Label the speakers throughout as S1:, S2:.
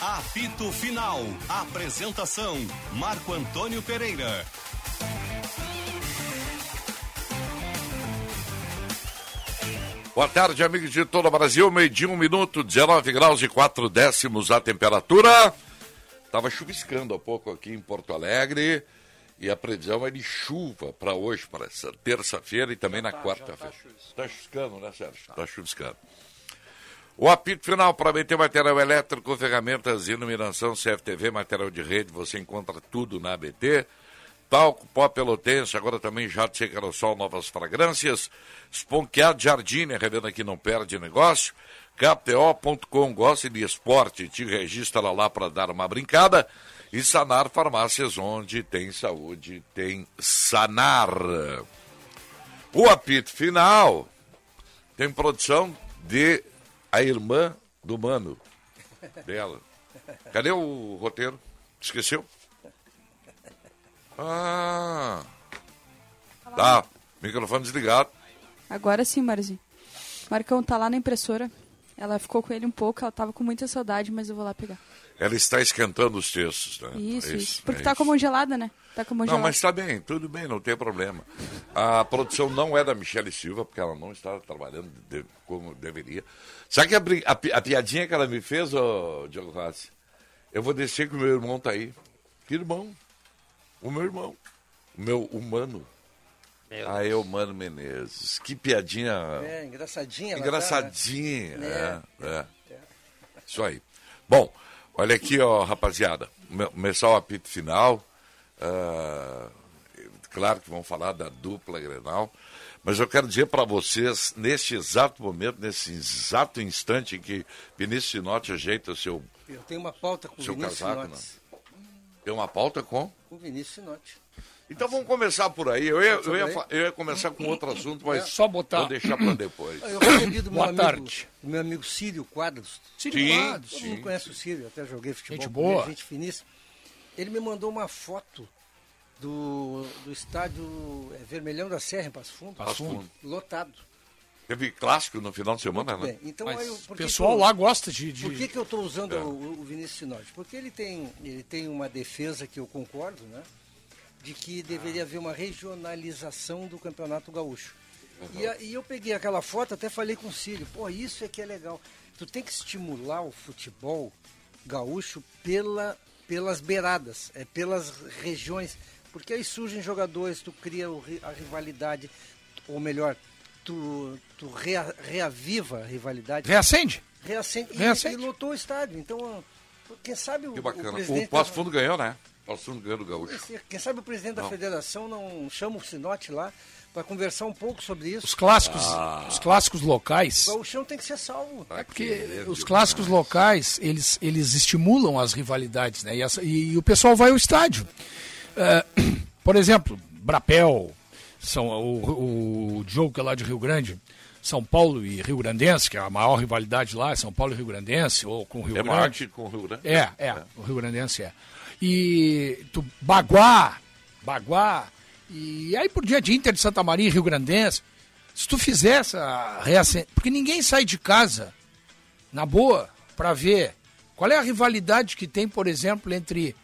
S1: Apito Final. Apresentação: Marco Antônio Pereira.
S2: Boa tarde, amigos de todo o Brasil. Meio dia, um minuto, 19 graus e 4 décimos a temperatura. Tava chuviscando há pouco aqui em Porto Alegre. E a previsão é de chuva para hoje, para essa terça-feira e também na quarta-feira. Está chuviscando, né, Sérgio? Está chuviscando. O apito final para meter material elétrico, ferramentas, iluminação, CFTV, material de rede, você encontra tudo na ABT. Talco, pó pelotense, agora também jato sem sol, novas fragrâncias. Esponqueado Jardine, a revenda que não perde negócio. KTO.com, gosta de esporte, te registra lá para dar uma brincada. E Sanar Farmácias, onde tem saúde, tem Sanar. O apito final tem produção de a irmã do mano dela. Cadê o roteiro? Esqueceu? Ah. Tá, microfone desligado.
S3: Agora sim, Marzi. Marcão tá lá na impressora. Ela ficou com ele um pouco, ela tava com muita saudade, mas eu vou lá pegar.
S2: Ela está esquentando os textos, né?
S3: Isso,
S2: É
S3: isso.
S2: isso,
S3: Porque
S2: é
S3: tá
S2: isso.
S3: com a mão gelada, né? Tá com a mão
S2: Não,
S3: gelada.
S2: mas tá bem, tudo bem, não tem problema. A produção não é da Michele Silva, porque ela não está trabalhando de- como deveria. Sabe que a, brin- a pi- a piadinha que ela me fez, ô, Diogo Rassi? Eu vou descer que o meu irmão tá aí. Que irmão? O meu irmão. O meu humano. Ah, é humano Menezes. Que piadinha
S4: É, engraçadinha. ela tá,
S2: engraçadinha.
S4: né?
S2: é, é. Isso aí. Bom, olha aqui, ó, rapaziada. Me- Começar o apito final. ah, claro que vão falar da dupla Grenal. Mas eu quero dizer para vocês, neste exato momento, nesse exato instante em que Vinícius Sinotti ajeita o seu.
S4: né? Eu tenho uma pauta com o
S2: Seu
S4: Vinícius
S2: casaco, né?
S4: Sinotti.
S2: Tem uma pauta com.
S4: Com o Vinícius Sinotti.
S2: Então vamos começar por aí. Eu ia, eu ia
S4: Sobre aí?
S2: fa- eu ia começar com outro assunto, mas.
S5: Só botar.
S2: Vou deixar para depois.
S4: É. Eu recebi do meu
S5: Boa
S4: amigo,
S5: tarde.
S4: do meu amigo Círio Quadros.
S5: Círio
S2: Sim,
S5: Quadros.
S4: Todo mundo conhece o Círio, eu até joguei futebol.
S5: Gente
S4: com ele,
S5: boa.
S4: Gente finíssima. Ele me mandou uma foto do, do estádio é, Vermelhão da Serra, em Passo Fundo.
S5: Passo Fundo.
S4: Lotado.
S2: Teve clássico no final de semana, né?
S4: Bem, então aí eu-
S5: Mas
S4: por
S5: o
S4: que
S5: pessoal
S4: que eu-
S5: lá gosta de. É. de-
S4: Por que, que eu estou usando o, o Vinícius Sinotti? Porque ele tem, ele tem uma defesa que eu concordo, né? De que deveria haver uma regionalização do Campeonato Gaúcho. E, a- e eu peguei aquela foto, até falei com o Cílio, pô, isso é que é legal. Tu tem que estimular o futebol gaúcho pela, pelas beiradas, é pelas regiões, porque aí surgem jogadores, tu cria o ri- a rivalidade, ou melhor, tu, tu rea- reaviva a rivalidade
S5: Reacende?
S4: reacende, e-
S5: Reacende.
S4: E, lotou o estádio. Então, quem sabe o,
S2: Que
S4: o
S2: bacana. O,
S4: presidente
S2: Passo
S4: da-
S2: Fundo ganhou, né? Passo Fundo ganhou do Gaúcho.
S4: quem sabe o presidente da federação não chama o Sinote lá para conversar um pouco sobre
S5: Os
S4: isso.
S5: clássicos,
S2: Ah,
S5: os clássicos locais.
S4: O chão tem que ser salvo.
S2: Tá
S5: É Porque
S2: querendo
S5: os clássicos locais, eles, eles estimulam as rivalidades, né? E, essa- e- e o pessoal vai ao estádio. Ah, por exemplo, Brapel, são, o, o jogo que é lá de Rio Grande, São Paulo e Rio Grandense, que é a maior rivalidade lá, é São Paulo e Rio Grandense, ou com o Rio
S2: É
S5: Grande.
S2: maior que com o Rio Grande.
S5: É, é, o Rio Grandense é. E tu, Baguá, Baguá, e aí por diante, Inter de Santa Maria, e Rio Grandense. Se tu fizer essa reacen... Porque ninguém sai de casa, na boa, pra ver qual é a rivalidade que tem, por exemplo, entre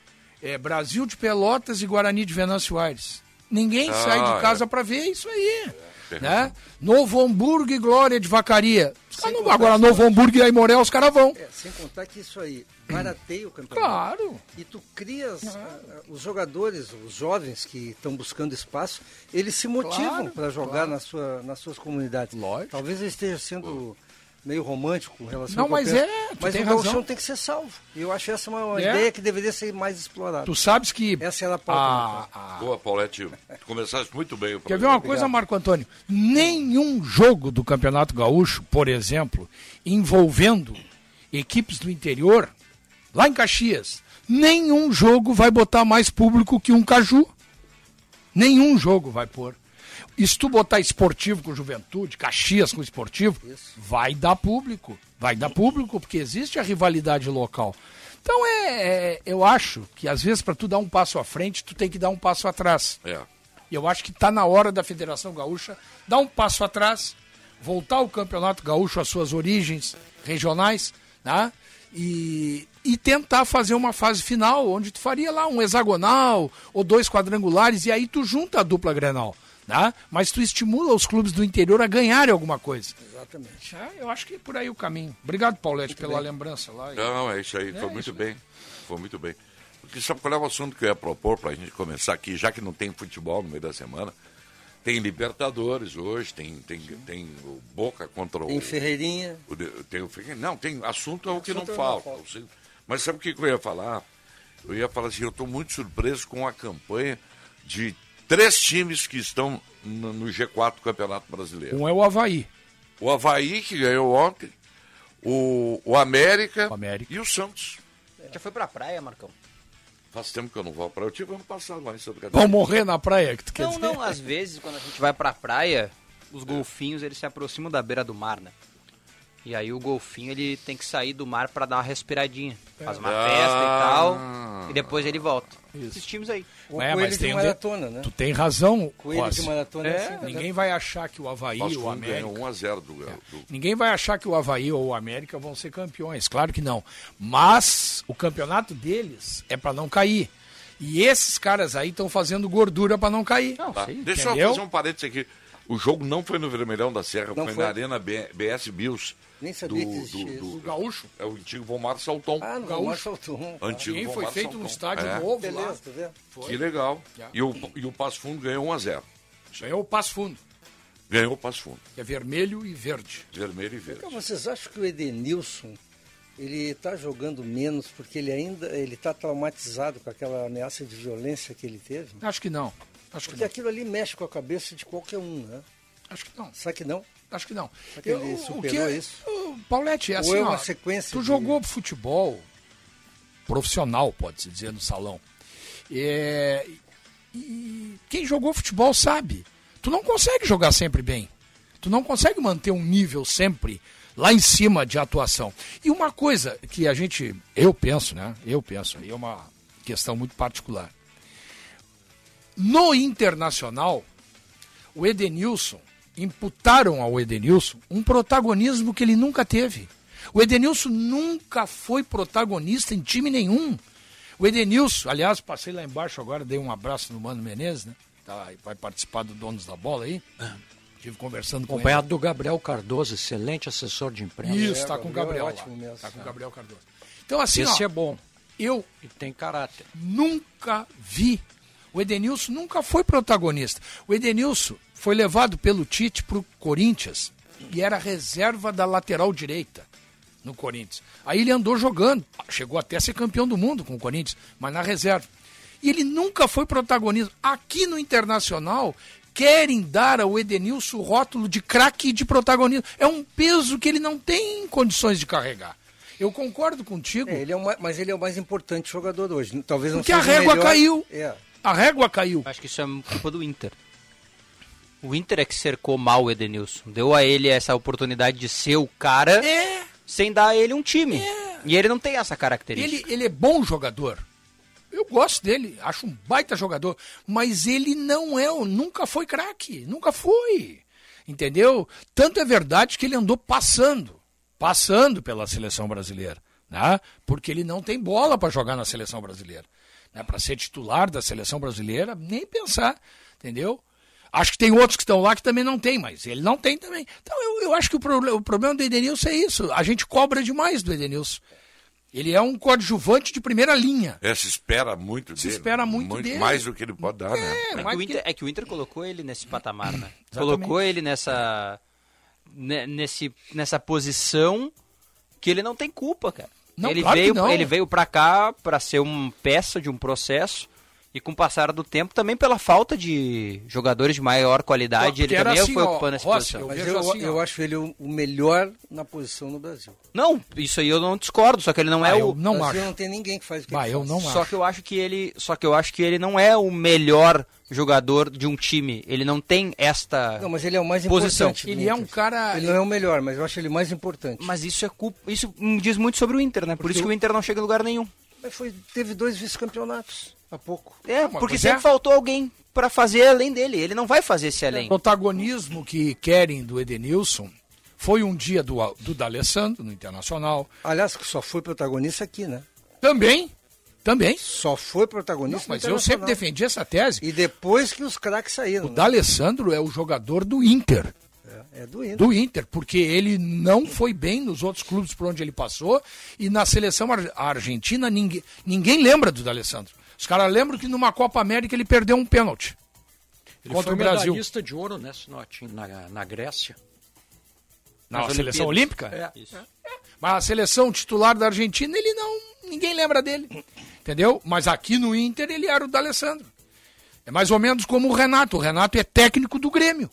S5: eh, Brasil de Pelotas e Guarani de Venâncio Aires. Ninguém sai
S2: Ah, É,
S5: de casa pra ver isso aí. Né? Novo Hamburgo e Glória de Vacaria. Os caras não- agora, Novo Hamburgo e Aimoré, os caras vão.
S4: É, sem contar que isso aí barateia o campeonato.
S5: Claro.
S4: E tu crias ah, os jogadores, os jovens que estão buscando espaço, eles se motivam
S5: Claro,
S4: para jogar na sua, nas suas comunidades.
S5: Lógico.
S4: Talvez eu esteja sendo meio romântico com relação
S5: Não,
S4: ao que eu
S5: mas
S4: penso,
S5: é, tu
S4: mas
S5: tem
S4: o
S5: razão.
S4: gauchão tem que ser salvo. E eu acho essa uma, uma
S5: É.
S4: ideia que deveria ser mais explorada.
S5: Tu sabes que.
S4: Essa era a pauta,
S5: a- a-
S2: Boa, Paulette. Tu começaste muito bem. o
S5: Quer ver uma
S2: programa.
S5: coisa, Marco Antônio? Nenhum jogo do Campeonato Gaúcho, por exemplo, envolvendo equipes do interior, lá em Caxias, nenhum jogo vai botar mais público que um Caju. Nenhum jogo vai pôr. E se tu botar esportivo com juventude, Caxias com esportivo, vai dar público. Vai dar público, porque existe a rivalidade local. Então é, é- eu acho que às vezes para tu dar um passo à frente, tu tem que dar um passo atrás.
S2: É.
S5: E eu acho que está na hora da Federação Gaúcha dar um passo atrás, voltar o Campeonato Gaúcho às suas origens regionais, né? E, e tentar fazer uma fase final, onde tu faria lá um hexagonal ou dois quadrangulares, e aí tu junta a dupla Grenal. Tá? Mas tu estimula os clubes do interior a ganharem alguma coisa.
S4: Exatamente.
S5: Ah, eu acho que é por aí o caminho. Obrigado, Paulete, pela lembrança lá. E-
S2: Não, é isso aí. Foi
S5: É
S2: muito
S5: isso
S2: bem. Foi muito bem. Porque sabe qual é o assunto que eu ia propor para a gente começar aqui, já que não tem futebol no meio da semana? Tem Libertadores hoje, tem, tem, tem o Boca contra o.
S4: Tem Ferreirinha.
S2: o de- tem o Ferreira. Não, tem assunto é o que não
S4: Assunto não
S2: falta.
S4: falta.
S2: Eu sei- Mas sabe o que que eu ia falar? Eu ia falar assim, eu estou muito surpreso com a campanha de três times que estão no no G4 do Campeonato Brasileiro.
S5: Um é o Havaí.
S2: O Havaí, que ganhou ontem, o, o América,
S5: O América.
S2: e o Santos.
S6: É. Já foi pra praia, Marcão?
S2: Faz tempo que eu não vou para Eu tive ano passado lá em Santa
S5: Vão
S2: Catarina.
S5: morrer na praia, que tu quer
S6: Não,
S5: dizer?
S6: não, às vezes quando a gente vai pra praia, os golfinhos eles se aproximam da beira do mar, né? E aí o golfinho ele tem que sair do mar pra dar uma respiradinha.
S5: É.
S6: Faz uma
S2: Ah.
S6: festa e tal, e depois ele volta. Esses times aí.
S4: O
S5: É,
S4: coelho
S5: mas
S4: de
S5: tem um
S4: maratona, né?
S5: Tu tem razão,
S4: Coelho de
S5: Rossi.
S4: maratona
S5: É,
S4: é assim,
S5: ninguém vai achar que o Havaí
S2: Vasco
S5: ou
S6: um
S5: o América... É.
S2: ganhou 1 a 0 do, do
S5: Ninguém vai achar que o Havaí ou o América vão ser campeões, claro que não. Mas o campeonato deles é pra não cair. E esses caras aí estão fazendo gordura pra não cair.
S6: Não,
S2: Tá?
S6: sim.
S2: Deixa
S5: entendeu?
S2: eu fazer um parênteses aqui. O jogo não foi no Vermelhão da Serra,
S4: Não
S2: foi,
S4: foi.
S2: na Arena B- BS Bills.
S4: Nem sabia que existia isso.
S5: O Gaúcho.
S2: É o antigo Vomar Salton.
S4: Ah, não,
S5: Gaúcho.
S4: Gaúcho. soltou um.
S2: antigo
S5: Ninguém foi
S2: Vomar
S5: feito
S2: Salton.
S5: um estádio
S2: É,
S5: novo lá. É.
S4: Beleza, tá vendo?
S2: Que legal. E o, e o Passo Fundo ganhou 1 a 0
S5: Ganhou o Passo Fundo,
S2: Ganhou o Passo Fundo.
S5: que é vermelho e verde.
S2: Vermelho e verde.
S4: Cara, vocês acham que o Edenilson ele tá jogando menos porque ele ainda ele tá traumatizado com aquela ameaça de violência que ele teve?
S5: Acho que não. Acho que
S4: Porque
S5: não.
S4: aquilo ali mexe com a cabeça de qualquer um, né?
S5: Acho que não.
S4: Será que não?
S5: Acho que não.
S4: Será que ele superou isso?
S5: Ô, Paulete, é
S4: Ou
S5: assim,
S4: é
S5: ó,
S4: uma sequência
S5: tu
S4: de-
S5: jogou futebol profissional, pode-se dizer, no salão. É, e quem jogou futebol sabe. Tu não consegue jogar sempre bem. Tu não consegue manter um nível sempre lá em cima de atuação. E uma coisa que a gente, eu penso, né? Eu penso, aí é uma questão muito particular. No internacional, o Edenilson, imputaram ao Edenilson um protagonismo que ele nunca teve. O Edenilson nunca foi protagonista em time nenhum. O Edenilson, aliás, passei lá embaixo agora, dei um abraço no Mano Menezes, né? Tá, vai participar do Donos da Bola aí.
S4: É.
S5: Estive conversando com
S7: Acompanhado do Gabriel Cardoso, excelente assessor de imprensa.
S5: ele. Isso, tá com o
S4: Gabriel é
S5: Gabriel.
S4: ótimo
S5: lá.
S4: mesmo.
S5: Tá com o Gabriel Cardoso. Então, assim,
S7: Esse
S5: ó,
S7: é bom
S5: eu
S7: e tem caráter.
S5: nunca vi. O Edenilson nunca foi protagonista. O Edenilson foi levado pelo Tite para o Corinthians e era reserva da lateral direita no Corinthians. Aí ele andou jogando, chegou até a ser campeão do mundo com o Corinthians, mas na reserva. E ele nunca foi protagonista. Aqui no Internacional, querem dar ao Edenilson o rótulo de craque e de protagonismo. É um peso que ele não tem condições de carregar. Eu concordo contigo.
S4: É, ele é o mais, mas ele é o mais importante jogador hoje. Talvez não
S5: Porque a
S4: seja o
S5: régua
S4: um melhor.
S5: caiu.
S4: É.
S5: A régua caiu.
S6: Acho que isso é culpa do Inter. O Inter é que cercou mal o Edenilson. Deu a ele essa oportunidade de ser o cara
S5: É.
S6: sem dar a ele um time. E ele não tem essa característica.
S5: Ele, ele é bom jogador. Eu gosto dele, acho um baita jogador, mas ele não é, o- nunca foi craque, nunca foi. Entendeu? Tanto é verdade que ele andou passando, passando pela seleção brasileira, né? Porque ele não tem bola para jogar na seleção brasileira, né? Para ser titular da seleção brasileira, nem pensar, entendeu? Acho que tem outros que estão lá que também não tem, mas ele não tem também. Então eu, eu acho que o, proble- o problema do Edenilson é isso. A gente cobra demais do Edenilson. Ele é um coadjuvante de primeira linha.
S2: É, se espera muito dele.
S5: espera muito dele.
S2: Mais do que ele pode dar, né?
S6: É que, o Inter, é que o Inter colocou ele nesse patamar, né?
S5: Exatamente.
S6: colocou ele nessa, ne- nesse, nessa posição que ele não tem culpa, cara.
S5: Não,
S6: ele,
S5: claro que
S6: veio,
S5: não.
S6: ele veio pra cá pra ser uma peça de um processo e com o passar do tempo, também pela falta de jogadores de maior qualidade,
S5: Porque
S6: ele
S5: era
S6: também
S5: assim,
S6: foi
S5: ó,
S6: ocupando essa
S5: Rossi,
S6: posição.
S5: eu-
S4: Mas
S5: vejo
S4: eu,
S5: assim, ó.
S4: eu acho ele o o melhor na posição no Brasil.
S6: Não, isso aí eu não discordo, só que ele não é
S5: Ah,
S6: o...
S5: eu não
S4: no Brasil
S5: acho.
S4: não tem ninguém que faz o que
S5: Bah,
S4: ele
S5: eu
S4: faz.
S5: não
S6: Só
S5: acho.
S6: que eu acho que ele, só que eu acho que ele não é o melhor jogador de um time. Ele não tem esta
S4: Não, mas ele é o mais
S6: posição.
S4: importante. do
S5: Ele é um
S4: Inter.
S5: cara-
S4: Ele não é o melhor, mas eu acho ele mais importante.
S6: Mas isso é culpa, isso hum, diz muito sobre o Inter, né? Por isso que o Inter não chega em lugar nenhum.
S4: Mas foi, teve dois vice-campeonatos há pouco.
S6: É,
S5: mas
S6: porque
S5: pois
S6: sempre
S5: é.
S6: faltou alguém pra fazer além dele. Ele não vai fazer esse
S5: O
S6: além.
S5: protagonismo que querem do Edenilson, Foi um dia do, Al- do D'Alessandro, no Internacional.
S4: Aliás, que só foi protagonista aqui, né?
S5: Também, também.
S4: Só foi protagonista.
S5: Não, mas
S4: no
S5: eu sempre
S4: Internacional.
S5: defendi essa tese.
S4: E depois que os craques saíram.
S5: O D'Alessandro é o jogador do Inter.
S4: né? É, é do Inter.
S5: do Inter, porque ele não foi bem nos outros clubes por onde ele passou e na seleção ar- argentina ninguém, ninguém lembra do D'Alessandro. Os caras lembram que numa Copa América ele perdeu um pênalti
S7: Ele
S5: contra
S7: foi um
S5: o Brasil
S7: medalhista de ouro, né, Sinote, na, na Grécia. É.
S5: na
S6: nas
S5: seleção olímpica. É.
S6: Olimpíadas.
S7: Isso.
S5: Mas a seleção titular da Argentina ele não, ninguém lembra dele, entendeu? Mas aqui no Inter ele era o D'Alessandro. É mais ou menos como o Renato. O Renato é técnico do Grêmio.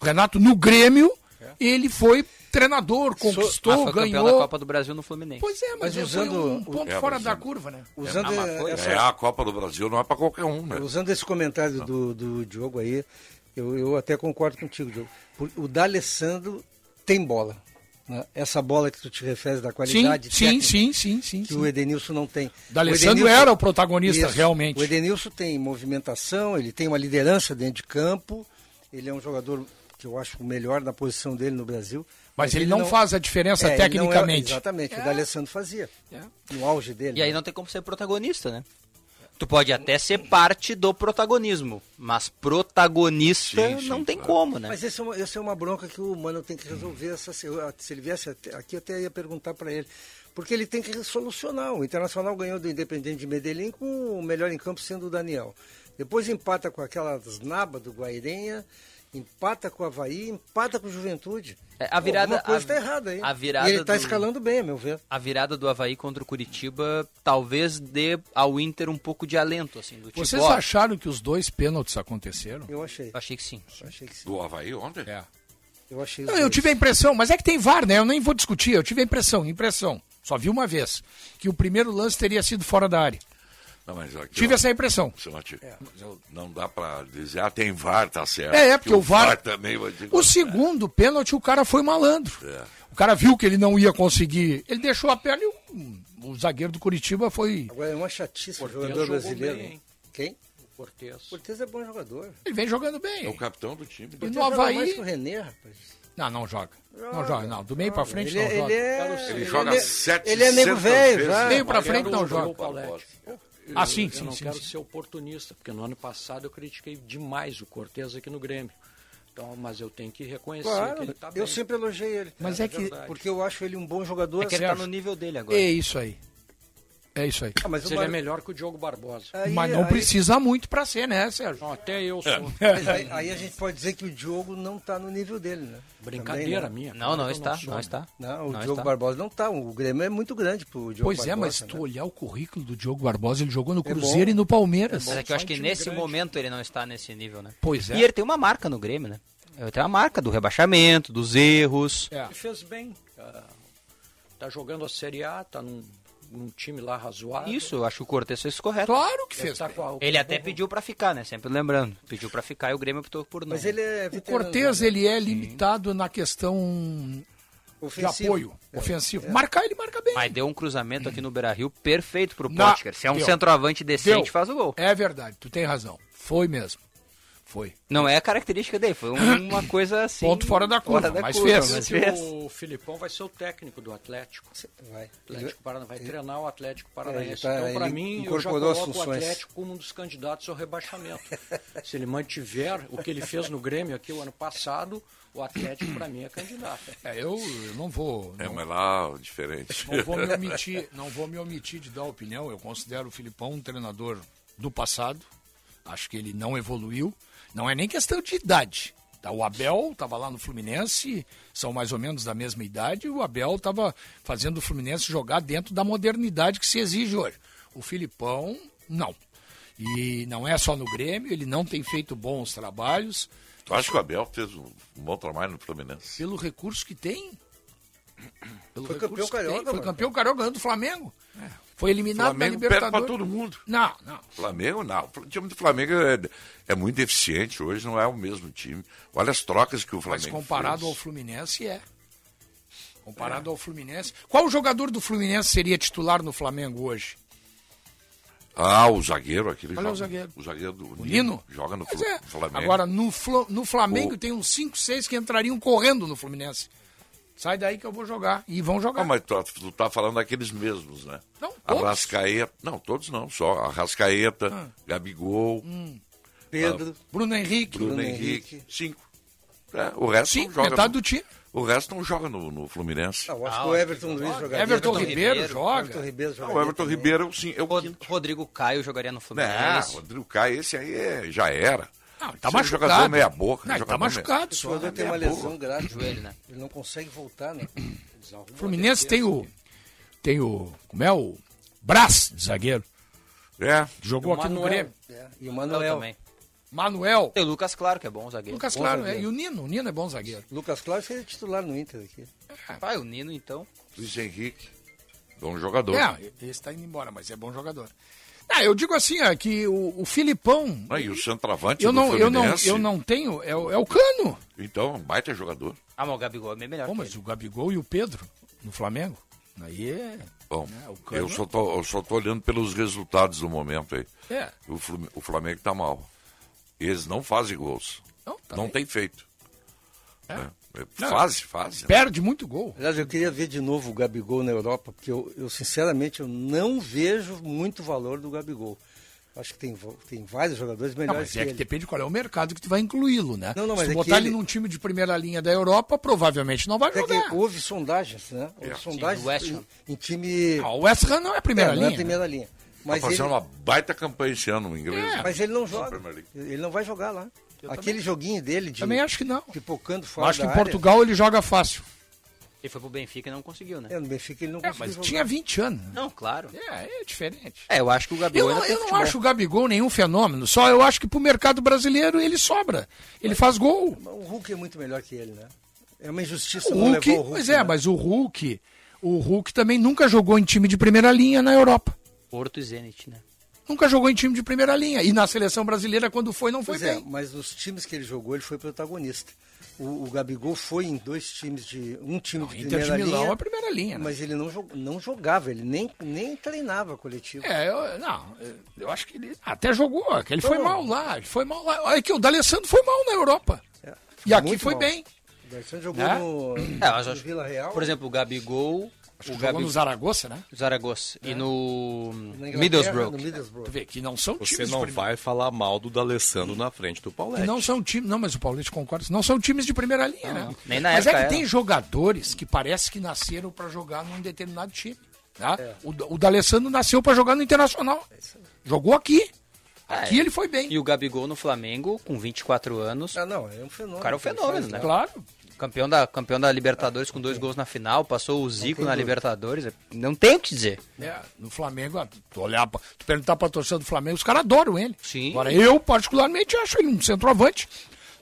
S5: O Renato no Grêmio ele foi treinador,
S6: Mas
S5: conquistou,
S6: Ah, foi campeão da
S5: ganhou.
S6: Copa do Brasil no Fluminense.
S5: Pois é,
S4: Mas
S5: mas, usando
S4: usando
S5: um
S4: o-
S5: ponto
S2: É,
S5: fora
S2: mas
S5: da
S2: usando-
S5: curva, né?
S4: Usando, eh,
S6: uma coisa.
S4: essa-
S2: É, a Copa do Brasil não é pra qualquer um, né?
S4: usando esse comentário do, do Diogo aí, eu, eu até concordo contigo, Diogo. Por- O D'Alessandro tem bola. né? Essa bola que tu te refere da qualidade
S5: sim,
S4: técnica
S5: sim, sim, sim,
S4: que
S5: sim.
S4: o Edenilson não tem.
S5: D'Alessandro
S4: Edenilson-
S5: era o protagonista, realmente.
S4: O Edenilson tem movimentação, ele tem uma liderança dentro de campo, ele é um jogador que eu acho o melhor na posição dele no Brasil.
S5: Mas ele não faz a diferença
S4: é, ele não é-
S5: tecnicamente.
S4: exatamente, o D'Alessandro fazia.
S5: É.
S4: No auge dele.
S6: E aí
S4: né?
S6: não tem como ser protagonista, né? Tu pode até ser parte do protagonismo, mas protagonista
S2: Sim, sim,
S6: não tem
S2: claro.
S6: como, né?
S4: Mas essa é, uma, essa é uma bronca que o Mano tem que resolver. Essa, se eu- se ele viesse até- aqui, eu até ia perguntar para ele. Porque ele tem que solucionar. O Internacional ganhou do Independente de Medellín com o melhor em campo sendo o Daniel. Depois empata com aquelas nabas do Guairenha, empata com o Havaí, empata com o Juventude.
S6: É, a virada-
S4: Pô, alguma coisa
S6: a-
S4: tá errada aí.
S6: a virada
S4: e ele tá
S6: do-
S4: escalando bem, a meu ver.
S6: A virada do Havaí contra o Curitiba talvez dê ao Inter um pouco de alento, assim, do tipo,
S5: Vocês
S6: ó,
S5: acharam que os dois pênaltis aconteceram?
S4: Eu achei.
S6: achei que sim.
S4: Achei que sim.
S2: Do Havaí ontem?
S5: É.
S4: Eu achei. os
S5: Não, eu
S4: dois.
S5: tive a impressão, mas é que tem VAR, né? Eu nem vou discutir, eu tive a impressão, impressão. Só vi uma vez que o primeiro lance teria sido fora da área.
S2: Não, mas aqui,
S5: Tive
S2: ó,
S5: essa impressão.
S2: Sinote,
S4: É.
S2: Não dá pra dizer, ah, tem VAR, tá certo.
S5: É, é, porque o VAR
S2: também vai dizer.
S5: O segundo pênalti, o cara foi malandro.
S2: É.
S5: O cara viu que ele não ia conseguir. Ele deixou a perna e o, o zagueiro do Curitiba foi.
S4: Agora é uma chatice o
S7: Cortez
S4: jogador
S7: jogou
S4: brasileiro.
S7: bem, hein?
S4: Quem?
S7: Cortez.
S4: Cortez é bom jogador.
S5: Ele vem jogando
S2: É o
S5: bem.
S2: capitão do time.
S5: E
S2: Né?
S5: no
S4: Joga mais que o
S5: Havaí.
S4: René, rapaz.
S5: Não, não joga. Não joga, não. Do meio pra frente
S4: Ele,
S5: não
S4: é- ele
S5: joga.
S4: é.
S2: Ele joga
S4: é-
S2: sete
S4: Ele é nego velho, vai.
S5: Meio pra
S7: é
S5: frente não joga. Ah, sim,
S7: eu
S5: sim,
S7: não
S5: sim,
S7: quero
S5: sim.
S7: ser oportunista, porque no ano passado eu critiquei demais o Cortez aqui no Grêmio. Então, mas eu tenho que reconhecer que
S4: Claro,
S7: ele tá bem.
S4: eu sempre elogiei ele.
S5: Mas
S7: É
S5: é que.
S7: verdade.
S4: Porque eu acho ele um bom jogador.
S6: É que ele tá
S5: acha?
S6: no nível dele agora.
S5: É isso aí. É isso aí.
S4: Ah, mas
S7: Mas
S4: o
S7: ele é
S4: Mar-
S7: melhor que o Diogo Barbosa.
S4: aí- é-
S5: Mas não
S4: aí-
S5: precisa muito pra ser, né, Sérgio?
S7: Não, até eu
S2: É.
S7: sou.
S4: mas Aí, aí a gente pode dizer que o Diogo não tá no nível dele, né?
S7: Brincadeira
S4: Também, né?
S7: minha.
S6: Não,
S7: claro
S6: não
S7: que eu
S6: está,
S7: sou.
S6: não está.
S4: Não, o
S6: Não
S4: Diogo
S6: está.
S4: Barbosa não tá. O Grêmio é muito grande pro Diogo
S5: Pois
S4: Barbosa.
S5: é, mas se tu
S4: né?
S5: olhar o currículo do Diogo Barbosa, ele jogou no
S4: É bom.
S5: Cruzeiro e no Palmeiras.
S6: Mas é que eu acho que
S7: Só um time
S6: nesse
S7: grande.
S6: momento ele não está nesse nível, né?
S5: Pois é.
S6: E ele tem uma marca no Grêmio, né? Ele tem uma marca do rebaixamento, dos erros.
S5: É.
S7: Ele fez bem. ah, Tá jogando a Série A, tá num, num time lá razoável.
S6: Isso, eu acho que o Cortez fez correto.
S5: Claro que
S7: Ele,
S5: fez.
S7: tá
S5: bem.
S7: com a-
S6: Ele até pediu pra ficar, né? Sempre lembrando. Pediu pra ficar e o Grêmio optou por não.
S4: Mas ele é.
S5: O
S4: veterano,
S5: Cortez,
S4: né?
S5: ele é limitado na questão de
S4: Ofensivo. É.
S5: apoio ofensivo. Marcar, ele marca bem.
S6: Mas deu um cruzamento aqui no Beira-Rio perfeito pro
S5: Na-
S6: Potker. Se é um
S5: deu.
S6: centroavante decente,
S5: Deu.
S6: faz o gol.
S5: É verdade, tu tem razão. Foi mesmo. Foi.
S6: Não é a característica dele, foi um- uma coisa assim...
S5: Ponto fora da curva, mas fez.
S6: mas
S7: Diz que
S6: fez.
S7: O Filipão vai ser o técnico do Atlético.
S4: Vai.
S7: O Atlético Parana vai treinar o Atlético
S4: É, ele
S7: Paranaense.
S4: tá-
S7: então, para
S4: ele
S7: mim, eu já
S4: incorporou as
S7: coloco o
S4: funções.
S7: Atlético como um dos candidatos ao rebaixamento. Se ele mantiver o que ele fez no Grêmio aqui o ano passado, o Atlético, para mim, é candidato.
S5: É, eu, eu não vou.
S2: É,
S5: não-
S2: mas lá, diferente.
S5: Não vou me omitir, não vou me omitir de dar opinião. Eu considero o Filipão um treinador do passado. Acho que ele não evoluiu. Não é nem questão de idade. tá? O Abel estava lá no Fluminense, são mais ou menos da mesma idade. O Abel estava fazendo o Fluminense jogar dentro da modernidade que se exige hoje. O Filipão, não. E não é só no Grêmio, ele não tem feito bons trabalhos.
S2: Tu acha que o Abel fez um um bom trabalho no Fluminense?
S5: pelo recurso que tem. Pelo
S4: Foi
S5: recurso
S4: campeão
S5: que tem.
S4: carioca,
S5: Foi
S4: mano.
S5: campeão carioca ganhando do Flamengo. Foi eliminado da
S2: É, Flamengo perde pra
S5: Libertadores.
S2: todo mundo.
S5: Não, não.
S2: Flamengo não. O time do Flamengo é, é muito eficiente hoje, não é o mesmo time. Olha as trocas que o
S5: Mas
S2: Flamengo
S5: comparado
S2: fez. É.
S5: ao Fluminense é. Comparado ao Fluminense. Qual jogador do Fluminense seria titular no Flamengo hoje?
S2: Ah, o zagueiro, aquele
S5: Qual é
S2: joga.
S5: o zagueiro?
S2: O zagueiro do Nino.
S5: Nino?
S2: Joga no
S5: Pois
S2: Fla-
S5: é.
S2: Flamengo.
S5: Agora, no, Flo- no Flamengo
S2: O-
S5: tem uns 5, 6 que entrariam correndo no Fluminense. Sai daí que eu vou jogar. E vão jogar.
S2: Ah, mas tu, tu tá falando daqueles mesmos, né?
S5: Não, todos. Ah.
S2: Arrascaeta. Não, todos não, só. Arrascaeta, Gabigol,
S5: Hum.
S4: Pedro,
S5: Bruno Henrique.
S2: Bruno,
S4: Bruno
S2: Henrique.
S4: Henrique.
S2: Cinco. É, o resto
S5: Sim,
S2: não joga.
S5: metade
S2: no-
S5: do time.
S2: O resto não joga no, no Fluminense.
S4: Ah, eu acho que o Everton Luiz jogaria.
S5: Everton, Ribeiro,
S6: Ribeiro,
S5: joga.
S4: Everton Ribeiro
S2: Não,
S4: jogaria.
S2: o Everton
S4: também.
S2: Ribeiro é o sim. É o
S6: Rod-
S2: quinto.
S6: Rodrigo Caio jogaria no
S2: Não,
S6: Fluminense.
S2: Rodrigo Caio, esse aí é- já era.
S5: Não, ele tá
S2: Esse é um
S5: machucado.
S2: jogador meia boca.
S5: Não, ele tá é
S2: jogador meia-
S5: machucado
S4: Esse
S5: só.
S4: jogador tem
S2: minha
S4: uma lesão
S2: boca.
S4: grave.
S6: Joelho, né?
S4: Ele não consegue voltar, né?
S5: O Fluminense tem o. Tem o. Como é o. Brás, de zagueiro.
S2: É.
S5: que Jogou aqui no
S7: Manuel.
S5: Grêmio.
S4: É, E o
S6: Eu
S4: Manuel.
S6: também.
S5: Manuel.
S6: Tem o Lucas Claro, que é bom zagueiro.
S5: Lucas
S4: bom
S5: Claro, é.
S4: zagueiro.
S5: E o Nino. O Nino é bom zagueiro.
S4: Lucas Claro seria é titular no Inter aqui.
S6: Vai, o Nino, então.
S2: Luiz Henrique. Bom jogador.
S5: É, esse tá indo embora, mas é bom jogador. Ah, eu digo assim, ó, que o, o Filipão.
S2: Ah, e o centroavante
S5: Eu
S2: do
S5: não, eu, não,
S2: Fluminense.
S5: eu não tenho. É, o- é o Cano.
S2: Então, um baita jogador.
S6: Ah, mas o Gabigol é bem melhor.
S5: Pô,
S6: que
S5: mas o Gabigol e o Pedro no Flamengo. Aí é.
S2: Bom,
S5: É, o Cano-
S2: eu só, tô, eu só tô olhando pelos resultados do momento aí.
S5: É.
S2: O, Flu- o Flamengo tá mal. Eles não fazem gols.
S5: Não, tá
S2: não
S5: bem.
S2: tem feito.
S5: É.
S2: É,
S5: Não.
S2: Fase, fase. né?
S5: Perde muito gol.
S4: Aliás, eu queria ver de novo o Gabigol na Europa, porque eu, eu, sinceramente eu não vejo muito valor do Gabigol. Acho que tem, vo- tem vários jogadores
S5: Não,
S4: melhores
S5: mas é que
S4: que, ele.
S5: depende qual é o mercado que tu vai incluí-lo, né?
S4: Não, não, mas
S5: Se
S4: é
S5: botar
S4: que
S5: ele
S4: ele-
S5: num time de primeira linha da Europa, provavelmente não vai É,
S4: Até
S5: jogar.
S4: que houve sondagens, né? Houve sondagens
S6: Sim, do West Ham.
S4: em, em time.
S5: Ah, o West Ham não é a primeira
S4: é, não é
S5: linha.
S4: a primeira linha. Mas
S2: tá
S4: ele,
S2: fazendo uma baita campanha esse ano, o inglês.
S5: É.
S2: né?
S4: mas ele não
S2: Premier
S4: joga.
S2: League.
S4: Ele não vai jogar lá. Aquele joguinho dele de
S5: Também acho que não.
S4: pipocando
S5: Eu
S4: fora
S5: acho que
S4: da
S5: em
S4: área,
S5: Portugal ele joga fácil.
S6: Ele foi pro Benfica e não conseguiu, né?
S4: É, no Benfica ele não
S5: É,
S4: conseguiu
S5: mas
S4: jogar.
S5: tinha 20 anos. né?
S6: Não, claro.
S5: É, é diferente.
S6: É, eu acho que o Gabigol
S5: Eu não,
S6: ainda tem
S5: eu não
S6: futebol.
S5: acho o Gabigol nenhum fenômeno, só eu acho que pro mercado brasileiro ele sobra. Ele faz gol.
S4: O Hulk é muito melhor que ele, né? É uma injustiça
S5: O
S4: não
S5: Hulk,
S4: levar o Hulk.
S5: pois é,
S4: né?
S5: mas o Hulk, o Hulk também nunca jogou em time de primeira linha na Europa.
S6: Porto e Zenit, né?
S5: Nunca jogou em time de primeira linha. E na seleção brasileira, quando foi, não foi
S4: Pois é,
S5: bem.
S4: mas nos times que ele jogou, ele foi protagonista. O, o Gabigol foi em dois times de. Um time de
S5: Inter
S4: primeira
S5: de Milão
S4: linha,
S5: é a primeira linha. né?
S4: mas ele não, jo- não jogava, ele nem, nem treinava coletivo.
S5: É, eu, não, eu acho que ele até jogou, é que ele foi
S4: Não.
S5: mal lá, ele foi mal lá. Olha que o D'Alessandro foi mal na Europa.
S4: É,
S5: E aqui
S4: muito
S5: foi
S4: mal.
S5: bem.
S4: O D'Alessandro jogou
S5: Né?
S4: no,
S6: É, mas
S4: no
S6: eu acho-
S4: Vila Real.
S6: Por exemplo, o Gabigol, o
S5: Jogou
S6: Gabi...
S5: no Zaragoza, né?
S6: Zaragoza e no
S4: na Inglaterra,
S6: Middlesbrough.
S4: no Middlesbrough.
S5: Tu vê que não são
S8: Você
S5: times
S8: não
S5: de
S8: vai falar mal do D'Alessandro na frente do
S5: primeira-
S8: Paulete.
S5: que não são times, não, mas o Paulete concorda, não são times de primeira linha, né?
S6: nem na
S5: mas
S6: época
S5: é que
S6: era.
S5: tem jogadores que parece que nasceram pra jogar num determinado time, tá?
S6: É.
S5: O, é o D'Alessandro nasceu pra jogar no Internacional. Jogou aqui. Aqui ele foi bem.
S6: É. E o Gabigol no Flamengo, com 24 anos,
S4: Ah, não, é um fenômeno.
S6: O cara é um fenômeno, né?
S5: Claro.
S6: campeão da, campeão da Libertadores com dois
S4: É.
S6: gols na final, passou o Zico na Libertadores, é- não tem o que dizer.
S5: É, no Flamengo, ah, tu, olhar, pra- tu perguntar pra torcida do Flamengo, os caras adoram ele.
S6: Sim.
S5: Agora, eu, particularmente, acho ele um centroavante.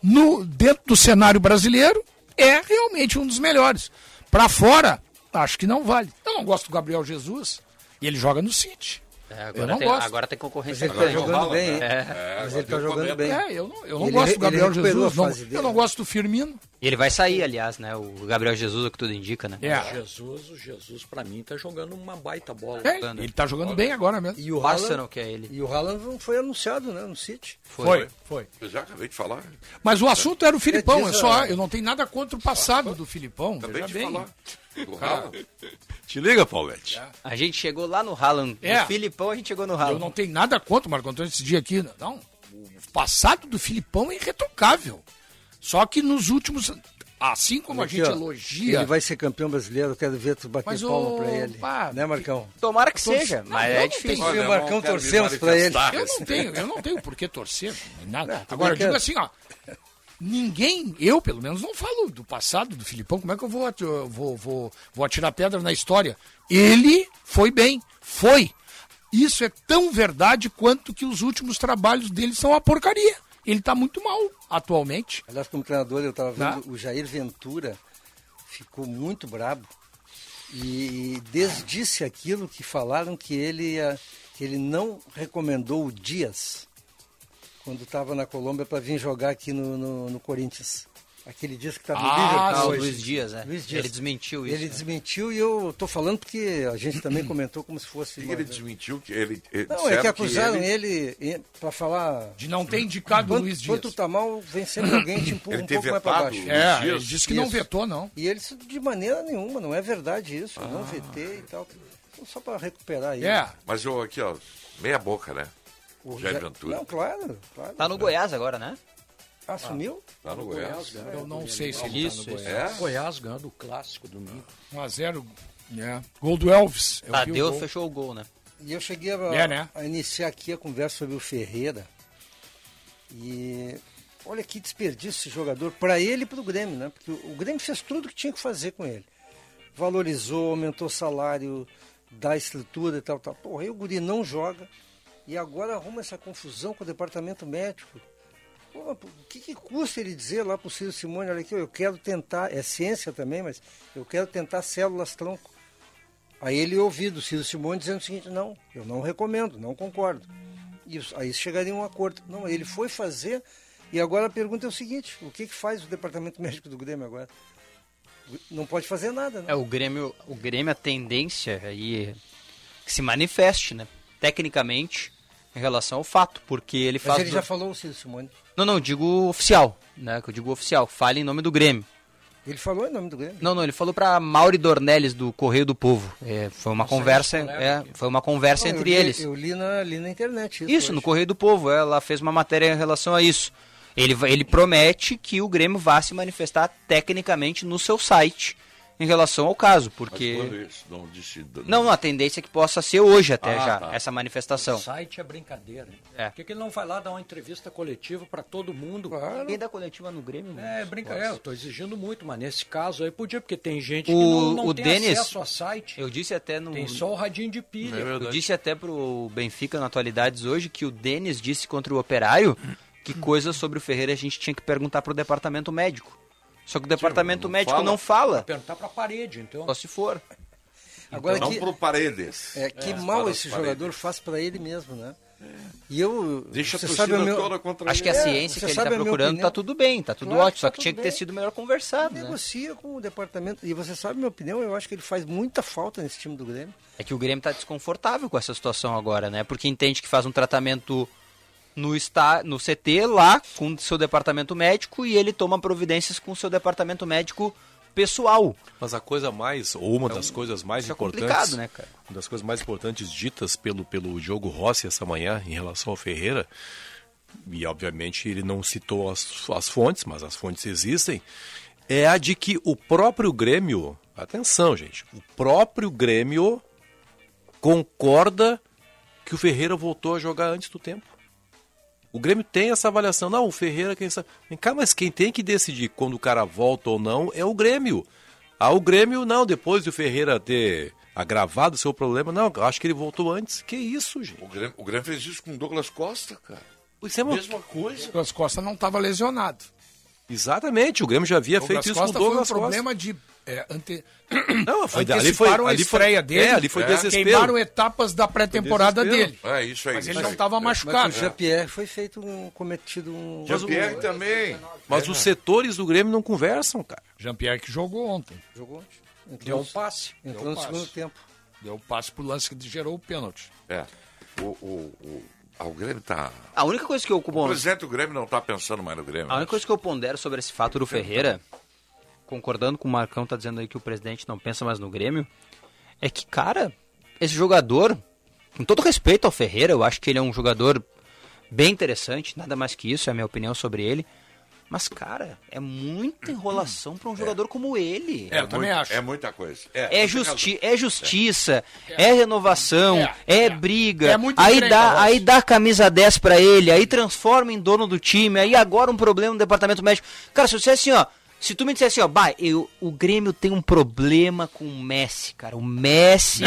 S5: No, dentro do cenário brasileiro, é realmente um dos melhores. Pra fora, acho que não vale. Eu não gosto do Gabriel Jesus e ele joga no City.
S6: É,
S5: Eu
S6: agora,
S5: não
S6: tem,
S5: gosto.
S6: agora tem
S4: Mas
S6: concorrência.
S4: ele tá
S6: grande.
S4: jogando bem, hein?
S6: É.
S4: Mas ele tá jogando bem.
S5: É, eu não, eu não
S4: Ele
S5: gosto
S4: re-
S5: do Gabriel
S4: ele recuperou
S5: Jesus.
S4: a
S5: não-
S4: fase dele,
S5: eu não
S4: né?
S5: gosto do Firmino.
S6: E ele vai sair, aliás, né? O Gabriel Jesus, é o que tudo indica, né?
S7: Jesus, o Jesus pra mim tá jogando uma baita bola.
S5: É, ele tá jogando bem agora mesmo.
S4: E o
S6: O Arsenal,
S4: Haaland,
S6: que é ele.
S4: e o Haaland não foi anunciado, né, no City.
S5: Foi, foi.
S2: Eu já acabei de falar.
S5: Mas o assunto era o Filipão, é
S4: disso,
S5: só,
S4: é.
S5: eu não tenho nada contra o passado do Filipão.
S2: Acabei
S5: veja
S2: de
S5: bem.
S2: falar. Do Haaland.
S8: Te liga, Paulete.
S6: A gente chegou lá no Haaland.
S5: É.
S6: O Filipão, a gente chegou no
S5: Eu
S6: Haaland.
S5: não tenho nada contra o Marco Antônio esse dia aqui. né? Não. O passado do Filipão é irretocável. Só que nos últimos. Assim como a
S4: Aqui,
S5: gente
S4: ó,
S5: elogia.
S4: Ele vai ser campeão brasileiro, eu quero ver tu bater
S5: Mas,
S4: palma
S5: ô,
S4: pra ele.
S5: pá,
S4: né, Marcão?
S6: Tomara que
S5: Não,
S6: seja,
S5: não,
S6: mas
S5: eu
S6: é
S5: não
S6: difícil.
S5: tenho-
S4: Eu e o
S2: Olha,
S4: Marcão
S2: eu quero me
S4: torcemos pra ele.
S2: manifestar.
S5: Eu não tenho, eu não tenho por que torcer, nem nada.
S4: Não,
S5: Agora, eu
S4: porque-
S5: digo assim, ó. Ninguém, eu pelo menos, não falo do passado do Filipão. Como é que eu vou, ati- eu vou, vou, vou atirar pedra na história? Ele foi bem, foi. Isso é tão verdade quanto que os últimos trabalhos dele são uma porcaria. Ele tá muito mal atualmente.
S4: Aliás, como treinador, eu estava vendo
S5: Tá.
S4: o Jair Ventura ficou muito brabo e desdisse aquilo que falaram que ele, ah, que ele não recomendou o Dias quando estava na Colômbia para vir jogar aqui no, no, no Corinthians. Aquele disco que tá no
S6: Ah,
S4: Liverpool
S6: o
S4: hoje.
S6: Luiz Dias, né?
S4: Luiz
S6: Ele desmentiu isso,
S4: Ele
S6: né?
S4: desmentiu e eu tô falando porque a gente também comentou como se fosse.
S2: E
S4: uma-
S2: ele desmentiu que ele. ele
S4: é. Não, é
S2: disseram
S4: que acusaram
S2: ele.
S4: ele, para falar.
S5: De não ter indicado o
S4: Quando,
S5: Luiz Dias.
S4: quando tu tá mal, vem sempre alguém te empurra
S2: Ele
S4: um
S2: ter
S4: pouco mais para
S2: vetado.
S4: baixo.
S5: É,
S2: Dias.
S5: ele disse que não
S4: Isso.
S5: vetou, não.
S4: E eles, de maneira nenhuma, não é verdade isso.
S2: Ah.
S4: Não vetei e tal. Então, Só para recuperar aí.
S5: É.
S2: Mas eu aqui, ó, meia boca, né?
S4: O
S2: Jair
S4: Ja-
S2: Ventura.
S4: Não, claro, claro. Ah,
S6: Tá no Goiás agora, né?
S4: Assumiu?
S2: Lá Tá no Goiás.
S4: né?
S2: É?
S5: Eu não sei se ele
S6: Isso,
S5: tá no
S6: isso.
S5: Goiás.
S7: É? Goiás ganhando o clássico domingo.
S5: 1x0. É. Gol do Elvis. Eu vi o
S6: Tadeu
S5: gol.
S6: fechou o gol, né?
S4: E eu cheguei a,
S5: É, né?
S4: a iniciar aqui a conversa sobre o Ferreira. E olha que desperdício esse jogador para ele e para o Grêmio, né? Porque o o Grêmio fez tudo o que tinha que fazer com ele. Valorizou, aumentou o salário, dá estrutura e tal, tal. Porra, aí o Guri não joga. E agora arruma essa confusão com o departamento médico. Pô, pô, o que, que custa ele dizer lá pro Ciro Simone, olha aqui, eu quero tentar, é ciência também, mas eu quero tentar células-tronco. Aí ele ouviu do Ciro Simone dizendo o seguinte, não, eu não recomendo, não concordo. Isso, aí chegaria um acordo. Não, ele foi fazer, e agora a pergunta é o seguinte, o que, que faz o Departamento Médico do Grêmio agora? Não pode fazer nada, né?
S6: É, o Grêmio, o Grêmio, a tendência aí é que se manifeste, né? Tecnicamente, em relação ao fato, porque ele
S4: Mas
S6: faz.
S4: ele
S6: do-
S4: já falou, o Ciro Simone.
S6: Não, não, digo oficial, né? Que eu digo oficial, fale em nome do Grêmio.
S4: Ele falou em nome do Grêmio.
S6: Não, não, ele falou pra Mauri Dornelles do Correio do Povo. É, foi uma conversa, é, foi uma conversa
S4: Não, eu
S6: entre
S4: li-
S6: eles.
S4: Eu li na, li na internet isso.
S6: Isso,
S4: hoje.
S6: no Correio do Povo. Ela fez uma matéria em relação a isso. Ele, va- ele promete que o Grêmio vá se manifestar tecnicamente no seu site em relação ao caso,
S2: Mas
S6: porque.
S2: quando um isso? Não disse.
S6: Não, não, a tendência é que possa ser hoje até
S2: Ah,
S6: já,
S2: tá.
S6: essa
S7: O
S6: manifestação.
S7: site é brincadeira. hein?
S6: Então. É.
S7: Por que, que ele não vai lá dar uma entrevista coletiva para todo mundo?
S6: Ninguém dá coletiva no Grêmio, né?
S7: É, brincadeira. Eu tô exigindo muito, mas nesse caso aí podia, porque tem gente que
S6: O-
S7: não, não
S6: o
S7: tem
S6: Denis-
S7: acesso a site.
S6: Eu disse até no.
S7: Tem só o radinho de
S8: É
S7: pilha.
S6: Eu disse até pro Benfica na atualidades hoje que o Denis disse contra o Operário que coisas sobre o Ferreira a gente tinha que perguntar pro departamento médico. Só que o departamento médico não fala.
S7: Perguntar para a parede, então.
S6: Só se for.
S4: Agora
S2: Não
S4: que,
S2: pro Paredes.
S4: É, que
S2: Mas
S4: mal
S2: para
S4: esse
S2: as
S4: jogador
S2: paredes. É.
S4: faz pra ele mesmo, né? E eu.
S2: Deixa a
S4: você
S2: torcida
S4: sabe o meu- É,
S2: toda contra
S6: Acho que
S2: ele.
S6: a ciência
S4: você
S6: que ele tá
S4: sabe a minha
S6: procurando
S4: opinião.
S6: tá tudo bem, tá tudo
S4: Claro que
S6: ótimo, só
S4: tá
S6: que
S4: tudo
S6: tinha que ter
S4: bem.
S6: sido melhor conversado, né?
S4: Negocia com o departamento. E você sabe a minha opinião, eu acho que ele faz muita falta nesse time do Grêmio.
S6: É que o Grêmio tá desconfortável com essa situação agora, né? Porque entende que faz um tratamento no, está, no CT lá com o seu departamento médico e ele toma providências com o seu departamento médico pessoal.
S8: Mas a coisa mais, ou uma das coisas mais
S6: isso é
S8: importantes.
S6: complicado, né, cara?
S8: Uma das coisas mais importantes ditas pelo, pelo Diogo Rossi essa manhã em relação ao Ferreira, e obviamente ele não citou as, as fontes, mas as fontes existem, é a de que o próprio Grêmio, atenção, gente, o próprio Grêmio concorda que o Ferreira voltou a jogar antes do tempo. O Grêmio tem essa avaliação. Não, o Ferreira, quem sabe. Vem cá, mas quem tem que decidir quando o cara volta ou não é o Grêmio. Ah, o Grêmio, não, depois do Ferreira ter agravado o seu problema, não, eu acho que ele voltou antes. Que isso, gente?
S2: O Grêmio, o Grêmio fez isso com o Douglas Costa, cara.
S8: Isso é uma-
S2: Mesma coisa.
S5: Douglas Costa não estava lesionado.
S8: Exatamente, o Grêmio já havia
S5: Douglas
S8: feito isso
S5: Costa
S8: com o Douglas
S5: foi um problema
S8: Costa.
S5: de. é, ante...
S8: Não, foi ali foi,
S5: Anteciparam a
S8: ali foi,
S5: estreia dele.
S8: É, ali foi
S5: é,
S8: desespero.
S5: Queimaram etapas da pré-temporada
S8: desespero.
S5: dele.
S2: É isso aí.
S5: Mas ele
S2: isso
S5: não
S2: aí.
S5: estava
S4: Mas
S5: machucado.
S4: com o Jean-Pierre foi feito um. cometido um.
S2: Mas o Pierre também.
S8: Mas os setores do Grêmio não conversam, cara.
S5: Jean-Pierre que jogou ontem.
S4: Jogou ontem.
S7: Deu
S4: Entrou,
S7: um passe.
S4: entrou
S5: deu um
S4: no segundo
S5: passe.
S4: tempo.
S5: Deu o passe pro lance que gerou o pênalti.
S2: É. O, o, o, ah, o Grêmio tá.
S6: A única coisa que eu Ah,
S2: O
S6: bom,
S2: presidente do Grêmio não tá pensando mais no Grêmio. né?
S6: a única coisa que eu pondero sobre esse fato do Ferreira, concordando com o Marcão tá dizendo aí que o presidente não pensa mais no Grêmio, é que cara, esse jogador, com todo respeito ao Ferreira, eu acho que ele é um jogador bem interessante, nada mais que isso, é a minha opinião sobre ele. Mas cara, é muita enrolação pra um jogador como ele.
S5: É, eu também
S2: muito-
S5: acho.
S2: É muita coisa. É,
S6: É, justi é justiça, é, renovação, é,
S5: É. É.
S6: briga.
S5: É muito
S6: aí
S5: encrenca,
S6: dá,
S5: Rossi.
S6: aí dá a camisa 10 pra ele, aí transforma em dono do time, aí agora um problema no departamento médico. Cara, se eu disser assim, ó, Se tu me dissesse, ó, bah, eu, o Grêmio tem um problema com o Messi, cara. O Messi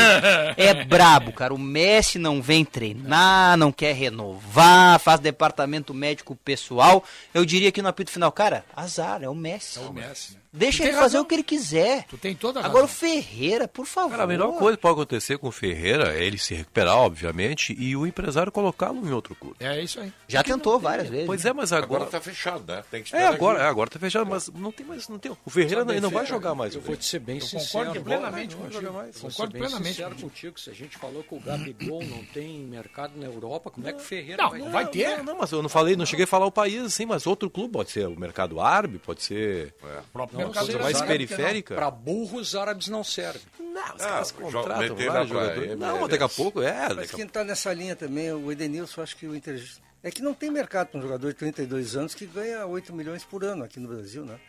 S6: é brabo, cara. O Messi não vem treinar, não quer renovar, faz departamento médico pessoal. Eu diria que no apito final, cara, azar, é o Messi.
S5: o Messi. né?
S6: Deixa
S5: Tu
S6: ele
S5: tem
S6: fazer
S5: razão.
S6: o que ele quiser.
S5: Tu tem toda a
S6: Agora o
S5: razão.
S6: Ferreira, por favor.
S8: Cara, a melhor coisa que pode acontecer com o Ferreira é ele se recuperar, obviamente, e o empresário colocá-lo em outro clube.
S5: É isso aí.
S6: Já tentou várias vezes.
S8: Pois é, mas agora.
S2: Agora tá fechado, né? Tem que
S8: É,
S2: esperar
S8: agora, é, agora tá fechado, mas não tem mais. Não tem... O Ferreira não, ele não vai jogar mais.
S7: é. Eu é
S8: o
S7: vou te
S8: Grêmio.
S7: ser bem sincero.
S5: Concordo plenamente contigo.
S7: Vou ser
S5: Concordo
S7: bem
S5: plenamente
S7: sincero tipo,
S5: contigo.
S7: contigo. Se a gente falou que o Gabigol não tem mercado na Europa, como é que o Ferreira
S5: Não,
S7: vai...
S5: não vai ter.
S8: Não, não, mas eu não falei, não cheguei a falar o país, assim, mas outro clube, pode ser o mercado árabe, pode ser.
S6: É,
S5: próprio
S8: Uma
S7: é
S8: coisa mais periférica.
S7: Para burros, árabes não serve.
S8: Não, os
S2: Ah,
S8: caras
S2: jo-
S8: contratam
S2: meter
S8: vários
S2: lá pra
S8: jogadores. Não,
S2: MLS.
S8: daqui a pouco, é.
S4: Mas
S8: Daqui a
S4: quem está nessa linha também, o Edenilson, acho que o Inter. É que não tem mercado para um jogador de 32 anos que ganha 8 milhões por ano aqui no Brasil, né?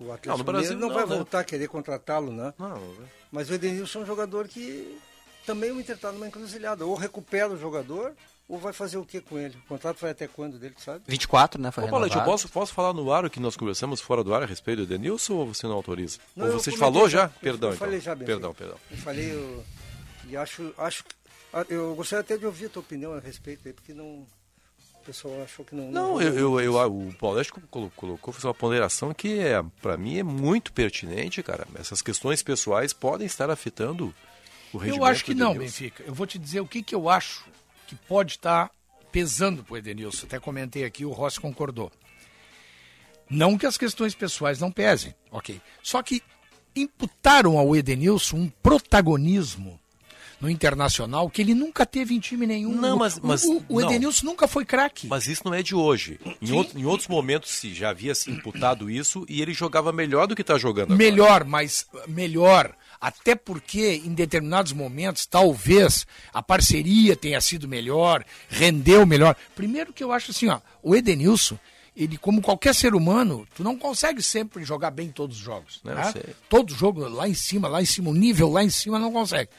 S4: O Atlético
S8: no Brasil
S4: Mineiro não,
S8: não,
S4: vai
S8: né?
S4: voltar a querer contratá-lo, né?
S8: Não,
S4: Mas o Edenilson é um jogador que também o Inter está numa encruzilhada. Ou recupera o jogador, ou vai fazer o que com ele? O contrato vai até quando dele, tu sabe?
S6: 24, né? Foi
S8: Ô, Paulete, eu
S6: renovado.
S8: posso, posso falar no ar o que nós conversamos fora do ar a respeito do Denilson ou você não autoriza?
S4: Não,
S8: ou
S4: eu
S8: você te
S4: comentei
S8: falou
S4: já.
S8: já?
S4: Eu
S8: Perdão, então.
S4: falei já, Benfica.
S8: Perdão, perdão.
S4: Eu falei, eu, e acho, acho. ah, Eu gostaria até de ouvir a tua opinião a respeito aí, porque não. O pessoal achou que não.
S8: Não, eu, eu, eu- o Paulete colo- colocou fez uma ponderação que, é, para mim, é muito pertinente, cara. Essas questões pessoais podem estar afetando o rendimento
S5: Eu acho que
S8: do
S5: não,
S8: Denilson.
S5: Benfica. Eu vou te dizer o que, que eu acho que pode estar pesando para o Edenilson. Até comentei aqui, o Rossi concordou. Não que as questões pessoais não pesem, ok. Só que imputaram ao Edenilson um protagonismo no internacional que ele nunca teve em time nenhum.
S8: Não, mas-
S5: O-
S8: mas-
S5: o, o
S8: não.
S5: Edenilson nunca foi craque.
S8: Mas isso não é de hoje. Em, outro- em outros momentos se já havia se imputado isso e ele jogava melhor do que está jogando agora.
S5: Melhor, mas melhor. Até porque em determinados momentos, talvez a parceria tenha sido melhor, rendeu melhor. Primeiro que eu acho assim, ó, o Edenilson, ele como qualquer ser humano, tu não consegue sempre jogar bem todos os jogos,
S8: Não,
S5: né?
S8: eu sei.
S5: Todo jogo lá em cima, lá em cima, o nível lá em cima não consegue.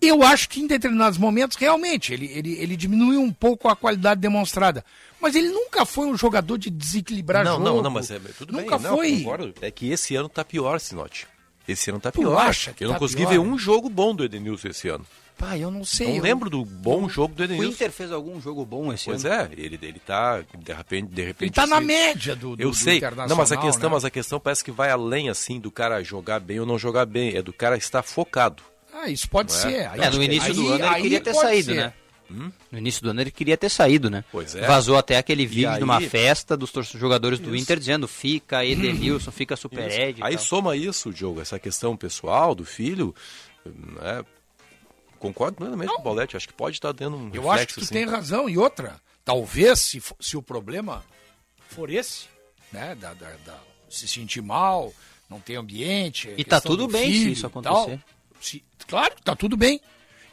S5: Eu acho que em determinados momentos, realmente, ele, ele, ele diminuiu um pouco a qualidade demonstrada. Mas ele nunca foi um jogador de desequilibrar
S8: não,
S5: jogo.
S8: Não, não, mas é, tudo
S5: nunca
S8: bem.
S5: foi.
S8: Não, concordo. é que esse ano tá pior, Sinote. Esse ano tá
S5: Tu
S8: pior.
S5: acha que
S8: eu não
S5: tá
S8: consegui
S5: pior?
S8: ver um jogo bom do Edenilson esse ano.
S5: Pai, eu não sei.
S8: Não
S5: eu-
S8: lembro do bom jogo do
S6: O
S8: Edenilson.
S6: Inter fez algum jogo bom esse
S8: Pois
S6: ano.
S8: é, ele, ele tá, de repente... De repente
S5: Ele tá na
S8: se-
S5: média do, do,
S8: Eu
S5: do
S8: sei,
S5: internacional.
S8: não, mas a questão,
S5: né?
S8: mas a questão parece que vai além assim do cara jogar bem ou não jogar bem, é do cara estar focado.
S5: Ah, isso pode ser. Aí-
S6: É, no início do
S5: aí-
S6: ano ele
S5: aí
S6: queria ter
S5: pode
S6: saído,
S5: ser.
S6: né?
S8: hum,
S6: No início do ano ele queria ter saído, né?
S8: Pois é.
S6: Vazou até aquele vídeo
S8: aí-
S6: de uma festa dos tor- jogadores do Inter dizendo fica Edenilson, fica Super Ed. e
S8: Aí
S6: tal.
S8: soma isso, Diogo, essa questão pessoal do filho, né? Concordo plenamente com o Paulete, acho que pode estar dando um
S5: Eu
S8: reflexo,
S5: acho que tu
S8: assim.
S5: tem razão. E outra, talvez se, fo- se o problema for esse, né? Da, da- da- se sentir mal, não ter ambiente. a
S6: E tá
S5: questão
S6: tudo
S5: do
S6: bem se
S5: filho
S6: isso
S5: e tal.
S6: acontecer.
S5: Se- claro que tá tudo bem.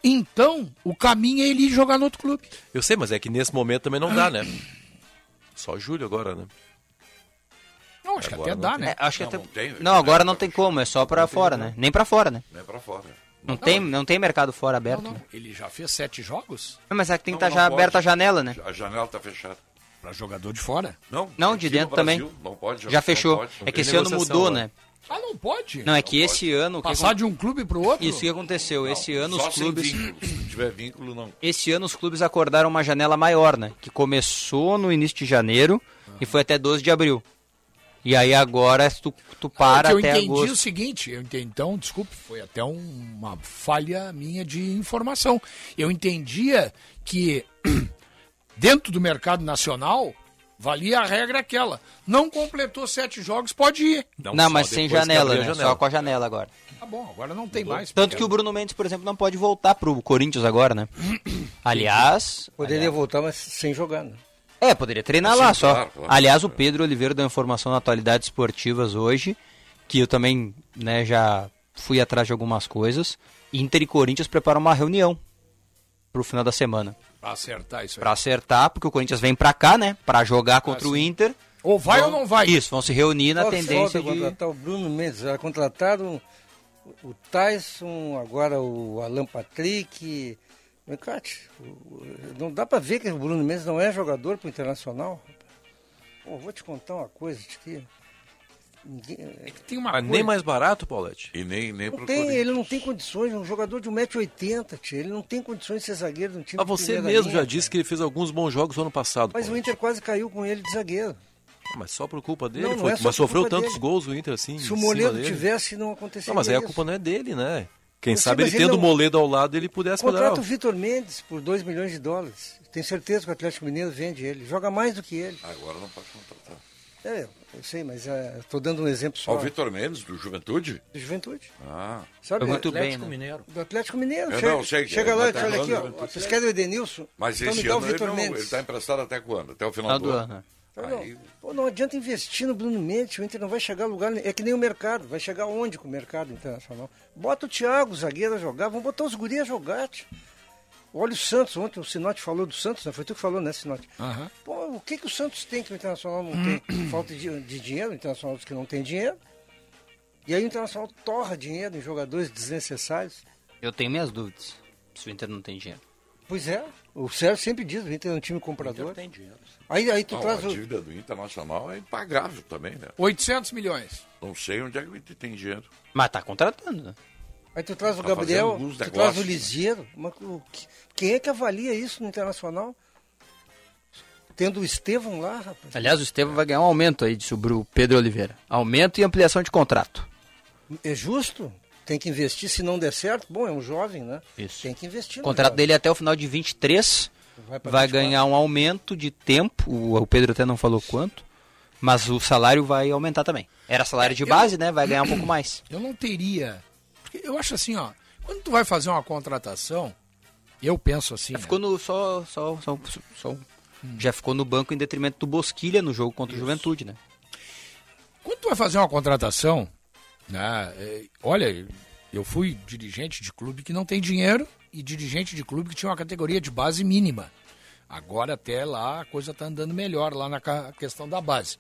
S5: Então, o caminho é ele ir jogar no outro clube.
S8: Eu sei, mas é que nesse momento também não dá, né? Só Júlio agora, né?
S5: Não, acho que
S8: Agora
S5: até
S8: não
S5: dá,
S8: tem.
S5: né?
S6: É, acho que até-
S2: não tem,
S6: não,
S2: né?
S6: agora não tem como, é só pra fora, né? Nem pra fora, né?
S2: Não é pra fora.
S6: Não, tem, não tem mercado fora aberto.
S5: Não,
S6: né?
S5: não, Ele já fez sete jogos
S6: Mas é que tem que
S2: Não,
S6: estar já
S2: não pode.
S6: aberta a janela, né?
S2: A janela tá fechada.
S5: para jogador de fora.
S2: Não,
S6: Não, de
S2: aqui no
S6: dentro também.
S2: Brasil Não pode.
S6: Já
S2: não
S6: fechou.
S2: pode, não
S6: é que
S2: tem
S6: esse ano
S8: negociação,
S6: mudou,
S8: né?
S6: né?
S5: Ah, não pode.
S6: Não, é que esse ano. o que
S5: Passar
S6: acon-
S5: de um clube pro outro.
S6: Isso que aconteceu. esse ano
S2: Só
S6: os clubes.
S2: Sem vínculo. Se tiver vínculo, não.
S6: Esse ano os clubes acordaram uma janela maior, né? Que começou no início de janeiro e foi até 12 de abril. E aí agora tu, tu para
S5: Ah, O É que eu
S6: até
S5: entendi o
S6: agosto.
S5: seguinte, eu entendi, então, desculpe, foi até um- uma falha minha de informação. Eu entendia que dentro do mercado nacional valia a regra aquela. Não completou sete jogos, pode ir.
S6: Não,
S8: só
S6: mas sem
S8: depois que
S6: janela,
S8: abrir
S6: né?
S8: a
S6: Só com a janela agora.
S5: Tá bom, agora não tem mais.
S6: Tanto que o Bruno Mendes, por exemplo, não pode voltar pro Corinthians agora, né? Aliás.
S4: Poderia voltar, mas sem jogar, né?
S6: É, poderia treinar lá só.
S2: claro, claro.
S6: Aliás,
S5: É.
S6: o Pedro Oliveira deu informação na atualidade esportivas hoje, que eu também né, já fui atrás de algumas coisas. Inter e Corinthians preparam uma reunião pro final da semana.
S5: Pra acertar isso aí. Ah,
S6: Pra acertar, porque o Corinthians vem pra cá, né? Pra jogar contra o Inter.
S5: Ou vai ou não vai.
S6: Isso, vão se reunir na
S4: Só que
S6: tendência
S4: falta
S6: de.
S4: contratar o Bruno Mendes, já contrataram o Tyson, agora o Alan Patrick. Mas, Cate, o- o- não dá pra ver que o Bruno Mendes não é jogador pro Internacional. Pô, vou te contar uma coisa, Tiquinho. Ninguém-
S8: Tem uma nem mais barato, Paulette.
S2: E nem, nem
S4: Não
S2: pro
S4: tem,
S2: Corinthians.
S4: ele não tem condições, é um jogador de 1,80m, tio, ele não tem condições de ser zagueiro de um time
S8: Mas
S4: de
S8: Ah, você
S4: primeira
S8: mesmo
S4: linha,
S8: já disse que ele fez alguns bons jogos no ano passado.
S4: Mas o
S8: Paulette.
S4: Inter quase caiu com ele de zagueiro.
S8: Ah, Mas só por culpa dele,
S4: Não, não
S8: foi-
S4: é só
S8: mas
S4: por
S8: sofreu
S4: culpa
S8: tantos
S4: dele.
S8: gols o Inter assim.
S4: Se o
S8: em cima
S4: Moledo
S8: dele.
S4: tivesse, não aconteceria
S8: Não, mas aí a
S4: isso.
S8: culpa não é dele, né? Quem
S4: Eu sei,
S8: sabe
S4: mas
S8: ele
S4: ele é um
S8: tendo o
S4: não-
S8: Moledo ao lado, ele
S2: Tá
S8: pudesse
S4: Contrata o
S8: melhorar.
S4: Vitor Mendes por 2 milhões de dólares. Tenho certeza que o Atlético Mineiro vende ele. Joga mais do que ele.
S2: Agora não pode contratar.
S4: É, eu sei, mas estou dando um exemplo
S2: Ó,
S4: só.
S2: o Vitor Mendes, do Juventude?
S4: Do Juventude.
S2: Ah,
S4: Sabe?
S6: Muito bem,
S7: Atlético
S6: né?
S7: Mineiro.
S4: Do Atlético Mineiro.
S2: Eu
S4: chega
S2: não sei,
S4: chega
S2: é,
S4: lá e
S2: mas
S4: diz,
S2: tá
S4: olha aqui,
S2: falando do
S4: ó, vocês querem o Edenilson?
S2: mas
S4: então me
S2: esse
S4: dá o
S2: ano ele
S4: Vitor
S2: não- ele
S4: Mendes.
S2: está emprestado até quando? Até o
S6: Final
S2: final
S6: do
S2: do,
S6: ano. né?
S4: Não, não.
S2: Aí-
S4: Pô, não adianta investir no Bruno Mendes, o Inter não vai chegar a lugar. nenhum. É que nem o mercado. Vai chegar onde com o mercado internacional? Bota o Thiago, o zagueiro, a jogar. Vamos botar os guris a jogar, tio. Olha o Santos, ontem o Sinote falou do Santos, né? foi tu que falou, né, Sinote? Pô, o que, que o Santos tem que o Internacional não
S6: Hum.
S4: tem? Falta de, de dinheiro, o Internacional diz que não tem dinheiro. E aí o Internacional torra dinheiro em jogadores desnecessários.
S6: Eu tenho minhas dúvidas se o Inter não tem dinheiro.
S4: Pois é, o Sérgio sempre diz, o Inter é um time comprador.
S7: Tem dinheiro.
S4: Aí, aí tu
S2: Não,
S4: traz
S2: a
S4: o...
S2: dívida do Internacional é impagável também, né?
S5: 800 milhões.
S2: Não sei onde é que o Inter tem dinheiro.
S6: Mas tá contratando, né?
S4: Aí tu traz o
S2: Tá
S4: Gabriel,
S2: fazendo uns
S4: tu traz
S2: negócios,
S4: o
S2: né?
S4: Lisieiro. Mas o que- quem é que avalia isso no Internacional? Tendo o Estevão lá, rapaz.
S6: Aliás, o Estevam vai ganhar um aumento aí, disse o Bru- Pedro Oliveira. Aumento e ampliação de contrato.
S4: É justo? Tem que investir, se não der certo, bom, é um jovem, né?
S6: Isso.
S4: Tem que investir.
S6: O
S4: no
S6: contrato
S4: jovem.
S6: dele é até o final de 23.
S4: Vai pra
S6: Vai
S4: 24.
S6: ganhar um aumento de tempo. O o Pedro até não falou quanto. Mas o salário vai aumentar também. Era salário de base, né? Vai ganhar um pouco mais.
S5: Eu não teria. Porque eu acho assim, ó. Quando tu vai fazer uma contratação, eu penso assim. né?
S6: Ficou no. Só. só, só, só- um
S4: Hum.
S6: Já ficou no banco em detrimento do Bosquilha no jogo contra o Juventude, né?
S5: Quando tu vai fazer uma contratação, né, eh, olha, eu fui dirigente de clube que não tem dinheiro e dirigente de clube que tinha uma categoria de base mínima. Agora até lá a coisa tá andando melhor lá na ca- questão da base.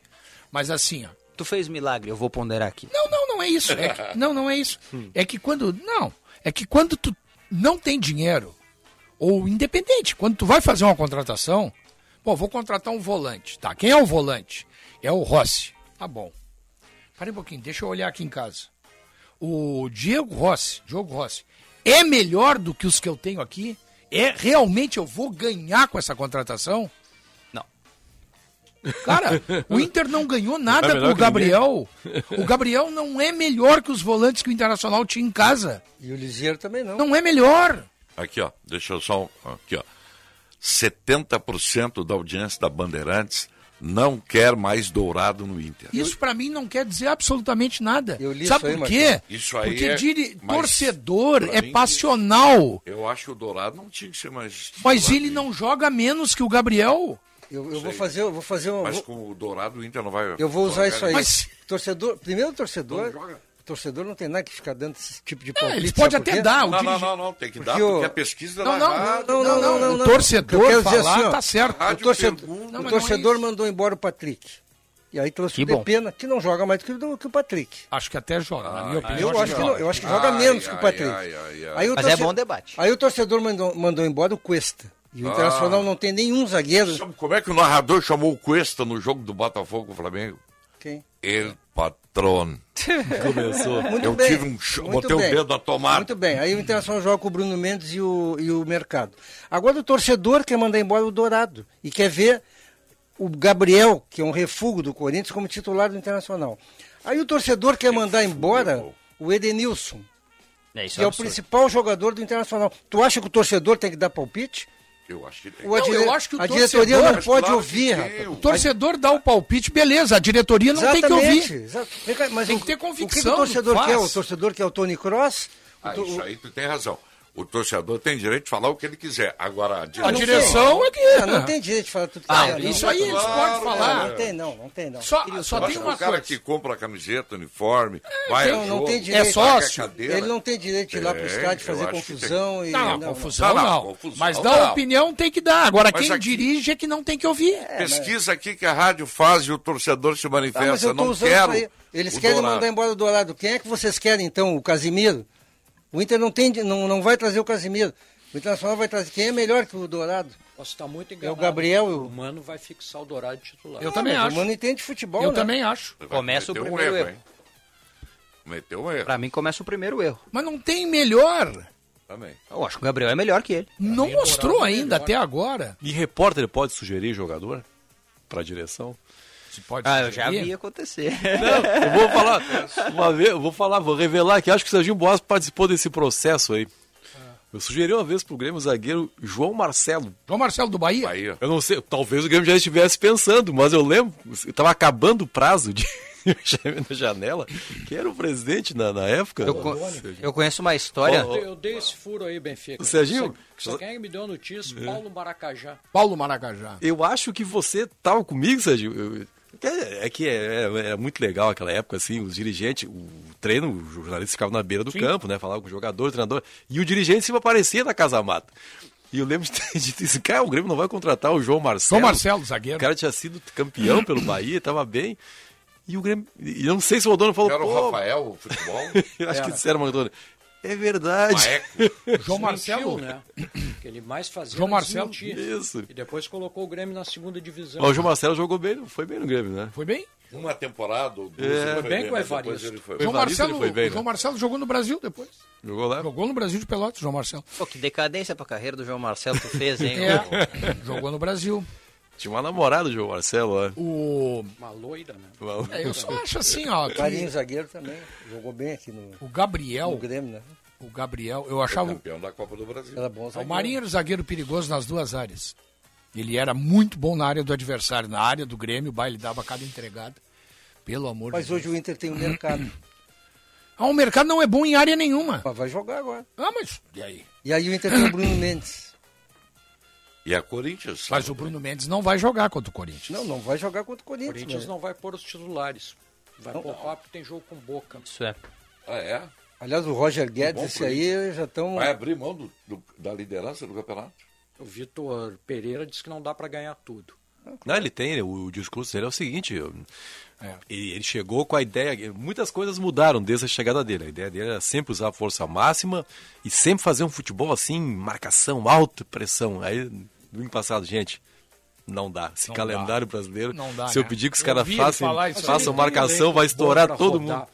S5: Mas assim, ó,
S6: Tu fez milagre, eu vou ponderar aqui. Hum.
S5: não, não, não é isso. É que- não, não é isso. É que quando. Não. É que quando tu não tem dinheiro, ou independente, quando tu vai fazer uma contratação, pô, vou contratar um volante. Tá, quem é o volante? É o Rossi. Tá bom. Para um pouquinho, deixa eu olhar aqui em casa. O Diego Rossi, Diogo Rossi, é melhor do que os que eu tenho aqui? É realmente eu vou ganhar com essa contratação?
S6: Não.
S5: Cara, o Inter não ganhou
S8: Não é
S5: nada com
S8: melhor
S5: o
S8: que ninguém.
S5: Gabriel. O Gabriel não é melhor que os volantes que o Internacional tinha em casa.
S4: E o Lisieiro também não.
S5: Não é melhor.
S2: Aqui, ó, deixa eu só. um, Aqui, ó. 70% da audiência da Bandeirantes não quer mais Dourado no Inter.
S5: Isso pra mim não quer dizer absolutamente nada.
S4: Eu li
S5: Sabe
S4: isso aí,
S5: por quê?
S2: Marcão. Isso aí
S5: Porque
S2: é-
S5: dire-
S2: mas
S5: torcedor
S2: pra
S5: é
S2: mim-
S5: passional.
S2: Eu acho que o Dourado não tinha que ser mais.
S5: Mas
S2: titular
S5: ele
S2: do
S5: não joga menos que o Gabriel.
S4: Eu, eu vou
S2: sei.
S4: fazer, eu vou fazer um.
S2: Inter. Mas
S4: vou-
S2: com o Dourado o Inter não vai.
S4: Eu vou usar
S2: jogar
S4: isso aí.
S5: Mas-
S4: Torcedor, primeiro torcedor.
S2: Não joga.
S4: O torcedor não tem nada que ficar dando esse tipo de
S5: É,
S4: palpite.
S5: ele
S4: sabe
S5: pode
S4: por
S5: até
S4: quê?
S5: dar. O
S2: Não, não,
S5: dirige-
S2: não, não. Tem que dar,
S4: Porque o-
S2: porque a pesquisa
S5: Não,
S2: da
S5: não,
S2: rádio-
S4: Não, não, não, não,
S5: O
S4: não.
S5: torcedor
S4: Eu quero dizer
S5: falar
S4: assim, ó,
S5: tá certo.
S2: A
S4: O
S2: rádio
S4: torcedor,
S2: pergunta.
S5: Não, mas
S4: o
S5: não é
S4: torcedor
S5: isso.
S4: mandou embora o Patrick. E aí trouxe
S6: Que
S4: o
S6: bom.
S4: Depena, que não joga mais do que, do que o Patrick.
S5: Acho que até joga, na minha opinião.
S4: Ah, Eu acho, que não, eu acho que joga
S2: Ai,
S4: menos que
S2: ai,
S4: o Patrick.
S2: ai, ai, ai.
S4: Aí assim, o
S6: Mas é bom debate.
S4: Aí o torcedor mandou, mandou embora o Cuesta. E
S2: Ah.
S4: o Internacional não tem nenhum zagueiro.
S2: Sabe Como é que o narrador chamou o Cuesta no jogo do Botafogo com o Flamengo?
S4: Quem?
S2: El Patrón.
S8: Começou.
S4: Muito
S2: Eu
S4: bem,
S2: tive um cho-
S4: muito
S2: botei o
S4: bem.
S2: dedo na tomada.
S4: Muito bem. Aí o Internacional joga com o Bruno Mendes e o, e o Mercado. Agora o torcedor quer mandar embora o Dourado e quer ver o Gabriel, que é um refúgio do Corinthians, como titular do Internacional. Aí o torcedor quer mandar embora o Edenilson,
S6: É isso
S4: que é o principal jogador do Internacional. Tu acha que o torcedor tem que dar palpite?
S2: Eu acho que tem.
S4: O a
S5: Não, eu
S4: dire-
S5: acho que o
S4: a diretoria
S5: torcedor-
S4: não
S2: Mas
S4: pode
S2: claro
S4: ouvir,
S2: que
S4: rapaz.
S2: tem,
S5: O torcedor dá o palpite, beleza. A diretoria não tem que ouvir.
S4: exato. Vem cá, Mas
S5: Tem
S4: o-
S5: que ter
S4: O que que
S5: convicção
S4: o
S5: do que
S4: torcedor
S5: faz.
S4: quer? O torcedor quer o Tony Cross? O
S2: Ah,
S4: to-
S2: isso aí tu tem razão. O torcedor tem direito de falar o que ele quiser. Agora, a
S5: A
S2: direção...
S5: direção é que.
S4: Ah, não tem direito de falar tudo que
S5: Ah,
S4: quer, não.
S5: isso aí eles podem
S4: Não,
S5: falar.
S4: não tem não, não tem não.
S5: Só, só tem uma
S2: o cara
S5: coisa. É,
S2: que compra a camiseta, uniforme, vai
S4: não,
S2: ao
S4: não
S2: jogo,
S4: tem
S2: paga a
S4: direito.
S5: sócio.
S2: cadeira.
S4: Ele não tem direito de ir lá pro
S2: Tem,
S4: estádio
S2: eu
S4: fazer
S2: acho que
S4: confusão e...
S5: Não, não, confusão
S2: Não,
S5: não.
S2: não, confusão
S5: Mas dar
S2: não.
S5: opinião tem que dar. Agora,
S2: Mas
S5: quem
S2: aqui-
S5: dirige é que não tem que ouvir.
S4: né?
S2: Pesquisa aqui que a rádio faz e o torcedor se
S4: Ah, mas
S2: manifesta.
S4: eu tô
S2: não
S4: usando
S2: quero.
S4: isso aí. Eles
S2: o
S4: querem
S2: Dourado.
S4: mandar embora o Dourado. Quem é que vocês querem, então? O Casimiro? O Inter não, tem, de- não, não vai trazer o Casimiro. O Internacional vai trazer... Quem é melhor que o Dourado?
S7: Posso estar muito
S4: É o
S7: enganado.
S4: Gabriel.
S7: O
S4: eu-
S7: Mano vai fixar o Dourado titular. É,
S5: Eu
S4: Ah,
S5: também
S4: mas
S5: acho.
S4: O Mano entende futebol,
S5: Eu
S4: né?
S5: também acho.
S6: Começa o
S2: Meteu um
S6: primeiro
S2: erro,
S6: erro.
S2: hein? Meteu um erro
S6: Pra mim começa o primeiro erro.
S5: Mas não tem melhor.
S2: também.
S6: Eu acho que o Gabriel é melhor que ele.
S5: Não mostrou
S2: é
S5: ainda até agora.
S8: E repórter pode sugerir jogador para direção?
S5: Se pode
S6: Ah, eu já
S5: sugerir.
S6: vi acontecer.
S8: Eu vou falar, uma vez, eu vou falar, vou revelar que acho que o Serginho Boas participou desse processo aí. Eu sugeri uma vez pro Grêmio o zagueiro João Marcelo.
S5: É. João Marcelo do Bahia.
S2: Aí, ó.
S8: Eu não sei, talvez o Grêmio já estivesse pensando, mas eu lembro, estava acabando o prazo de na janela, que era o presidente na, na época.
S6: Eu, co- eu conheço uma história.
S7: Eu, eu dei esse furo aí, Benfica.
S8: O Serginho-
S7: Só, só quem é me deu a notícia,
S2: É.
S7: Paulo Maracajá.
S5: Paulo Maracajá.
S8: Eu acho que você estava comigo, Sérgio. Eu- é, é que é- é- era muito legal aquela época, assim, os dirigentes, o treino, os jornalistas ficavam na beira do campo, né? Falavam com o jogador, o treinador, e o dirigente sempre aparecia na casa mata. E eu lembro de ter dito isso, cara, o Grêmio não vai contratar o João Marcelo.
S5: João Marcelo, zagueiro.
S8: O cara tinha sido campeão pelo Bahia, estava bem. E o Grêmio. E eu não sei se o Rodônio falou.
S2: Era o
S8: "Pô,
S2: Rafael, o futebol.
S8: eu acho que disseram, Rodônio. É verdade.
S2: Maeco.
S5: João Marcelo.
S7: Mentiu, é, né? O que ele mais fazia
S5: João
S7: era
S5: Marcelo.
S7: desmentir.
S8: Isso.
S7: E depois colocou o Grêmio na segunda
S2: né?
S7: divisão.
S8: Mas o João Marcelo jogou bem, foi bem no Grêmio, né?
S5: Foi bem?
S2: Uma temporada, ou duas.
S8: É.
S2: ele
S7: Foi bem com o
S2: mas depois
S7: Evaristo.
S2: ele foi.
S5: João
S8: Evaristo, ele
S5: Marcelo,
S8: foi bem, né?
S5: João Marcelo jogou no Brasil depois.
S8: Jogou lá.
S5: Jogou no Brasil de Pelotas, João Marcelo.
S6: Pô, que decadência pra carreira do João Marcelo tu fez, hein?
S5: É, jogou no Brasil.
S8: Tinha uma namorada do João Marcelo né? lá.
S5: O,
S7: Uma loira, né?
S5: é, eu só acho assim, ó, que
S4: Marinho zagueiro também. Jogou bem aqui no,
S5: o
S4: no
S5: Gabriel,
S4: Grêmio, né?
S5: o Gabriel, eu achava o-
S2: Campeão da Copa do Brasil.
S4: Era bom
S5: o
S4: zagueiro.
S5: Marinho era um zagueiro perigoso nas duas áreas. Ele era muito bom na área do adversário, na área do Grêmio, o baile dava cada entregada. Pelo amor
S4: Mas
S5: de Deus.
S4: hoje o Inter tem um mercado.
S5: Ah, o mercado não é bom em área nenhuma.
S4: Mas vai jogar agora.
S5: Ah, mas e aí?
S4: E aí o Inter tem o Bruno Mendes.
S2: E a Corinthians.
S5: Mas o Bruno Mendes não vai jogar contra o Corinthians.
S4: Não, não vai jogar contra o
S7: O
S4: Corinthians.
S7: Corinthians
S4: né?
S7: não vai pôr os titulares. Vai poupar porque tem jogo com boca.
S6: Isso é.
S2: Ah, é?
S4: Aliás, o Roger Guedes,
S2: Bom
S4: esse aí, já estão...
S2: Vai abrir mão do- do- da liderança do campeonato?
S7: O Vitor Pereira disse que não dá pra ganhar tudo.
S8: Não, ele tem, o, o discurso dele é o seguinte, eu-
S5: É.
S8: ele, ele chegou com a ideia, muitas coisas mudaram desde a chegada dele, a ideia dele era sempre usar a força máxima e sempre fazer um futebol assim, marcação, alta pressão, aí domingo passado, gente, não dá, esse
S5: Não
S8: calendário brasileiro,
S5: Não dá,
S8: se eu
S5: né?
S8: pedir que os
S5: Eu
S8: caras
S5: ouvi ele um
S8: façam,
S5: falar isso aí.
S8: façam
S7: Ele tem
S8: marcação,
S7: elenco
S8: vai
S7: bom
S8: estourar
S7: pra
S8: todo
S7: rodar.
S8: mundo.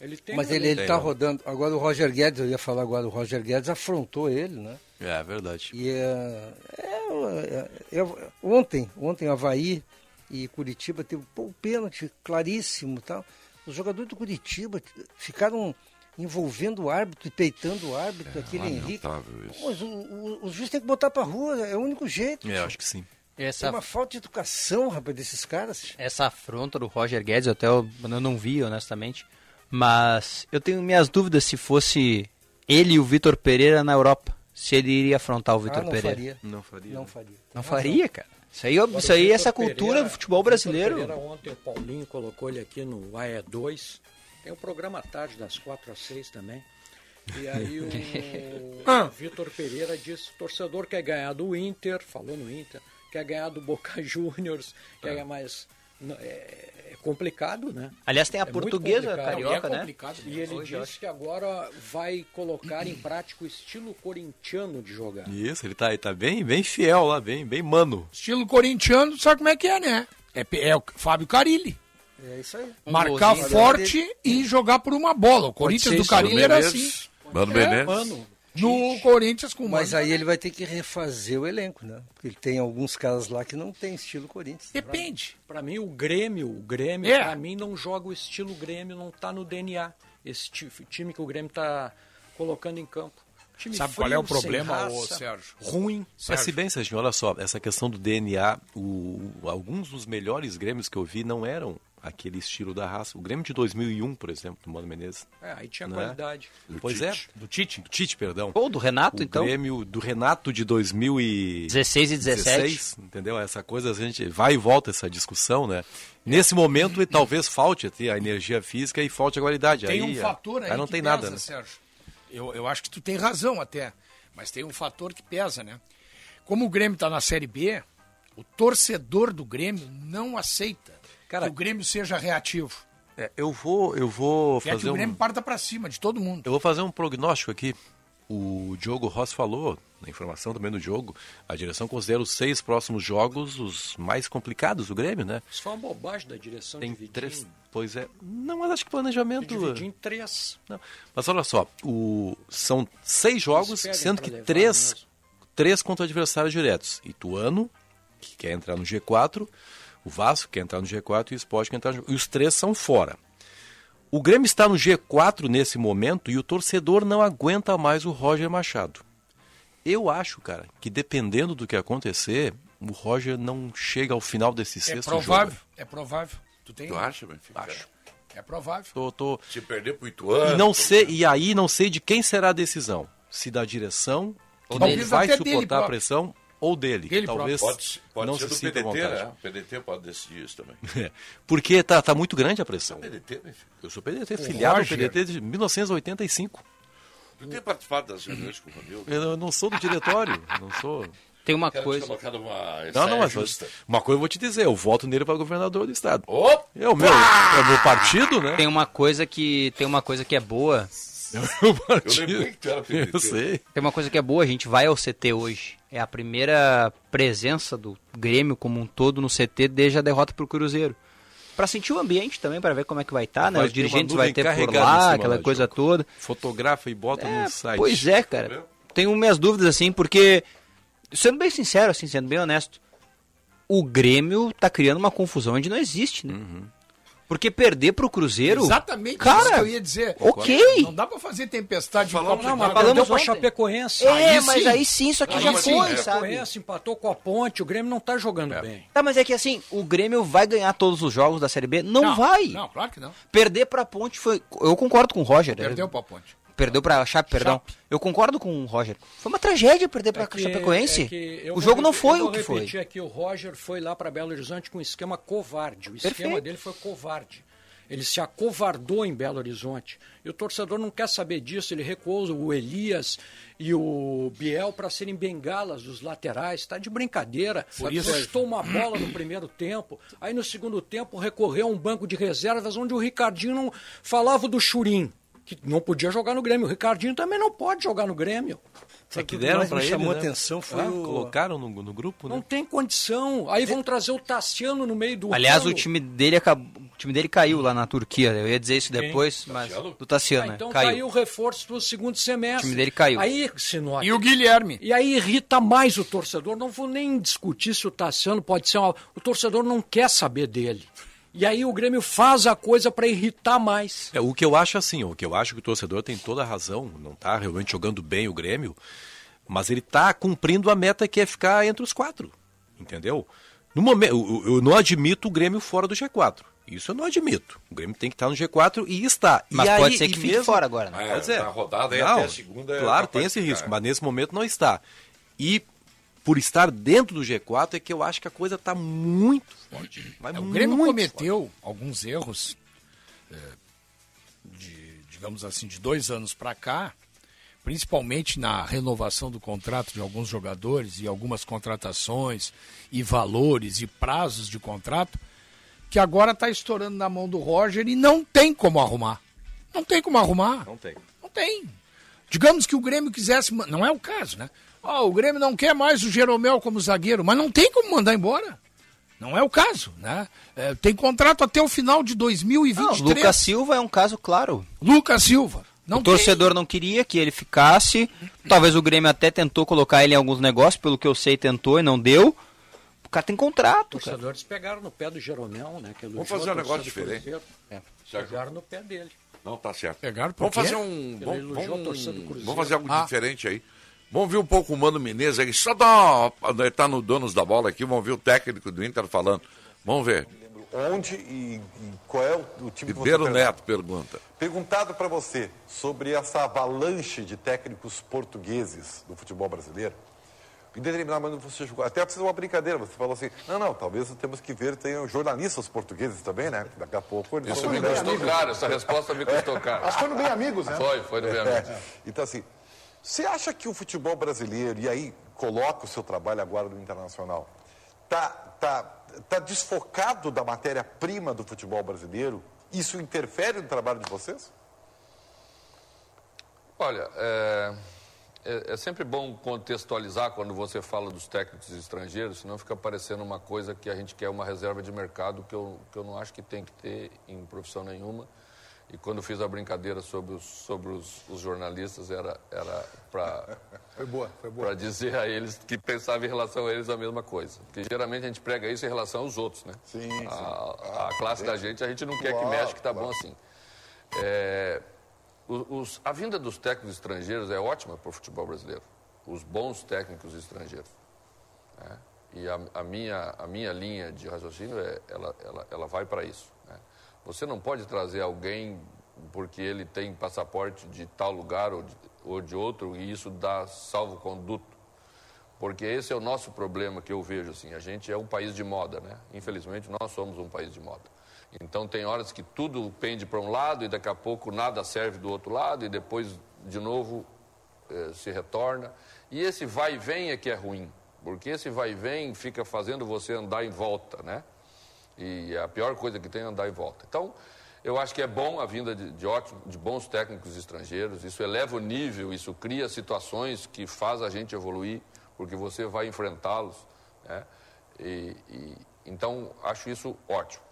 S7: Ele tem
S4: Mas
S7: um
S4: ele, ele
S8: Tem,
S4: tá
S8: né?
S4: rodando. Agora o Roger Guedes, eu ia falar agora, o Roger Guedes afrontou ele, né?
S8: É, verdade.
S4: E é, é, é, é, ontem, ontem Havaí e Curitiba teve pô, um pênalti claríssimo e tal. Os jogadores do Curitiba t- ficaram envolvendo o árbitro e peitando o árbitro,
S8: É,
S4: aquele Henrique.
S2: lamentável isso.
S4: Pô, Mas o, o, o juiz tem que botar pra rua, é o único jeito.
S8: É, acho que sim.
S4: É
S6: Essa,
S4: uma falta de educação, rapaz, desses caras.
S6: essa afronta do Roger Guedes, até eu, eu não vi, honestamente. Mas eu tenho minhas dúvidas se fosse ele e o Vitor Pereira na Europa. Se ele iria afrontar o Vitor
S4: ah, não
S6: Pereira.
S4: faria.
S8: Não faria.
S4: Não faria.
S6: Não faria, cara. Isso aí, isso aí é
S7: Vitor
S6: essa cultura
S7: Pereira-
S6: do futebol
S7: Vitor
S6: brasileiro.
S7: Pereira, ontem o Paulinho colocou ele aqui no AE2. Tem um programa à tarde, das 4 às 6 também. E aí o Ah. Vitor Pereira disse, torcedor quer ganhar do Inter, falou no Inter, quer ganhar do Boca Juniors, quer ganhar mais... não, É, é complicado, né?
S6: Aliás, tem a
S7: É muito
S6: portuguesa, a
S7: complicado.
S6: carioca,
S5: é
S6: né?
S5: complicado,
S7: E ele disse que agora vai colocar em prática o estilo corintiano de jogar.
S8: Isso, ele tá, ele tá bem, bem fiel lá, bem, bem mano.
S5: Estilo corintiano, sabe como é que é, né? É, pe- é o Fábio Carilli.
S4: É isso aí.
S5: Marcar
S6: golzinho.
S5: forte e jogar por uma bola. O Corinthians do Carilli era assim.
S2: Mano Menezes.
S7: Mano,
S5: No Corinthians com o
S4: É, Mas
S5: Mano.
S4: aí ele vai ter que refazer o elenco, né? Porque ele tem alguns caras lá que não tem estilo Corinthians.
S5: Depende.
S7: Pra mim, o Grêmio, o Grêmio,
S5: É.
S7: pra mim, não joga o estilo Grêmio, não tá no DNA. Esse ti- time que o Grêmio tá colocando em campo. Time
S5: Sabe
S7: frio,
S5: qual é o
S7: sem
S5: problema,
S7: raça,
S5: ô, Sérgio?
S7: Ruim.
S8: Mas se bem, Serginho, olha só, essa questão do DNA, o- o- alguns dos melhores Grêmios que eu vi não eram aquele estilo da raça. O Grêmio de 2001, por exemplo, do Mano Menezes.
S7: É, aí tinha
S8: Né?
S7: qualidade.
S8: pois é. Do Tite? Do Tite, perdão.
S6: Ou do Renato,
S8: o
S6: então.
S8: Grêmio do Renato de 2016,
S6: 16 e 17.
S8: entendeu? Essa coisa, a gente vai e volta essa discussão, né? Nesse momento, e talvez falte até a energia física e falte a qualidade.
S5: Tem
S8: aí,
S5: um fator aí,
S8: aí não
S5: que
S8: tem
S5: pesa, assim.
S8: nada, né?
S5: Sérgio. Eu, eu acho que tu tem razão até, mas tem um fator que pesa, né? Como o Grêmio tá na Série B, o torcedor do Grêmio não aceita
S8: Cara,
S5: que o Grêmio seja reativo.
S8: É, eu vou, eu vou
S5: Quer que
S8: fazer
S5: o
S8: um...
S5: Grêmio parta pra cima de todo mundo.
S8: Eu vou fazer um prognóstico aqui. o Diogo Ross falou, na informação também do Diogo, a direção considera os seis próximos jogos os mais complicados do Grêmio, né?
S7: Isso foi uma bobagem da direção
S8: Tem
S7: dividir
S8: três.
S7: em-
S8: Pois é. Não, mas acho que planejamento.
S7: dividir em três.
S8: Não. Mas olha só, o... são seis jogos,
S7: pegam
S8: sendo
S7: pra
S8: que
S7: levar né?
S8: três,
S7: mesmo.
S8: três contra adversários diretos. Ituano, que quer entrar no G4, o Vasco quer entrar no G4 e o Sport quer entrar no G4. E os três são fora. O Grêmio está no G4 nesse momento e o torcedor não aguenta mais o Roger Machado. Eu acho, cara, que dependendo do que acontecer, o Roger não chega ao final desse
S5: É
S8: sexto
S5: provável,
S8: jogo.
S5: é provável. Tu tem?
S2: Tu acha, Benfica?
S8: Acho.
S5: É provável.
S8: Tô, tô,
S2: Se perder pro Ituano...
S8: E não sei, e aí não sei de quem será a decisão. Se da direção, que não
S5: dele.
S8: vai
S5: Até dele
S8: suportar a
S5: próprio.
S8: pressão, ou dele, que
S5: Dele
S8: talvez
S2: Pode, ser- pode
S8: não
S2: ser
S8: se
S2: do
S8: sinta à
S2: PDT, né?
S8: vontade.
S2: O PDT pode decidir isso também.
S8: É, Porque tá, tá muito grande a pressão.
S2: PDT, Benfica.
S8: Eu sou PDT, filiado ao
S5: Roger.
S8: PDT de 1985.
S2: Tu tem participado das reuniões com o Romildo?
S8: Eu não- não sou do diretório, não sou...
S6: Tem uma
S2: Quero te
S6: coisa.
S2: colocar numa
S8: Não, não,
S2: saia
S8: mas
S2: justa.
S8: uma coisa eu vou te dizer, eu voto nele para governador do estado.
S2: Opa!
S8: É o meu, é o meu partido, né?
S6: Tem uma coisa que. Tem uma coisa que é boa.
S8: É o meu
S2: Eu
S8: partido.
S2: lembrei que tu era PDT.
S8: Eu sei.
S6: Tem uma coisa que é boa, a gente vai ao CT hoje. É a primeira presença do Grêmio como um todo no CT desde a derrota pro Cruzeiro. Pra sentir o ambiente também, pra ver como é que vai estar, né?
S8: Vai
S6: Os
S8: ter uma
S6: dirigentes
S8: nuvem
S6: vai ter por
S8: carregada em cima
S6: lá, aquela
S8: lá,
S6: coisa
S8: Diogo.
S6: toda.
S8: Fotografa e bota
S6: É,
S8: no site.
S6: Pois é, cara. Tenho minhas dúvidas, assim, porque, sendo bem sincero, assim, sendo bem honesto, o Grêmio tá criando uma confusão onde não existe, né? Porque perder pro Cruzeiro.
S5: Exatamente
S6: cara,
S5: isso que eu ia dizer.
S6: ok.
S5: Não dá pra fazer tempestade de copo
S7: Não,
S5: de
S7: mas
S5: água.
S7: perdeu
S6: falamos
S7: pra
S6: ontem.
S7: Chapecoense.
S6: É,
S5: Aí
S6: mas
S5: sim.
S6: aí sim, isso aqui
S2: Aí
S6: já
S2: sim,
S6: foi,
S2: é.
S6: sabe?
S7: Chapecoense empatou com a ponte, o Grêmio não tá jogando bem.
S6: Tá, mas é que assim, o Grêmio vai ganhar todos os jogos da Série B? Não, vai.
S5: Não, claro que não.
S6: Perder pra Ponte foi. Eu concordo com o Roger. né?
S5: Perdeu pra ponte.
S6: Perdeu pra Chape, perdão. Eu concordo com o Roger. Foi uma tragédia perder pra
S7: É que-
S6: Chapecoense.
S7: é que
S6: o
S7: eu vou
S6: jogo não
S7: repetir-
S6: foi
S7: eu
S6: o que
S7: Vou
S6: foi.
S7: repetir aqui, o Roger foi lá para Belo Horizonte com um esquema covarde. O esquema
S6: Perfeito.
S7: dele foi covarde. Ele se acovardou em Belo Horizonte. E o torcedor não quer saber disso. Ele recuou o Elias e o Biel para serem bengalas dos laterais. Está de brincadeira. Por
S5: isso-
S7: Custou uma bola no primeiro tempo. Aí no segundo tempo recorreu a um banco de reservas onde o Ricardinho não falava do Churim. Que não podia jogar no Grêmio. O Ricardinho também não pode jogar no Grêmio.
S8: Sabe o que
S4: que
S8: deram
S4: mais me
S8: pra ele,
S4: chamou
S8: né?
S4: atenção
S6: Ah,
S4: foi o-
S8: Colocaram no, no grupo, né?
S7: Não tem condição. Aí vão trazer o Tassiano no meio do.
S6: Aliás,
S7: ano.
S6: o time dele acabou- o time dele caiu lá na Turquia. Eu ia dizer isso depois, mas do
S7: Ah,
S6: Tassiano, né?
S7: então
S6: caiu.
S7: caiu o reforço pro segundo semestre.
S6: O time dele caiu.
S7: Aí, Sinop.
S5: E o Guilherme?
S7: E aí irrita mais o torcedor. Não vou nem discutir se o Tassiano pode ser uma... O torcedor não quer saber dele. E aí o Grêmio faz a coisa para irritar mais.
S8: É, o que eu acho assim, o que eu acho que o torcedor tem toda a razão, não tá realmente jogando bem o Grêmio, mas ele tá cumprindo a meta que é ficar entre os quatro, entendeu? No momento, eu- eu, eu não admito o Grêmio fora do G4. Isso eu não admito. O Grêmio tem que estar no G4 e está. E
S6: Mas
S8: aí-
S6: pode ser
S8: e
S6: que fique
S8: mesmo-
S6: fora agora, né?
S2: É,
S8: Pode ser.
S2: na rodada aí
S8: Não,
S2: até a segunda é
S8: Claro,
S2: capaz
S8: tem
S2: de
S8: esse
S2: ficar,
S8: risco,
S2: é.
S8: mas nesse momento não está. E por estar dentro do G4 é que eu acho que a coisa está muito forte. Mas
S5: É, O Grêmio
S8: muito
S5: cometeu alguns erros, é, de, digamos assim, de dois anos para cá, principalmente na renovação do contrato de alguns jogadores e algumas contratações e valores e prazos de contrato, que agora está estourando na mão do Roger e não tem como arrumar. Não tem como arrumar.
S8: Não tem.
S5: Não tem. Digamos que o Grêmio quisesse. ma- Não é o caso, né? Ó, o Grêmio não quer mais o Jeromel como zagueiro, mas não tem como mandar embora. Não é o caso, né? É, tem contrato até o final de
S6: Não,
S5: 2023.
S6: Lucas Silva é um caso claro.
S5: Lucas Silva. Não
S6: o torcedor não queria que ele ficasse. Talvez o Grêmio até tentou colocar ele em alguns negócios, pelo que eu sei, tentou e não deu. O cara tem contrato,
S7: Os
S6: cara.
S7: torcedores pegaram no pé do Jeromel, né? que elogiou
S2: Vamos fazer um
S7: a torcida
S2: negócio
S7: do
S2: diferente.
S7: Cruzeiro. É.
S2: Já-
S7: Pegaram no pé dele.
S2: Não, tá certo.
S5: Pegaram por
S2: vamos
S5: quê?
S2: fazer um. Vamos,
S7: elogiou a
S2: vamos,
S7: torcida do Cruzeiro.
S2: vamos fazer algo
S5: Ah.
S2: diferente aí. Vamos ver um pouco o Mano Menezes aí. Só dá uma. Ele tá no donos da bola aqui, vamos ver o técnico do Inter falando. Vamos ver.
S9: Onde e, e qual é o, o time que
S2: Ribeiro
S9: você
S2: Neto pergunta.
S9: Perguntado para você sobre essa avalanche de técnicos portugueses do futebol brasileiro, em determinado momento você jogou, até precisa uma brincadeira, você falou assim, não, não, talvez temos que ver, tem jornalistas portugueses também, né? Daqui a pouco eles
S10: Isso
S9: vão
S10: me
S9: jogar.
S10: custou caro, essa resposta me custou caro.
S9: Mas foi no Bem Amigos, né?
S10: Foi, foi no Bem
S9: É.
S10: Amigos.
S9: Então, assim, você acha que o futebol brasileiro, e aí coloca o seu trabalho agora no internacional, tá, tá, tá desfocado da matéria-prima do futebol brasileiro? Isso interfere no trabalho de vocês?
S10: Olha, é, É, é sempre bom contextualizar quando você fala dos técnicos estrangeiros, senão fica parecendo uma coisa que a gente quer uma reserva de mercado que eu, que eu não acho que tem que ter em profissão nenhuma. E quando eu fiz a brincadeira sobre os, sobre os, os jornalistas, era, era para
S11: Foi boa, foi boa.
S10: para dizer a eles que pensava em relação a eles a mesma coisa. Porque geralmente a gente prega isso em relação aos outros, né?
S11: Sim, sim.
S10: A, a classe da gente, a gente não quer que
S11: Claro,
S10: mexa, que tá
S11: claro.
S10: bom assim. É, o- os- a vinda dos técnicos estrangeiros é ótima para o futebol brasileiro. Os bons técnicos estrangeiros. né? E a, a minha, a minha linha de raciocínio, é, ela, ela, ela vai para isso. né? Você não pode trazer alguém porque ele tem passaporte de tal lugar ou de, ou de outro e isso dá salvo-conduto. Porque esse é o nosso problema que eu vejo assim. A gente é um país de moda, né? Infelizmente nós somos um país de moda. Então tem horas que tudo pende para um lado e daqui a pouco nada serve do outro lado e depois de novo eh, se retorna. E esse vai e vem é que é ruim, porque esse vai e vem fica fazendo você andar em volta, né? E a pior coisa que tem é andar em volta. Então, eu acho que é bom a vinda de, de, ótimo- de bons técnicos estrangeiros, isso eleva o nível, isso cria situações que faz a gente evoluir, porque você vai enfrentá-los. Né? E- e- então, acho isso ótimo.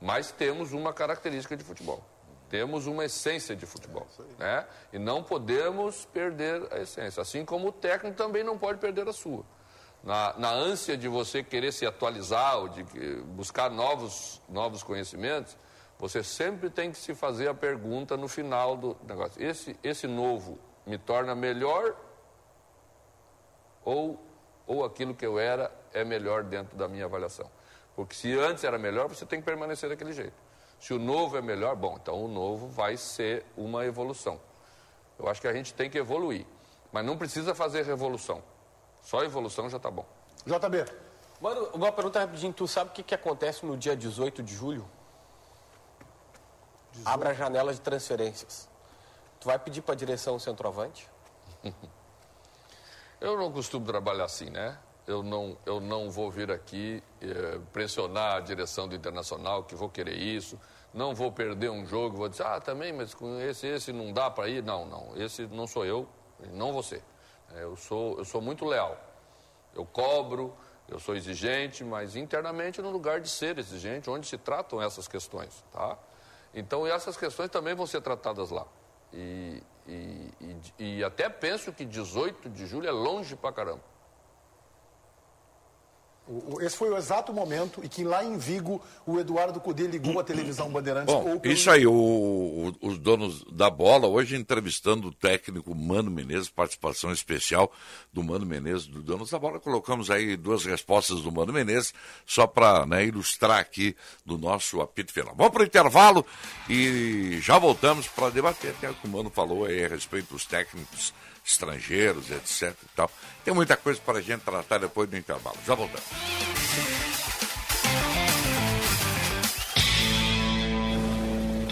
S10: Mas temos uma característica de futebol. Temos uma essência de futebol. né? E não podemos perder a essência. Assim como o técnico também não pode perder a sua na, na ânsia de você querer se atualizar ou de que- buscar novos, novos conhecimentos, você sempre tem que se fazer a pergunta no final do negócio. Esse, esse novo me torna melhor ou, ou aquilo que eu era é melhor dentro da minha avaliação? Porque se antes era melhor, você tem que permanecer daquele jeito. Se o novo é melhor, bom, então o novo vai ser uma evolução. Eu acho que a gente tem que evoluir, mas não precisa fazer revolução. Só evolução já está bom.
S11: JB,
S9: Mano, uma pergunta rapidinho. Tu sabe o que, que acontece no dia 18 de julho? Abra a janela de transferências. Tu vai pedir pra direção o centroavante?
S10: Eu não costumo trabalhar assim, né? Eu não, eu não vou vir aqui eh, pressionar a direção do Internacional que vou querer isso. Não vou perder um jogo, vou dizer, ah, também, mas com esse, esse não dá para ir. Não, não, esse não sou eu, não você. Eh, Eu sou, eu sou muito leal. Eu cobro, eu sou exigente, mas internamente no lugar de ser exigente, onde se tratam essas questões, tá? Então, essas questões também vão ser tratadas lá. E, e- e- e até penso que 18 de julho é longe pra caramba.
S11: o- o- esse foi o exato momento em que lá em Vigo o Eduardo Cudê ligou a televisão Bandeirantes.
S2: Bom,
S11: ou pelo-
S2: isso aí, o- o- os donos da bola, hoje entrevistando o técnico Mano Menezes, participação especial do Mano Menezes, do Donos da Bola. Colocamos aí duas respostas do Mano Menezes, só para ilustrar aqui do nosso apito final. Vamos para o intervalo e já voltamos para debater até o que o Mano falou aí a respeito dos técnicos estrangeiros, etc. e tal. Tem muita coisa para a gente tratar depois do intervalo. Já voltamos.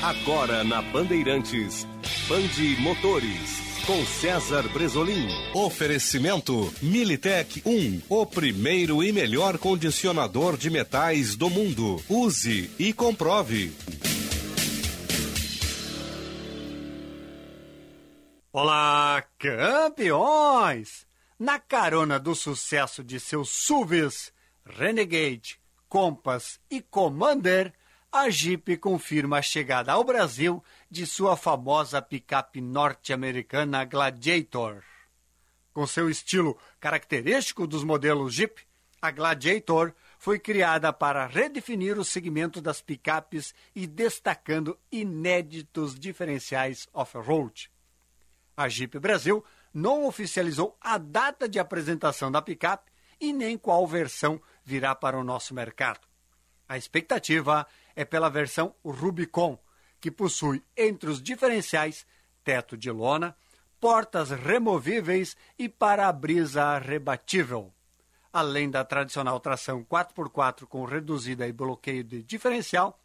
S12: Agora na Bandeirantes, Bande Motores, com César Bresolim. Oferecimento Militech 1, o primeiro e melhor condicionador de metais do mundo. Use e comprove.
S13: Olá, campeões! Na carona do sucesso de seus SUVs, Renegade, Compass e Commander, a Jeep confirma a chegada ao Brasil de sua famosa picape norte-americana Gladiator. Com seu estilo característico dos modelos Jeep, a Gladiator foi criada para redefinir o segmento das picapes e destacando inéditos diferenciais off-road. A Jeep Brasil não oficializou a data de apresentação da picape e nem qual versão virá para o nosso mercado. A expectativa é pela versão Rubicon, que possui entre os diferenciais teto de lona, portas removíveis e para-brisa rebatível. Além da tradicional tração 4x4 com reduzida e bloqueio de diferencial,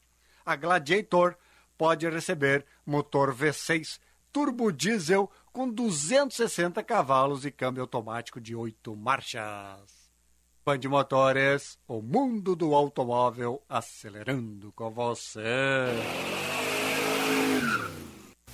S13: a Gladiator pode receber motor V6 turbo diesel com 260 cavalos e câmbio automático de 8 marchas. Band Motores, o mundo do automóvel acelerando com você.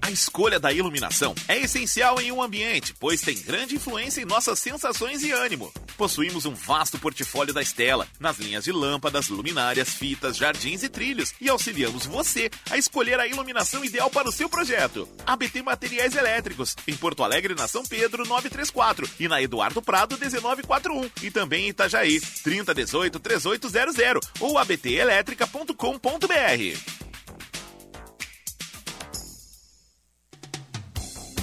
S14: A escolha da iluminação é essencial em um ambiente, pois tem grande influência em nossas sensações e ânimo. Possuímos um vasto portfólio da Estela, nas linhas de lâmpadas, luminárias, fitas, jardins e trilhos, e auxiliamos você a escolher a iluminação ideal para o seu projeto. ABT Materiais Elétricos, em Porto Alegre, na São Pedro, 934, e na Eduardo Prado, 1941, e também em Itajaí, 3018-3800, ou abtelétrica.com.br.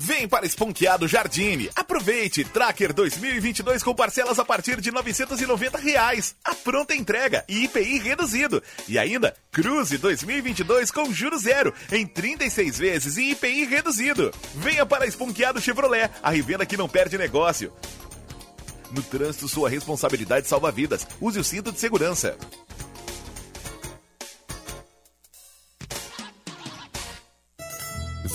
S14: Vem para Esponqueado Jardine. Aproveite Tracker 2022 com parcelas a partir de R$ 990 reais. A pronta entrega e IPI reduzido. E ainda Cruze 2022 com juro zero em 36 vezes e IPI reduzido. Venha para Esponqueado Chevrolet, a revenda que não perde negócio. No trânsito, sua responsabilidade salva vidas. Use o cinto de segurança.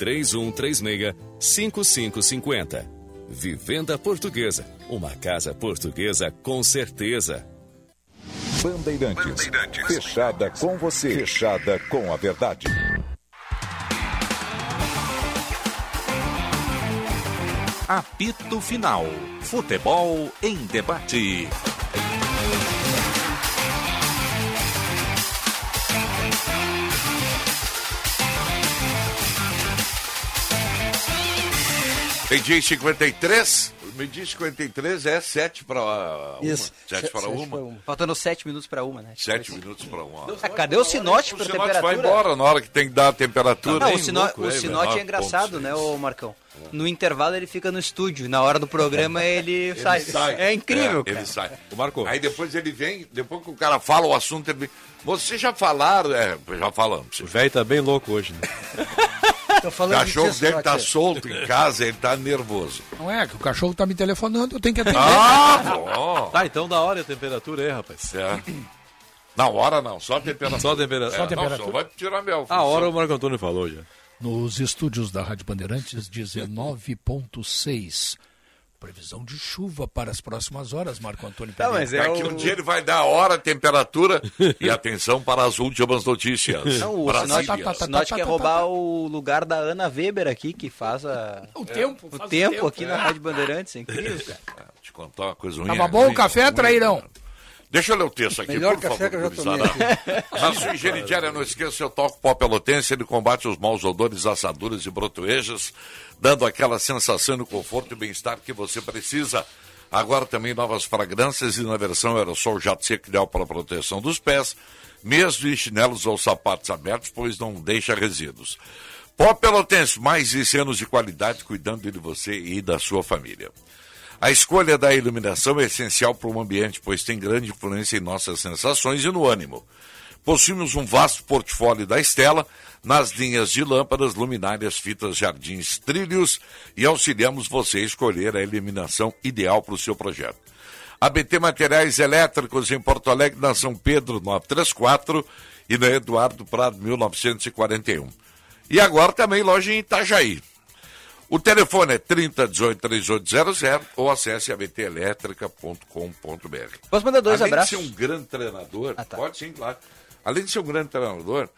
S15: 3136 5550. Vivenda Portuguesa, uma casa portuguesa com certeza.
S16: Bandeirantes. Fechada com você. Fechada com a verdade.
S12: Apito Final. Futebol em debate.
S2: Meio-dia e 53. Meio-dia e 53 é 7 para uma.
S6: Isso.
S2: 7 para
S6: Sete
S2: uma.
S6: pra uma. Faltando 7 minutos para uma, né?
S2: 7 minutos para uma.
S6: Ah, cadê o sinote para
S2: O Sinote
S6: temperatura?
S2: vai embora na hora que tem que dar a temperatura.
S6: Não,
S2: hein,
S6: o, sino,
S2: louco,
S6: o
S2: hein, Ah,
S6: sinote é
S2: 19
S6: engraçado,
S2: pontos.
S6: né, ô Marcão? No intervalo ele fica no estúdio, na hora do programa ele,
S2: Ele
S6: sai. É incrível,
S2: É,
S6: cara.
S2: Ele sai. O Marco. Aí depois ele vem, depois que o cara fala o assunto, ele vem. Vocês já falaram? É, já falamos. O
S8: velho tá bem louco hoje, né?
S4: Tô
S2: O
S4: falando de
S2: cachorro
S4: testosterona.
S2: dele tá solto em casa, ele tá nervoso.
S5: Não é, que o cachorro tá me telefonando, eu tenho que atender.
S2: Ah! bom.
S8: Tá, então da hora a temperatura aí, rapaz.
S2: É. Na hora não, só a temperatura.
S8: Só a temperatura.
S2: É, Não, só vai tirar mel.
S8: A hora o Marco Antônio falou já.
S5: Nos estúdios da Rádio Bandeirantes, 19.6. Previsão de chuva para as próximas horas, Marco Antônio
S8: Tá,
S5: Pereira.
S8: é
S2: Daqui um dia ele vai dar a hora, a temperatura e atenção para as últimas notícias.
S8: É
S6: Não,
S8: um
S6: o
S2: Brasília.
S6: Sinote,
S5: Tá,
S6: o Sinote quer roubar o lugar da Ana Weber aqui, que faz a...
S5: O tempo,
S6: O
S5: faz o
S6: tempo,
S5: tempo,
S6: aqui
S5: é.
S6: na Rádio Bandeirantes, é incrível, cara.
S2: Te contar uma coisa ruim.
S5: Tava Tá bom o café, é trairão?
S2: Deixa eu ler o texto aqui,
S5: Melhor
S2: por
S5: café
S2: favor.
S5: que eu já
S2: gurizada.
S5: tomei aqui.
S2: Na sua higiene diária, não esqueça, eu toco pó pelotense, ele combate os maus odores, assaduras e brotoejas, dando aquela sensação de conforto e bem-estar que você precisa. Agora também novas fragrâncias e na versão aerosol jato seco ideal para a proteção dos pés, mesmo em chinelos ou sapatos abertos, pois não deixa resíduos. Pó Pelotense, mais de 100 anos de qualidade cuidando de você e da sua família. A escolha da iluminação é essencial para o ambiente, pois tem grande influência em nossas sensações e no ânimo. Possuímos um vasto portfólio da Estela nas linhas de lâmpadas, luminárias, fitas, jardins, trilhos e auxiliamos você a escolher a iluminação ideal para o seu projeto. ABT Materiais Elétricos em Porto Alegre, na São Pedro 934 e um. na Eduardo Prado 1941. E agora também loja em Itajaí. O telefone é 30 18 3800 ou acesse abtelétrica.com.br.
S6: Posso mandar dois
S2: Além
S6: abraços?
S2: de ser um grande treinador, pode sim, claro. Além de ser um grande treinador,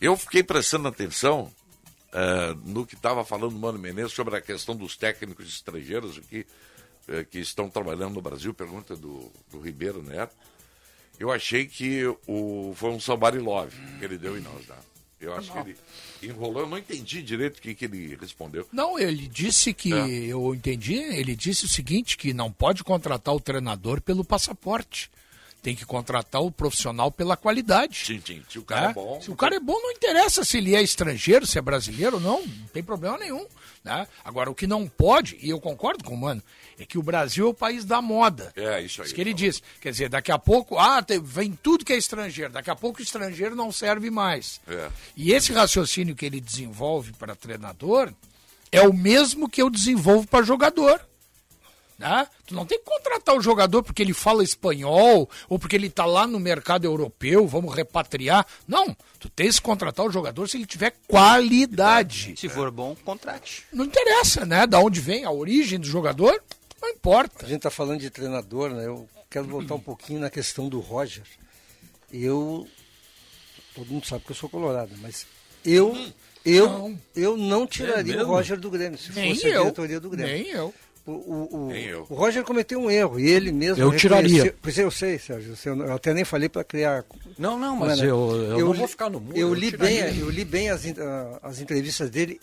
S2: eu fiquei prestando atenção eh, no que estava falando o Mano Menezes sobre a questão dos técnicos estrangeiros aqui, eh, que estão trabalhando no Brasil, pergunta do, do Ribeiro Neto. Eu achei que o, foi um somebody love que ele deu em nós, né? Eu acho que ele enrolou, eu não entendi direito o que, que ele respondeu.
S5: Não, ele disse que,
S2: É.
S5: eu entendi, ele disse o seguinte, que não pode contratar o treinador pelo passaporte. Tem que contratar o profissional pela qualidade.
S2: Sim, sim. Se o cara é,
S5: né?
S2: bom.
S5: Se o cara é bom, não interessa se ele é estrangeiro, se é brasileiro ou não, não tem problema nenhum. né? Agora, o que não pode, e eu concordo com o Mano, é que o Brasil é o país da moda.
S2: É, isso aí.
S5: Isso que ele diz. Quer dizer, daqui a pouco, ah, te- vem tudo que é estrangeiro, daqui a pouco o estrangeiro não serve mais.
S2: É.
S5: E esse raciocínio que ele desenvolve para treinador é o mesmo que eu desenvolvo para jogador. Né? Tu não tem que contratar o jogador porque ele fala espanhol ou porque ele está lá no mercado europeu, vamos repatriar. Não, tu tens que contratar o jogador se ele tiver qualidade.
S6: Se for bom, contrate.
S5: Não interessa, né? Da onde vem a origem do jogador, não importa.
S4: A gente está falando de treinador, né? Eu quero voltar um pouquinho na questão do Roger. Eu. Todo mundo sabe que eu sou colorado, mas eu. Eu não, eu não
S7: É
S4: tiraria o
S5: É mesmo?
S4: Roger do Grêmio, se
S5: Nem
S4: fosse a
S5: eu.
S4: diretoria do Grêmio.
S5: Nem eu.
S4: O, o, o,
S5: Nem eu.
S4: o Roger cometeu um erro, e ele mesmo.
S7: Eu tiraria.
S4: reconheceu- Pois é, eu sei, Sérgio. eu sei, Eu até nem falei para criar. é, né?
S7: Não, não, mas eu- eu não vou ficar no muro,
S4: Eu
S7: eu
S4: li, bem,
S7: tiraria.
S4: eu li bem as, in- ah, as entrevistas dele.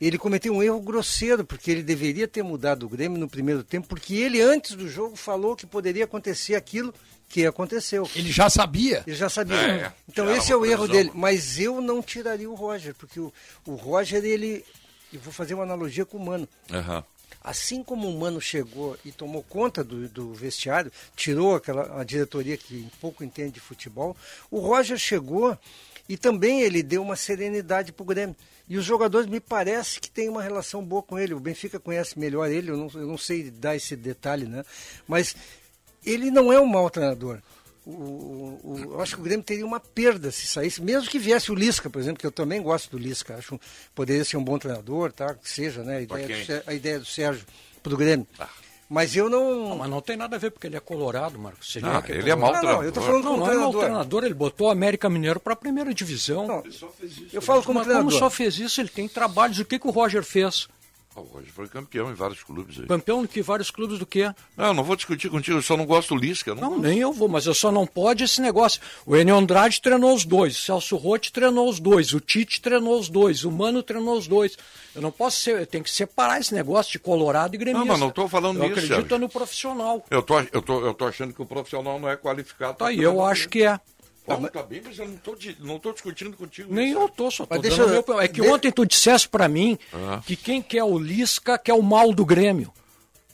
S4: Ele cometeu um erro grosseiro, porque ele deveria ter mudado o Grêmio no primeiro tempo, porque ele, antes do jogo, falou que poderia acontecer aquilo que aconteceu.
S5: Ele já sabia.
S4: Ele já sabia.
S5: É, é.
S4: Então
S5: Já
S4: esse é
S5: era
S4: o
S5: uma
S4: erro
S5: previsão.
S4: dele. Mas eu não tiraria o Roger, porque o, o Roger, ele. Eu vou fazer uma analogia com o Mano.
S2: Aham.
S4: Assim como o Mano chegou e tomou conta do, do vestiário, tirou aquela a diretoria que pouco entende de futebol, o Roger chegou e também ele deu uma serenidade para o Grêmio. E os jogadores me parece que têm uma relação boa com ele. O Benfica conhece melhor ele, eu não, eu não sei dar esse detalhe, né? Mas ele não é um mau treinador. O, o- o- eu acho que o Grêmio teria uma perda se saísse, mesmo que viesse o Lisca, por exemplo, que eu também gosto do Lisca, acho um- poderia ser um bom treinador, tá? Que seja, né? A ideia,
S7: Ok.
S4: do, Sé- a ideia do Sérgio pro Grêmio. Mas eu não.
S7: Ah, Mas não tem nada a ver porque ele é colorado, Marcos.
S4: Não,
S7: que
S4: ele é mau Não, não, treinador. eu tô falando
S7: não,
S4: como
S7: não é mau
S4: treinador.
S7: treinador, ele botou o América Mineiro para a primeira divisão.
S4: eu falo como
S7: né? Mas
S4: treinador.
S7: como só fez isso, ele tem trabalhos. O que, que o Roger fez?
S2: Ah, o Roger foi campeão em vários clubes aí.
S7: Campeão que vários clubes do quê?
S2: Não, não vou discutir contigo, eu só não gosto do Lisca. Não,
S7: Não, nem eu vou, mas eu só não pode esse negócio. O Enio Andrade treinou os dois, o Celso Rotti treinou os dois, o Tite treinou os dois, o Mano treinou os dois. Eu não posso ser, eu tenho que separar esse negócio de colorado e gremista.
S2: Não, mas não tô falando
S7: eu
S2: nisso,
S7: acredito
S2: Sérgio.
S7: é no profissional.
S2: Eu, tô, eu, tô, eu tô achando que o profissional não é qualificado.
S7: Tá, e eu acho que é.
S2: Não, tá bem, mas eu não tô, di- não tô discutindo contigo.
S7: Nem
S2: isso.
S7: eu tô, só tô
S2: Mas deixa
S7: dando
S2: eu-
S7: meu meu... É que
S2: de-
S7: ontem tu dissesse pra mim
S2: Ah.
S7: que quem quer o Lisca quer o mal do Grêmio.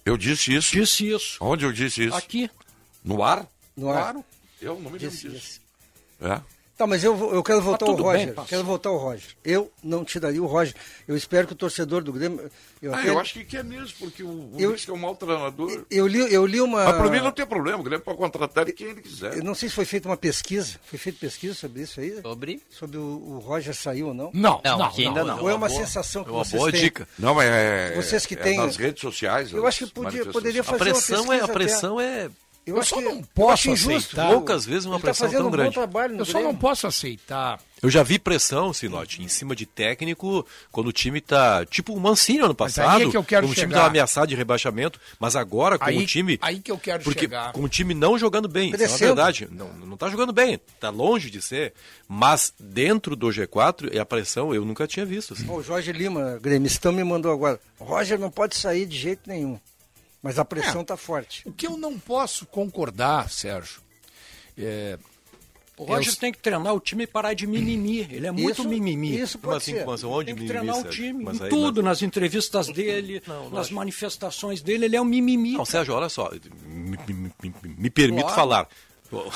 S2: Eu disse isso.
S7: Disse isso.
S2: Onde eu disse isso?
S7: Aqui.
S2: No ar?
S8: é?
S4: No ar.
S7: Claro.
S2: Eu não me lembro disso. É.
S4: Tá, mas eu, vou- eu quero voltar ao
S2: tudo
S4: Roger.
S2: bem, passa.
S4: quero voltar ao Roger. Eu não tiraria o Roger. Eu espero que o torcedor do Grêmio. Eu,
S2: Ah,
S4: até-
S2: eu acho que, que é mesmo, porque o, o
S4: Eu-
S2: Lisca é um mau treinador.
S4: eu li, eu li uma.
S2: Mas pra mim não tem problema, o Grêmio pode contratar ele quem ele quiser.
S4: Eu não sei se foi feita uma pesquisa. Foi feita pesquisa sobre isso aí? Sobre? Sobre o, o Roger sair ou não?
S2: Não, Não, não, aqui não. ainda não.
S4: Ou é uma
S2: Boa.
S4: sensação que
S2: É uma
S4: vocês
S2: boa
S4: têm?
S2: dica. Não, mas é-
S4: Vocês que
S2: é
S4: têm.
S2: nas redes sociais,
S4: Eu
S2: as
S4: acho que podia,
S2: manifestações.
S4: poderia
S2: A
S4: fazer um-
S8: pressão
S4: uma
S8: é- a
S4: pesquisa
S8: pressão
S4: até.
S8: é-
S4: Eu,
S5: Eu
S4: acho
S5: só
S4: que-
S5: não
S4: eu
S8: posso
S4: acho injusto.
S8: aceitar. Poucas vezes uma
S4: Ele tá
S8: pressão
S4: fazendo
S8: tão
S4: um bom
S8: grande.
S4: trabalho no
S5: Eu só
S4: Grêmio.
S5: não posso aceitar.
S8: Eu já vi pressão, Sinote, em cima de técnico, quando o time tá. Tipo o Mancini ano
S5: Mas aí é
S8: passado.
S5: que eu quero
S8: quando o time
S5: chegar.
S8: estava ameaçado de rebaixamento, mas agora com
S5: Aí-
S8: o time.
S5: aí que eu quero
S8: porque
S5: chegar.
S8: Com o time não jogando bem. Isso é uma
S5: Crescendo.
S8: verdade. Não, não tá jogando bem. Tá longe de ser. Mas dentro do G4, e a pressão eu nunca tinha visto. assim.
S4: Ó, o Jorge Lima, gremistão, me mandou agora. Roger não pode sair de jeito nenhum. Mas a pressão
S5: É.
S4: tá forte.
S5: O que eu não posso concordar, Sérgio, é...
S7: O Roger tem que treinar o time e parar de mimimi. Ele é muito
S8: Isso-
S7: mimimi.
S8: isso Como pode assim, ser. como assim? Onde
S7: tem que
S8: mimimi,
S7: treinar o
S8: Sérgio?
S7: time.
S8: Mas
S7: em
S8: aí-
S7: tudo, nas entrevistas dele, nas manifestações dele, ele é um mimimi.
S8: Não, Sérgio, olha só. Me, me- me- me permito
S7: Claro.
S8: falar.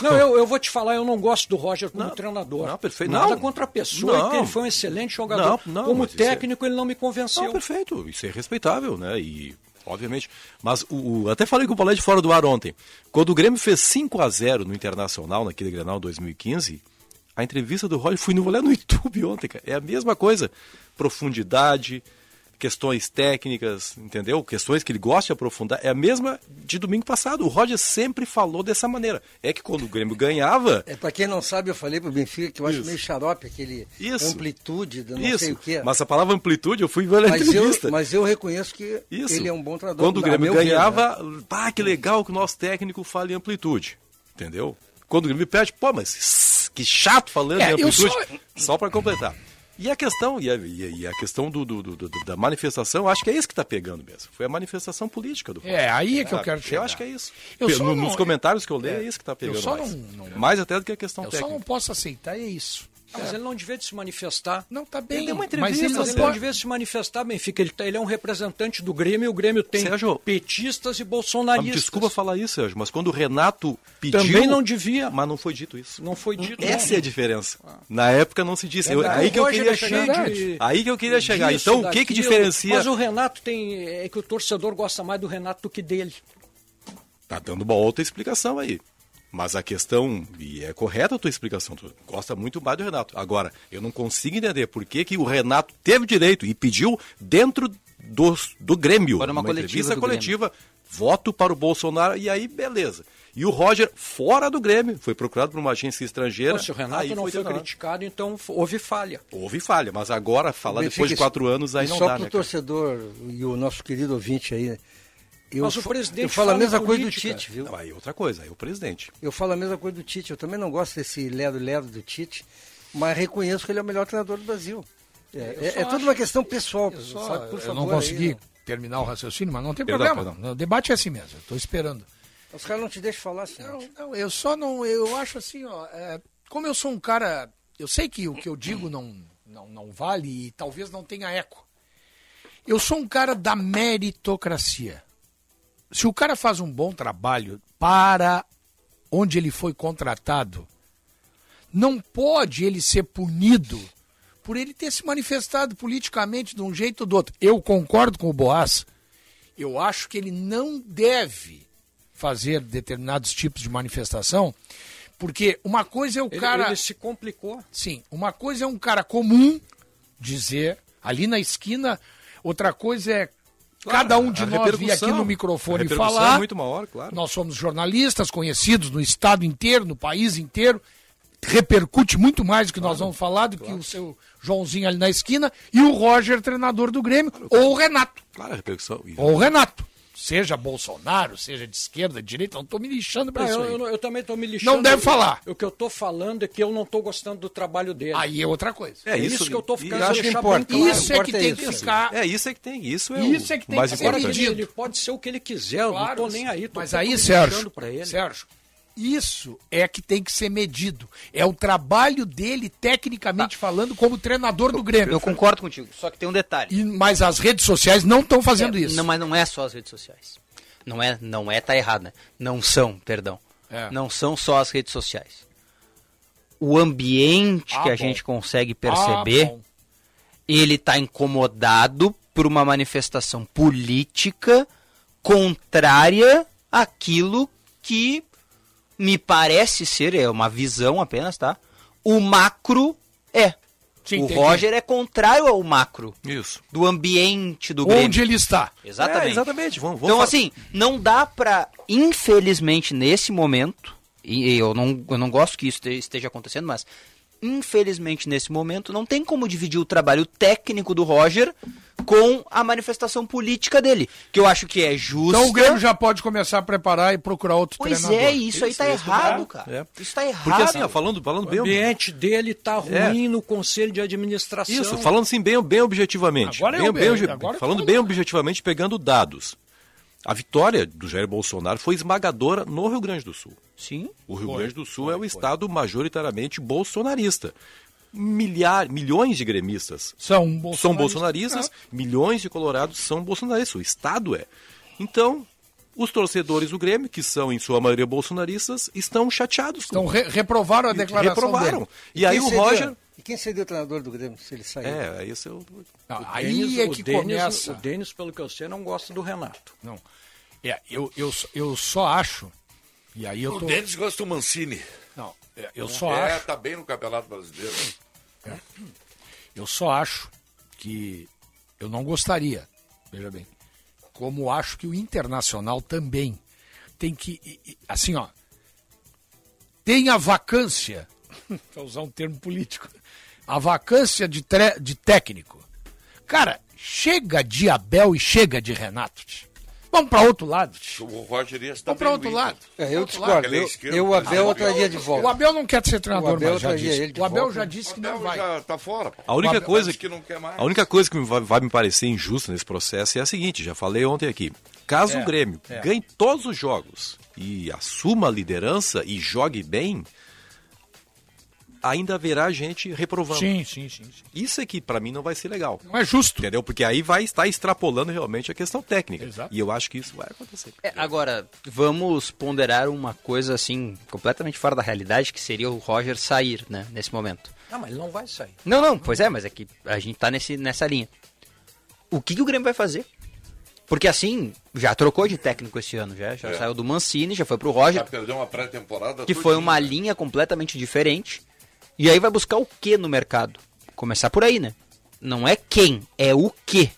S7: Não, eu, eu vou te falar, eu não gosto do Roger como treinador.
S8: não, perfeito.
S7: Nada
S8: Não.
S7: contra a pessoa,
S8: Não.
S7: porque ele foi um excelente jogador.
S8: Não, não,
S7: como
S8: mas isso é-
S7: técnico, ele não me convenceu.
S8: Não, perfeito, isso é respeitável, né? E, obviamente. Mas o, o- até falei com o Palé de fora do ar ontem. Quando o Grêmio fez 5 a 0 no Internacional, naquele Grenal 2015, a entrevista do Roger fui no olhar no YouTube ontem, cara. É a mesma coisa. Profundidade, questões técnicas, entendeu? Questões que ele gosta de aprofundar. É a mesma de domingo passado. O Roger sempre falou dessa maneira. É que quando o Grêmio ganhava,
S4: É, pra quem não sabe, eu falei pro Benfica que eu acho meio xarope aquele
S8: Isso.
S4: amplitude do não sei
S8: isso.
S4: o quê.
S8: Mas a palavra amplitude, eu fui ver a
S4: Mas
S8: entrevista.
S4: eu, mas eu reconheço que
S8: Isso.
S4: ele é um bom treinador.
S8: Quando o
S4: a
S8: Grêmio
S4: meu ver, né?
S8: ganhava, pá, que legal que o nosso técnico fala em amplitude. Entendeu? Quando o Grêmio perde, pô, mas s- que chato falando
S5: É,
S8: em
S5: eu
S8: amplitude.
S5: só-
S8: Só para completar. E a questão, e a, e a- e a questão do, do- do- do- da manifestação, acho que é isso que está pegando mesmo. Foi a manifestação política do
S5: É, aí é que eu quero chegar.
S8: Eu acho que é isso.
S5: Eu
S8: Pe-
S5: só
S8: no-
S5: não-
S8: nos comentários que eu leio, é,
S5: é,
S8: isso que está
S5: eu
S8: pegando
S5: só
S8: mais.
S5: não- não-
S8: mais até do que a questão
S5: Eu só
S8: técnica.
S5: não posso aceitar, é isso.
S7: Ah, Mas ele não devia de se manifestar.
S5: Não, tá bem.
S7: Ele deu uma
S5: mas
S7: entrevista,
S5: ele não
S7: mas ele não
S5: pode-
S7: devia se manifestar, Benfica. Ele, tá- ele é um representante do Grêmio e o Grêmio tem petistas e
S8: Ah,
S7: bolsonaristas.
S8: desculpa falar isso, Sérgio, mas quando o Renato pediu.
S7: Também não devia.
S8: Mas não foi dito isso.
S7: Não foi dito.
S8: Essa é a diferença. Na época não se disse. Eu-
S7: Verdade.
S8: aí, que eu
S7: Hoje
S8: queria
S7: é
S8: chegar,
S7: cheio de-
S8: aí que eu queria chegar.
S7: disso,
S8: Então, o que, que
S7: daquilo.
S8: diferencia.
S7: Mas o Renato tem. É que o torcedor gosta mais do Renato do que dele.
S8: Tá dando uma outra explicação aí. Mas a questão, e é correta a tua explicação, tu gosta muito mais do Renato. Agora, eu não consigo entender por que, que o Renato teve direito e pediu dentro do, do Grêmio,
S6: Foi numa coletiva
S8: entrevista
S6: do
S8: coletiva, voto para o Bolsonaro, e aí beleza. E o Roger, fora do Grêmio, foi procurado por uma agência estrangeira.
S7: Pô, se o Renato
S8: É. aí
S7: não foi,
S8: danado.
S7: criticado, então f- houve falha.
S8: Houve falha, mas agora falar
S4: O Benfica,
S8: depois de quatro anos aí
S4: e
S8: não
S4: só
S8: dá,
S4: pro
S8: né? cara?
S4: torcedor e o nosso querido ouvinte aí, eu,
S7: Mas o
S4: fa-
S7: presidente
S4: eu falo a
S7: fala em
S4: mesma coisa do
S7: política.
S4: Tite, viu?
S8: Não, aí é outra coisa, aí o presidente.
S4: Eu falo a mesma coisa do Tite. Eu também não gosto desse ledo-ledo do Tite, mas reconheço que ele é o melhor treinador do Brasil. É,
S5: Eu
S4: é-
S5: só
S4: é toda
S5: acho-
S4: uma questão pessoal.
S5: Eu, só-
S4: sabe? Por
S5: eu
S4: favor,
S5: não consegui
S4: aí, né?
S5: terminar o raciocínio, mas não tem
S8: Perdão,
S5: problema. O debate é assim mesmo. Eu estou esperando.
S4: Os caras não te deixam falar assim.
S5: Não, não, eu só não. Eu acho assim, ó. é, como eu sou um
S4: É.
S5: cara. Eu sei que o que eu digo não, não, não vale e talvez não tenha eco. Eu sou um cara da meritocracia. Se o cara faz um bom trabalho para onde ele foi contratado, não pode ele ser punido por ele ter se manifestado politicamente de um jeito ou do outro. Eu concordo com o Boas. Eu acho que ele não deve fazer determinados tipos de manifestação, porque uma coisa é o
S7: Ele,
S5: cara.
S7: ele se complicou.
S5: Sim, uma coisa é um cara comum dizer ali na esquina, outra coisa é cada um de
S8: a
S5: nós vir
S8: repercussão.
S5: aqui no
S8: A
S5: microfone e
S8: repercussão
S5: falar.
S8: é muito maior, claro.
S5: Nós somos jornalistas conhecidos no estado inteiro, no país inteiro. Repercute muito mais do que nós vamos falar, do que o seu Joãozinho ali na esquina e o Roger, treinador do Grêmio, ou o Renato.
S8: Claro, a repercussão.
S5: Ou o Renato. Seja Bolsonaro, seja de esquerda, de direita, eu não tô me lixando pra
S8: É
S7: Ah,
S5: isso.
S7: eu,
S5: aí.
S7: eu não- eu também estou me lixando.
S5: Não deve falar.
S7: O que eu estou falando é que eu não estou gostando do trabalho dele.
S5: Aí é outra coisa.
S7: É, isso, que eu estou ficando
S8: acho que
S7: deixar
S8: importa.
S7: bem claro.
S5: Isso é que tem que ficar.
S8: É isso é que tem. Isso é
S5: Isso
S8: o
S5: é que tem
S8: mais
S5: que ser
S7: Agora
S8: importante.
S5: medido.
S7: ele, ele pode ser o que ele quiser, eu não
S5: Claro,
S7: estou nem aí. tô
S5: mas
S7: pouco
S5: aí,
S7: me
S5: Sérgio,
S7: lixando pra ele.
S5: Sérgio, isso é que tem que ser medido. É o trabalho dele, tecnicamente falando, como treinador do Grêmio.
S6: Tá. Eu concordo contigo, só que tem um detalhe.
S5: E- mas as redes sociais não estão fazendo
S6: É,
S5: isso.
S6: Não, mas não é só as redes sociais. Não é, não é, tá errado, né? Não são, perdão.
S5: É.
S6: Não são só as redes sociais. O ambiente
S5: Ah,
S6: que a
S5: bom.
S6: gente consegue
S5: Ah,
S6: perceber,
S5: bom.
S6: ele tá incomodado por uma manifestação política contrária àquilo que me parece ser, é uma visão apenas, tá? O macro é.
S5: Sim,
S6: o
S5: entendi.
S6: Roger é contrário ao macro.
S8: Isso.
S6: Do ambiente do Grêmio.
S5: Onde ele está.
S6: Exatamente.
S8: É, exatamente. Vamos, vamos
S6: Então,
S8: falar.
S6: assim, não dá pra, infelizmente, nesse momento, e eu não, eu não gosto que isso te- esteja acontecendo, mas infelizmente nesse momento não tem como dividir o trabalho técnico do Roger com a manifestação política dele, que eu acho que é justa.
S5: Então o Grêmio já pode começar a preparar e procurar outro
S6: Pois
S5: treinador.
S6: é, isso, aí tá errado, cara.
S8: É.
S6: Isso tá errado.
S8: Porque assim, ó, falando, falando
S7: O
S8: bem.
S7: ambiente dele tá
S8: É.
S7: ruim no conselho de administração.
S8: Isso, falando assim bem, bem objetivamente.
S5: Agora
S8: bem,
S5: eu-
S8: bem
S5: eu-
S8: obje-
S5: agora eu
S8: falando
S5: tô
S8: bem objetivamente, pegando dados. A vitória do Jair Bolsonaro foi esmagadora no Rio Grande do Sul.
S6: Sim.
S8: O Rio Grande do Sul é o estado majoritariamente bolsonarista. Milhar, milhões de gremistas
S5: São
S8: são
S5: bolsonaristas.
S8: bolsonaristas,
S2: tá?
S8: milhões de colorados são bolsonaristas, o Estado é. Então, os torcedores do Grêmio, que são em sua maioria bolsonaristas, estão chateados. com-
S5: Então re- reprovaram a declaração
S8: Reprovaram.
S5: dele.
S8: E aí
S4: Quem
S8: o
S4: seria-
S8: Roger...
S4: E quem seria o treinador do Grêmio se ele sair?
S8: É, aí esse é o...
S5: Não,
S7: O
S5: aí
S7: Denis-
S5: é
S7: o
S5: que
S7: Denis-
S5: começa.
S7: O Denis, pelo que eu sei, não gosta do Renato.
S5: Não. É, eu, eu, só- eu só acho. E aí eu
S2: O
S5: tô.
S2: Denis gosta do Mancini.
S5: Não, é, eu só
S2: é,
S5: acho.
S2: tá bem no Campeonato Brasileiro.
S5: Eu só acho que Eu não gostaria, veja bem. Como acho que o internacional também tem que, e- e- assim, ó, tem a vacância, para usar um termo político, a vacância de, tre- de técnico. Cara, chega de Abel e chega de Renato. tch. Vamos para outro lado. tch.
S2: O Roger Ias tá
S5: Vamos para outro lado.
S4: É, eu
S5: Outro lado.
S4: discordo. Eu, eu o
S2: é
S4: Abel eu traria de volta.
S5: O Abel não quer ser treinador,
S4: O Abel
S5: mas já
S4: traria
S5: disse.
S4: ele de
S5: O Abel
S4: volta.
S5: já disse que não vai.
S2: Já tá fora.
S8: A única
S2: Abel
S8: coisa
S2: diz que não quer mais.
S8: A única coisa que me vai, vai me parecer injusta nesse processo é a seguinte, já falei ontem aqui. Caso
S2: É,
S8: o Grêmio
S2: é.
S8: ganhe todos os jogos e assuma a liderança e jogue bem, ainda haverá gente reprovando.
S5: Sim, sim, sim. sim.
S8: Isso aqui, para mim, não vai ser legal.
S5: Não é justo.
S8: Entendeu? Porque aí vai estar extrapolando realmente a questão técnica.
S6: Exato.
S8: E eu acho que isso vai acontecer.
S6: É, agora, vamos ponderar uma coisa assim, completamente fora da realidade, que seria o Roger sair, né, nesse momento.
S7: Ah, mas ele não vai sair.
S6: Não, não, pois é, mas é que a gente tá nesse, nessa linha. O que, que o Grêmio vai fazer? Porque assim, já trocou de técnico esse ano, já, já
S2: É.
S6: saiu do Mancini, já foi pro
S2: Já
S6: Roger,
S2: perdeu uma pré-temporada.
S6: que
S2: tudinho.
S6: foi uma linha completamente diferente. E aí vai buscar o que no mercado? Começar por aí, né? Não é quem, é o que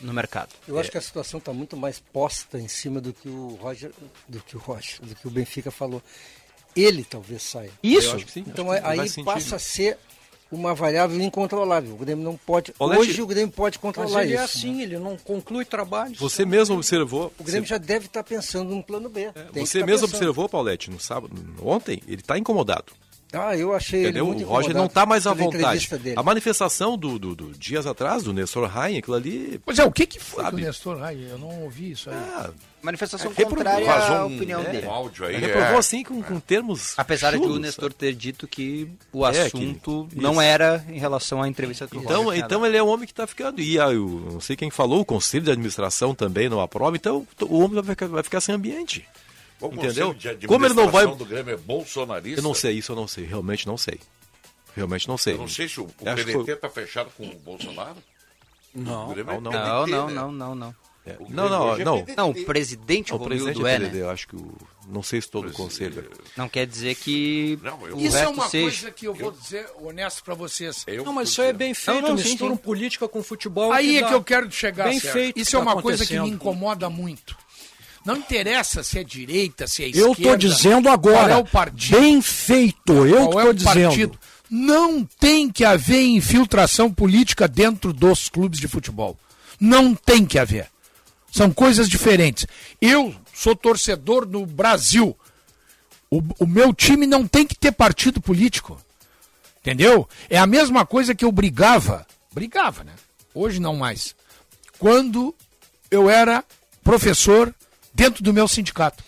S6: no mercado.
S4: Eu acho que a situação está muito mais posta em cima do que o Roger, do que o Roger, do que o Benfica falou. Ele talvez saia.
S6: Isso. Eu acho que sim,
S4: Então
S6: acho que
S4: aí
S6: faz sentido.
S4: passa a ser uma variável incontrolável. O Grêmio não pode.
S8: Olete-
S4: hoje o Grêmio pode
S7: Mas
S4: controlar
S7: ele é
S4: isso. né?
S7: assim, ele não conclui trabalho.
S8: Você mesmo observou...
S4: O Grêmio já deve estar pensando num plano B.
S6: É,
S4: Tem que
S8: Você
S4: tá
S8: mesmo
S4: pensando.
S8: observou, Paulette, no sábado, ontem, ele está incomodado.
S4: Ah, eu achei
S8: Entendeu?
S4: ele muito
S8: O Roger não
S4: incomodado
S8: está mais à
S4: pela
S8: vontade.
S4: entrevista dele.
S8: A manifestação do, do- do- dias atrás, do Nestor Rain, aquilo ali.
S5: Pois é, o que, Ah, que foi
S8: Sabe?
S5: que o Nestor? Ai, eu não ouvi isso aí. é,
S6: Manifestação
S8: repro-
S6: contrária
S8: vazou
S6: à
S8: um-
S6: opinião
S5: né?
S8: é,
S6: dele.
S8: um áudio aí, Ele reprovou, é. assim, com- com termos
S6: Apesar de o
S8: chulos,
S6: Nestor ter dito que o
S8: É,
S6: assunto
S8: que-
S6: não
S8: isso.
S6: era em relação à entrevista que o Roger
S8: Então,
S6: tinha
S8: então ele é um homem que está ficando. E aí, eu não sei quem falou, o conselho de administração também não aprova, então o homem vai ficar, vai ficar sem ambiente.
S2: O conselho
S8: entendeu?
S2: de
S8: Como ele não vai.
S2: administração do Grêmio é bolsonarista.
S8: Eu não sei, isso eu não sei, realmente não sei. Realmente não sei.
S2: Eu não sei se o, o
S8: Acho que
S2: PDT está tá fechado com o Bolsonaro. O Grêmio é
S6: não,
S2: PDT,
S6: não, não,
S2: né?
S6: não, não, não.
S8: É,
S6: O
S8: Não,
S6: Grêmio
S8: não,
S6: hoje é
S8: não.
S6: PDT. Não, o presidente
S8: o
S6: Romildo
S8: presidente
S6: é,
S8: é,
S6: né?
S8: PDT, eu acho que o, não sei se todo o conselho. é.
S6: Não quer dizer que o
S5: Isso é
S6: resto
S5: uma
S6: seja.
S5: coisa que eu vou dizer honesto pra vocês.
S7: não, mas isso aí é bem feito,
S5: Não, não, sim,
S7: misturam
S5: sim.
S7: política com futebol.
S5: Aí é
S7: dá-
S5: que eu quero chegar.
S7: Bem
S5: Sérgio.
S7: feito.
S5: Isso é
S7: tá
S5: uma coisa que me
S7: acontecendo.
S5: incomoda muito. Não interessa se é direita, se é
S7: Eu
S5: esquerda.
S7: tô dizendo
S5: Qual
S7: agora.
S5: é o partido?
S7: Bem feito, eu
S5: qual
S7: que
S5: é
S7: tô
S5: o
S7: dizendo.
S5: partido. Não tem que haver infiltração política dentro dos clubes de futebol. Não tem que haver. São coisas diferentes. Eu sou torcedor no Brasil. O, o meu time não tem que ter partido político. Entendeu? É a mesma coisa que eu brigava. Brigava, né? Hoje não mais. Quando eu era professor dentro do meu sindicato.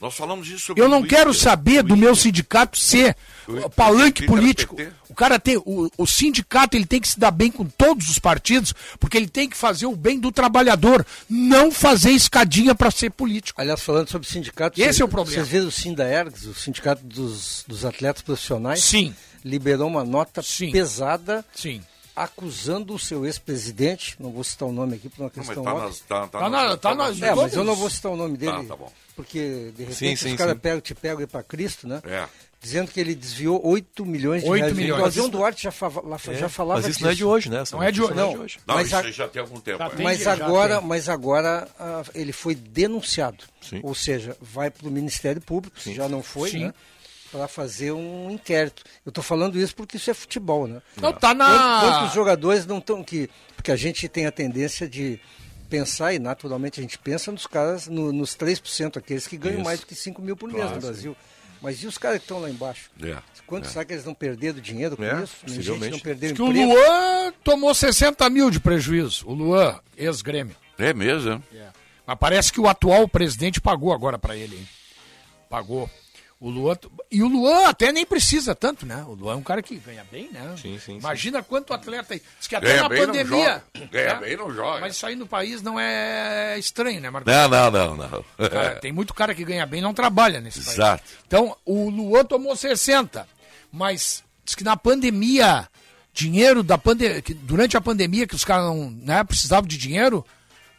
S2: Nós falamos isso sobre
S5: Eu não
S2: o
S5: quero
S2: Inter.
S5: saber do meu sindicato ser
S2: Twitter,
S5: palanque
S2: Twitter,
S5: político.
S2: PT.
S5: O cara tem o, o sindicato, ele tem que se dar bem com todos os partidos, porque ele tem que fazer o bem do trabalhador, não fazer escadinha para ser político.
S4: Aliás, falando sobre sindicatos,
S5: Esse
S4: vocês-
S5: é o problema.
S4: Vocês viram o Sindaergs, o Sindicato dos, dos Atletas Profissionais?
S5: Sim.
S4: Liberou uma nota pesada
S5: Sim.
S4: acusando o seu ex-presidente, não vou citar o nome aqui por uma
S2: Não, mas
S4: questão
S2: tá
S4: óbvia.
S2: nas- tá- tá
S5: Tá nas- na- tá tá nas- nas-
S4: É, mas eu
S5: todas.
S4: não vou citar o nome dele,
S2: Tá, tá bom.
S4: porque de
S2: Sim,
S4: repente
S2: sim,
S4: os caras
S2: sim.
S4: pegam, te pegam e para Cristo, né?
S2: É.
S4: Dizendo que ele desviou 8 milhões de
S5: Oito
S4: reais.
S5: milhões.
S4: O Claudião Duarte já, fava- lá-
S5: É,
S4: já falava
S8: mas isso não é
S4: disso.
S8: de hoje, né? Essa
S4: Não é de hoje.
S8: notícia
S4: Não,
S8: não é de hoje.
S2: Não,
S4: mas
S2: isso
S4: a-
S2: aí já tem algum tempo. é.
S4: mas agora, mas agora ah, ele foi denunciado. Ou seja, vai para o Ministério Público, se já não foi,
S5: Sim.
S4: né? Para fazer um inquérito. Eu estou falando isso porque isso é futebol, né?
S5: Não, tá na-
S4: Quanto- Quantos jogadores não estão que Porque a gente tem a tendência de pensar, e naturalmente a gente pensa nos caras, no, nos 3% aqueles que ganham
S2: Isso.
S4: mais do que 5 mil por mês
S2: Claro,
S4: no
S2: sim.
S4: Brasil. Mas e os caras que estão lá embaixo?
S2: É,
S4: Quanto
S2: é.
S4: será que eles não perderam dinheiro com isso?
S8: É,
S4: Tem gente que
S8: possivelmente.
S4: não perdeu
S5: Que o
S4: emprego.
S5: Luan tomou 60 mil de prejuízo. O Luan, ex-grêmio.
S2: É mesmo, é?
S5: Mas parece que o atual presidente pagou agora pra ele, hein? Pagou. O Luan. E o Luan até nem precisa tanto, né? O Luan é um cara que ganha bem, né? Sim, sim. Imagina quanto atleta aí. Diz que até
S2: Ganha
S5: na
S2: bem, não
S5: pandemia.
S2: joga. Ganha
S5: né?
S2: bem, não joga.
S5: Mas isso aí no país não é estranho, né, Marcos?
S2: Não, não, não, não.
S5: Cara, tem muito cara que ganha bem e não trabalha nesse país.
S2: Exato.
S5: Então, o Luan tomou 60, mas diz que na pandemia, dinheiro da pandemia, durante a pandemia que os caras não né, precisavam de dinheiro,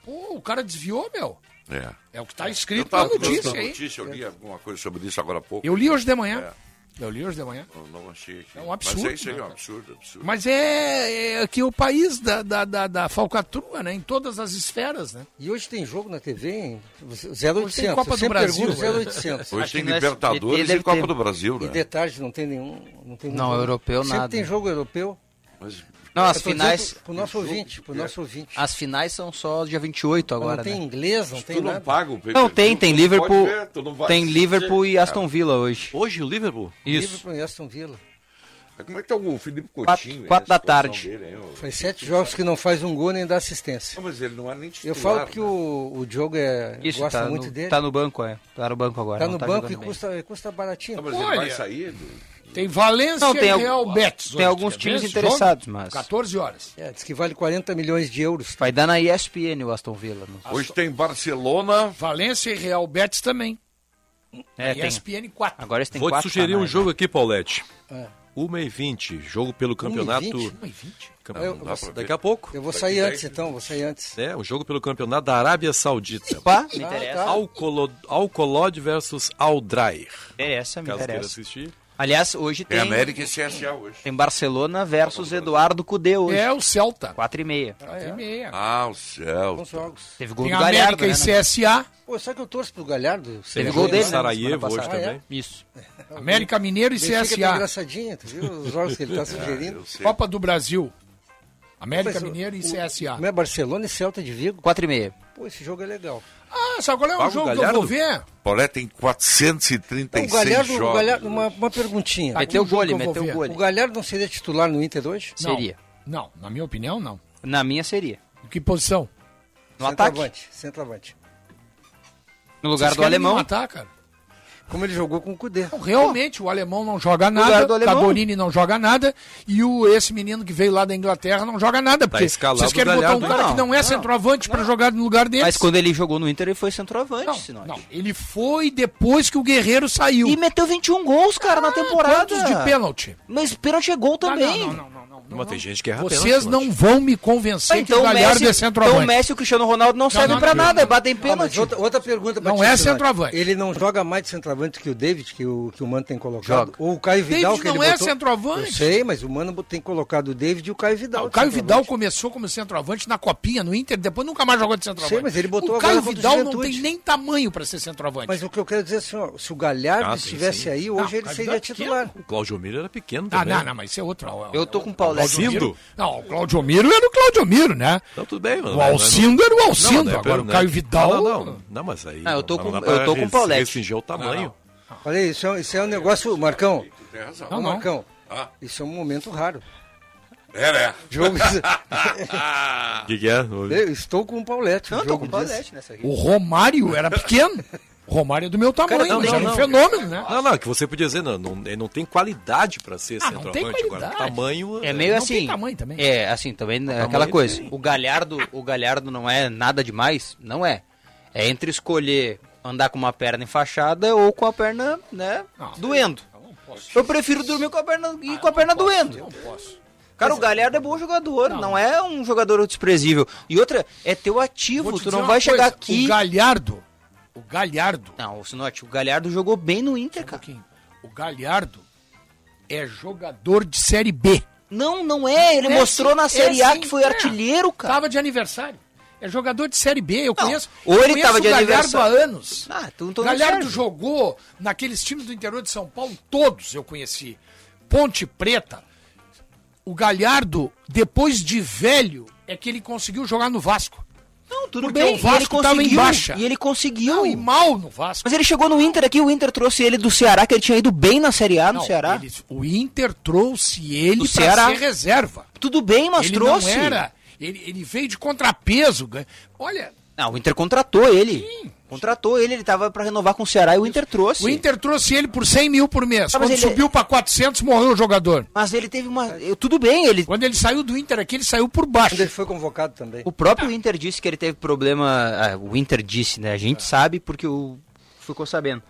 S5: pô, o cara desviou, meu.
S2: É.
S5: É o que tá escrito
S2: Eu tava
S5: na notícia
S2: procurando
S5: aí.
S2: notícia, eu li alguma coisa sobre isso agora há pouco. É.
S5: Eu li hoje de manhã. Eu li hoje de manhã.
S2: Não, não achei aqui.
S5: É um absurdo,
S2: Mas é isso aí,
S5: né?
S2: é um absurdo, absurdo.
S5: Mas é, é que o país da, da, da, da falcatrua, né? Em todas as esferas, né?
S4: E hoje tem jogo na TV, hein? 0800.
S5: Hoje tem Copa
S4: Eu
S5: do
S4: sempre
S5: Brasil.
S4: pergunto 0800.
S2: Hoje Acho tem que no
S6: é
S2: Libertadores SBT e Copa deve do ter. Brasil, né?
S4: E detalhes, não tem nenhum. Não, tem
S6: Não,
S4: nenhum.
S6: europeu
S4: sempre
S6: nada. né?
S4: tem jogo europeu.
S2: Mas...
S6: Não, as
S4: Eu tô
S6: finais.
S4: dizendo Pro nosso ouvinte,
S2: é.
S4: pro nosso ouvinte.
S6: As finais são só dia 28 agora.
S4: não tem
S6: né?
S4: inglês, não tem
S6: tu não
S4: nada.
S2: paga o
S6: Não, tem, tem Liverpool.
S4: pode ver, tu não vai
S6: tem
S4: assistir.
S6: Liverpool e Aston Villa hoje.
S8: Hoje o Liverpool?
S6: Isso.
S4: Liverpool e Aston Villa.
S2: Como é que tá o Felipe Coutinho?
S6: Quatro- quatro
S2: hein, a
S6: da tarde.
S2: situação dele, hein, ô?
S4: Faz sete jogos que não faz um gol nem dá assistência.
S2: mas ele não é nem titular.
S4: Eu falo que o, o Diogo é,
S6: Isso,
S4: gosta
S6: tá,
S4: muito
S6: no,
S4: dele.
S6: tá no banco, é. Tá no banco agora.
S4: Tá
S6: não
S4: no banco
S6: jogando
S4: e
S6: bem.
S4: custa, custa baratinho.
S8: Tá,
S2: Não, mas ele vai sair.
S5: Tem Valência
S6: Não, tem
S5: e
S6: al-
S5: Real Betis.
S6: tem
S5: hoje,
S6: alguns
S5: quer
S6: times
S5: ver esse
S6: interessados,
S5: jogo?
S6: mas-
S5: 14 horas.
S4: É, diz que vale 40 milhões de euros.
S6: Vai dar na ESPN o Aston Villa. não sei.
S2: Hoje tem Barcelona.
S5: Valência e Real Betis também.
S6: É, tem.
S5: ESPN 4.
S6: Agora eles têm
S8: Vou te
S6: quatro
S8: sugerir um
S6: canais, né?
S8: jogo aqui, Paulette.
S4: É.
S8: 1h20, jogo pelo campeonato.
S4: 1h20?
S8: Campe-
S4: Eu-
S8: não
S4: eu
S8: dá
S4: vou-
S8: pra ver. Daqui a pouco.
S4: Eu vou sair antes, então, vou sair antes.
S8: É, o jogo pelo campeonato da Arábia Saudita.
S6: Pá, me interessa.
S8: Alcolo- Alcolod versus Aldrair.
S6: Interessa, me
S8: Caso queira
S6: interessa.
S8: assistir.
S6: Aliás, hoje tem.
S8: Tem América e
S2: CSA hoje.
S6: Tem Barcelona versus Eduardo Cudê hoje.
S5: É, o Celta.
S6: 4 e meia.
S5: É. meia.
S2: Ah, o céu.
S4: jogos.
S6: Teve gol
S5: Tem
S6: do Galhardo,
S5: América e
S6: né,
S5: CSA.
S4: Pô, sabe que eu torço pro Galhardo?
S6: Teve gol dele, né, semana
S8: Sarajevo hoje
S4: Ah, é?
S6: passada. Ah, é?
S8: também.
S6: Isso.
S5: América Mineiro e
S4: Benfica tá
S5: CSA.
S4: engraçadinho, tu viu os jogos que ele
S8: É,
S4: tá sugerindo?
S5: Copa do Brasil. América
S4: Mas o-
S5: Mineiro e
S4: o-
S5: CSA.
S4: Não é Barcelona e Celta de Vigo?
S6: 4 e meia.
S4: Pô, esse jogo é legal.
S5: Ah, sabe
S4: um
S5: qual é o
S2: Pago
S5: jogo que eu
S2: Galhardo?
S5: vou ver?
S2: Paulé tem
S4: Então,
S2: 436
S4: o Galhardo,
S2: jogos.
S4: o Galhardo uma, uma perguntinha.
S5: Tá, Meteu um jogo gole, que eu vou meteu ver. gole.
S4: O Galhardo não seria titular no Inter hoje?
S5: Não. Não, na minha opinião, não.
S6: Na minha seria.
S5: Em que posição?
S6: No ataque.
S4: Centroavante, centroavante.
S6: No lugar
S5: Vocês
S6: do
S5: querem
S6: alemão.
S5: me matar, cara?
S4: Como ele jogou com o Cudê.
S5: Realmente, o alemão não joga
S6: lugar
S5: nada,
S6: do
S5: o
S6: alemão.
S5: Carbonini não joga nada, e o, esse menino que veio lá da Inglaterra não joga nada, porque
S8: escalado
S5: vocês querem
S8: o
S5: botar um
S8: Galhardo.
S5: cara que
S8: Não,
S5: não é centroavante pra jogar no lugar dele.
S6: Mas quando ele jogou no Inter, ele foi centroavante,
S5: Não,
S6: senão.
S5: não, ele foi depois que o Guerreiro saiu.
S6: E meteu 21 gols, cara, na temporada.
S5: Quantos de pênalti?
S6: Mas pênalti é gol também.
S5: não,
S8: Mas tem gente que erra
S5: Vocês não vão me convencer
S6: Ah,
S5: que
S6: então,
S5: o
S6: o
S5: Galhardo
S6: Messi,
S5: é centroavante.
S6: então o Messi e o Cristiano Ronaldo não, servem
S5: não,
S6: pra
S5: não.
S6: nada, batem
S4: Ah, mas
S6: pênalti.
S4: outra, outra pergunta pra
S5: Não
S4: ti,
S5: é
S4: Silvani.
S5: centroavante.
S4: assim, Ele não joga mais de centroavante que o David, que o, que o Mano tem colocado?
S5: Joga.
S4: Ou o Caio
S5: David
S4: Vidal, que
S5: não
S4: ele
S5: é
S4: botou?
S5: centroavante.
S4: Eu sei, mas o Mano tem colocado o David e o Caio Vidal.
S5: O Caio
S4: de
S5: Vidal começou como centroavante na copinha, no Inter, depois nunca mais jogou de centroavante.
S4: Sei, mas ele botou
S5: o
S4: agora
S5: Caio
S4: contra o
S5: Vidal não
S4: Juventude.
S5: tem nem tamanho pra ser centroavante.
S4: Mas o que eu quero dizer é assim, ó, se o Galhardo
S8: Ah, tem
S4: estivesse
S8: sim.
S4: aí,
S5: Não,
S4: hoje ele
S5: Caio
S4: seria
S5: Vidal é pequeno.
S4: titular.
S8: O Claudio Miro era pequeno
S5: Ah,
S8: também.
S5: não, não, mas isso é outro. ó, ó,
S6: Eu tô com o Paulo
S5: Alcindo? Não, o Claudio Miro era o Claudio Miro, né?
S8: Então tudo bem, mano.
S5: O Alcindo era o Alcindo,
S8: daí,
S5: agora
S8: pera-
S5: o Caio Vidal-
S8: é né? Não, não, não. Não, mas aí.
S6: Ah, eu tô
S8: não
S6: com-
S8: dá
S6: eu
S8: pra
S6: tô com o
S8: res-
S6: Paulette.
S8: restringir o tamanho.
S4: Olha aí, isso é, isso é um negócio, Marcão.
S2: Tem razão.
S4: Ô,
S2: Não, não.
S4: Marcão,
S2: Ah.
S4: isso é um momento raro.
S2: É, né?
S4: Jogo.
S8: O que, que é?
S4: Eu estou com o Paulette. Não, estou com o
S6: Paulette nessa
S5: O Romário era pequeno. O Romário é do meu tamanho,
S8: Cara, não,
S5: mas
S8: não,
S5: era um
S8: não.
S5: fenômeno, né?
S8: Não, não, que você podia dizer, não, não, ele não tem qualidade pra ser
S5: Ah, não
S8: centroavante.
S5: tem
S8: agora, Tá
S5: qualidade.
S8: tamanho.
S6: É meio
S5: Não
S6: assim.
S5: tem tamanho também.
S6: É, assim, também é aquela coisa.
S8: tem.
S6: O Galhardo, o Galhardo não é nada demais, não é. É entre escolher andar com uma perna enfaixada ou com a perna, né, doendo. Eu prefiro dormir com a perna e
S5: Ah,
S6: com a perna doendo. Cara, o Galhardo é bom jogador, não, é um jogador desprezível. E outra, é teu ativo,
S5: Vou
S6: tu
S5: te dizer
S6: não
S5: uma
S6: vai
S5: coisa,
S6: chegar aqui.
S5: O Galhardo, o Galhardo,
S6: Não, Sinote, o Galhardo jogou bem no Inter, cara.
S5: o Galhardo é jogador de Série B.
S6: Não, não é. Ele
S5: É
S6: mostrou
S5: sim,
S6: na
S5: é
S6: Série A
S5: sim,
S6: que foi
S5: é.
S6: artilheiro, cara.
S5: Tava de aniversário. É jogador de Série B, eu conheço.
S6: ou
S5: eu
S6: ele
S5: conheço
S6: tava de
S5: o Galhardo
S6: aniversário.
S5: há anos.
S6: Ah, tu não
S5: O
S6: tô
S5: Galhardo
S6: Sérgio.
S5: jogou naqueles times do interior de São Paulo, todos eu conheci. Ponte Preta. O Galhardo, depois de velho, é que ele conseguiu jogar no Vasco.
S6: Não, tudo
S5: Porque
S6: bem.
S5: o Vasco
S6: e ele
S5: tava em
S6: conseguiu.
S5: baixa.
S6: E ele conseguiu.
S5: E mal no Vasco.
S6: Mas ele chegou no Inter aqui, o Inter trouxe ele do Ceará, que ele tinha ido bem na Série A no
S5: Não,
S6: Ceará.
S5: ele- o Inter trouxe ele
S6: Do
S5: pra
S6: Ceará.
S5: ser reserva.
S6: Tudo bem, mas
S5: ele
S6: trouxe.
S5: não era. Ele, ele veio de contrapeso. ganha- Olha,
S6: Não, Ah, o Inter contratou ele. Contratou ele, ele tava pra renovar com o Ceará e o Inter trouxe.
S5: o Inter trouxe ele por 100 mil por mês.
S6: Ah, mas
S5: é, Quando
S6: ele-
S5: subiu pra 400, morreu o jogador.
S6: Mas ele teve uma. eu- Tudo bem, ele.
S5: Quando ele saiu do Inter aqui, ele saiu por baixo.
S4: Quando ele foi convocado também.
S6: O próprio Inter disse que ele teve problema. ah, o Inter disse, né? A
S5: É.
S6: gente sabe porque o. Ficou sabendo.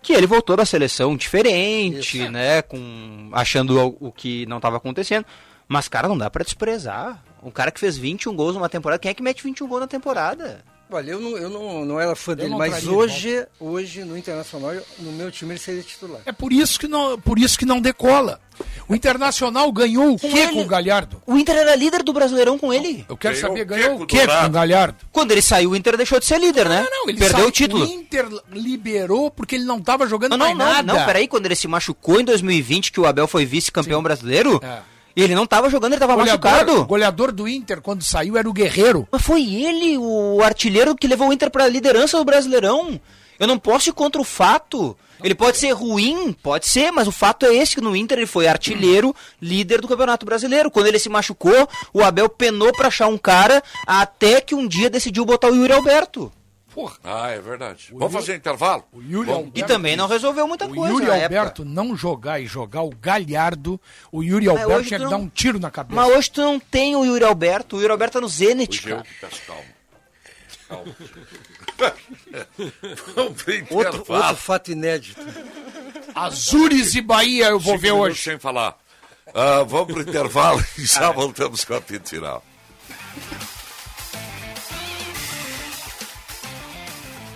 S6: Que ele voltou da seleção diferente, né? Com, achando o- o que não estava acontecendo. um Mas, cara, não dá pra desprezar. Um cara que fez 21 gols numa um temporada. Quem é que mete 21 gols na temporada?
S4: Olha, eu não, eu não, não era fã
S5: Eu
S4: dele,
S5: não
S4: mas
S5: traria de
S4: hoje, hoje no Internacional, eu- no meu time, ele seria titular.
S5: É por isso que não, por isso que não decola. O Internacional ganhou o quê com o Galhardo?
S6: O Inter era líder do Brasileirão com ele.
S5: Eu quero saber, ganhou o quê com o Galhardo?
S6: Quando ele saiu, o Inter deixou de ser líder, né?
S5: Não, ele
S6: Perdeu
S5: saiu-
S6: o título.
S5: O Inter liberou porque ele não estava jogando
S6: Não, não,
S5: mais
S6: não,
S5: nada.
S6: não, peraí, quando ele se machucou em 2020, que o Abel foi vice-campeão brasileiro,
S5: É.
S6: ele não tava jogando, ele tava
S5: Goleador,
S6: tá machucado.
S5: goleador do Inter, quando saiu, era o Guerreiro.
S6: Mas foi ele, o artilheiro que levou o Inter pra liderança do Brasileirão. Eu não posso ir contra o fato. Ele pode ser ruim, pode ser, mas o fato é esse que no Inter ele foi artilheiro, líder do Campeonato Brasileiro. Quando ele se machucou, o Abel penou pra achar um cara até que um dia decidiu botar o Yuri Alberto.
S2: Ah, é verdade. Vamos fazer um intervalo? O
S5: Yuri
S2: Vamos...
S6: E também não resolveu muita
S5: O
S6: coisa
S5: Yuri
S6: na
S5: Alberto não jogar e jogar o Galhardo, o Yuri
S6: Mas
S5: Alberto
S6: hoje
S5: tinha que
S6: tu
S5: dar
S6: não-
S5: um tiro na cabeça.
S6: Mas hoje tu não tem o Yuri Alberto. O Yuri Alberto tá no Zenit,
S2: Hoje
S8: é.
S2: eu
S6: cara.
S2: que peço calma. Calma.
S4: Outro,
S2: intervalo.
S4: outro fato inédito.
S5: Azures e Bahia eu vou
S2: Cinco
S5: ver
S2: minutos
S5: hoje.
S2: Sem falar. Ah, vamos pro intervalo e já voltamos com a apito final.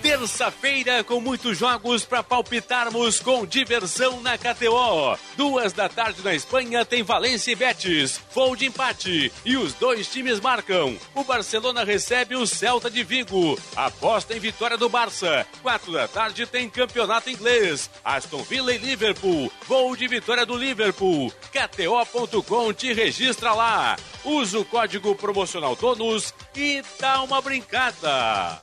S17: Terça-feira com muitos jogos para palpitarmos com diversão na KTO. Duas da tarde na Espanha tem Valência e Betis. Voo de empate e os dois times marcam. O Barcelona recebe o Celta de Vigo. Aposta em vitória do Barça. Quatro da tarde tem campeonato inglês. Aston Villa e Liverpool. Voo de vitória do Liverpool. KTO.com te registra lá. Usa o código promocional TONUS e dá uma brincada.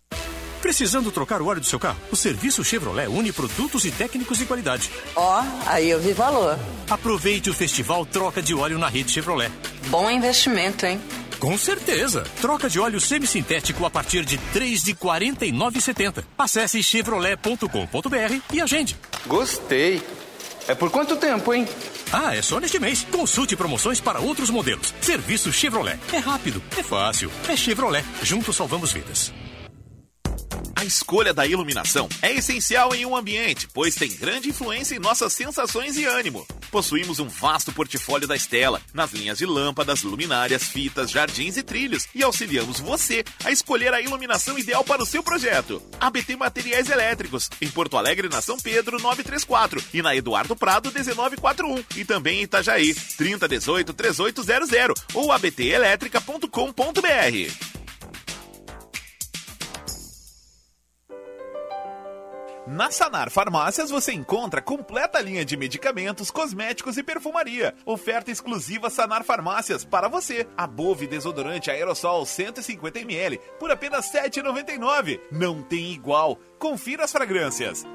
S18: Precisando trocar o óleo do seu carro? O serviço Chevrolet une produtos e técnicos de qualidade.
S19: Ó, aí eu vi valor.
S18: Aproveite o festival Troca de Óleo na rede Chevrolet.
S19: Bom investimento, hein?
S18: Com certeza! Troca de óleo semissintético a partir de 3 de 49,70. Acesse chevrolet.com.br e agende. Gostei! É por quanto tempo, hein? Ah, é só neste mês. Consulte promoções para outros modelos. Serviço Chevrolet. É rápido, é fácil, é Chevrolet. Juntos salvamos vidas.
S14: A escolha da iluminação é essencial em um ambiente, pois tem grande influência em nossas sensações e ânimo. Possuímos um vasto portfólio da Estela, nas linhas de lâmpadas, luminárias, fitas, jardins e trilhos, e auxiliamos você a escolher a iluminação ideal para o seu projeto. ABT Materiais Elétricos, em Porto Alegre, na São Pedro, 934, e na Eduardo Prado, 1941, e também em Itajaí, 3018 3800, ou abtelétrica.com.br.
S20: Na Sanar Farmácias você encontra completa linha de medicamentos, cosméticos e perfumaria. Oferta exclusiva Sanar Farmácias para você. A Bove Desodorante Aerosol 150ml por apenas R$ 7,99. Não tem igual. Confira as fragrâncias.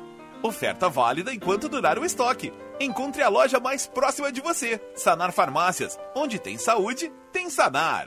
S20: Oferta válida enquanto durar o estoque. Encontre a loja mais próxima de você. Sanar Farmácias. Onde tem saúde, tem Sanar.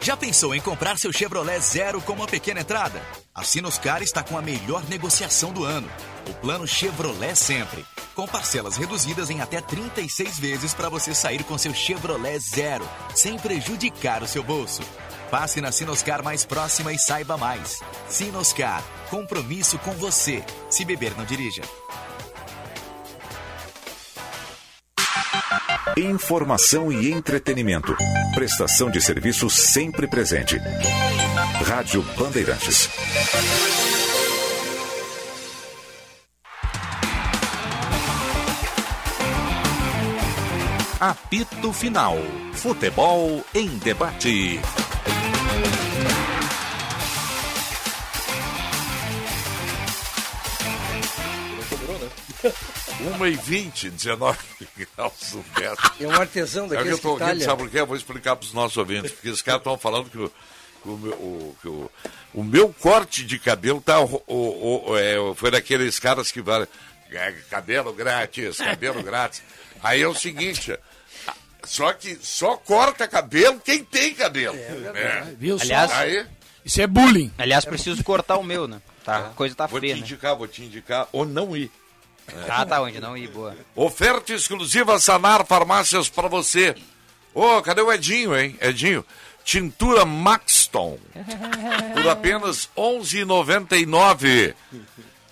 S21: Já pensou em comprar seu Chevrolet Zero com uma pequena entrada? A Sinoscar está com a melhor negociação do ano. O plano Chevrolet Sempre. Com parcelas reduzidas em até 36 vezes para você sair com seu Chevrolet Zero, sem prejudicar o seu bolso. Passe na Sinoscar mais próxima e saiba mais. Sinoscar, compromisso com você. Se beber, não dirija.
S16: Informação e entretenimento. Prestação de serviço sempre presente. Rádio Bandeirantes.
S12: Apito Final. Futebol em debate.
S2: Sobrou, né? 1 e 20, 19 graus o metro.
S4: É um artesão
S2: É que
S4: daqueles
S2: eu
S4: que,
S2: tô aqui,
S4: talha.
S2: sabe por quê? Eu vou explicar para os nossos ouvintes, porque esses caras estão falando que, o, que o meu- o- que o- o meu corte de cabelo tá, o- o- o- é, foi daqueles caras que falam, "É, cabelo grátis, cabelo grátis. Aí é o seguinte, só que só corta cabelo quem tem
S4: É
S2: cabelo.
S5: É,
S6: verdade.
S2: né?
S6: Viu só? Aliás-
S2: Aí,
S5: Isso é bullying.
S6: Aliás, preciso cortar o meu, né? Tá, a coisa tá
S2: É. vou
S6: feia,
S2: te
S6: né?
S2: indicar, vou te indicar, ou não ir.
S6: Tá, tá onde? Não, e boa.
S2: Oferta exclusiva Sanar Farmácias para você. Ô, cadê o Edinho, hein? Edinho, tintura Maxton por apenas R$ 11,99,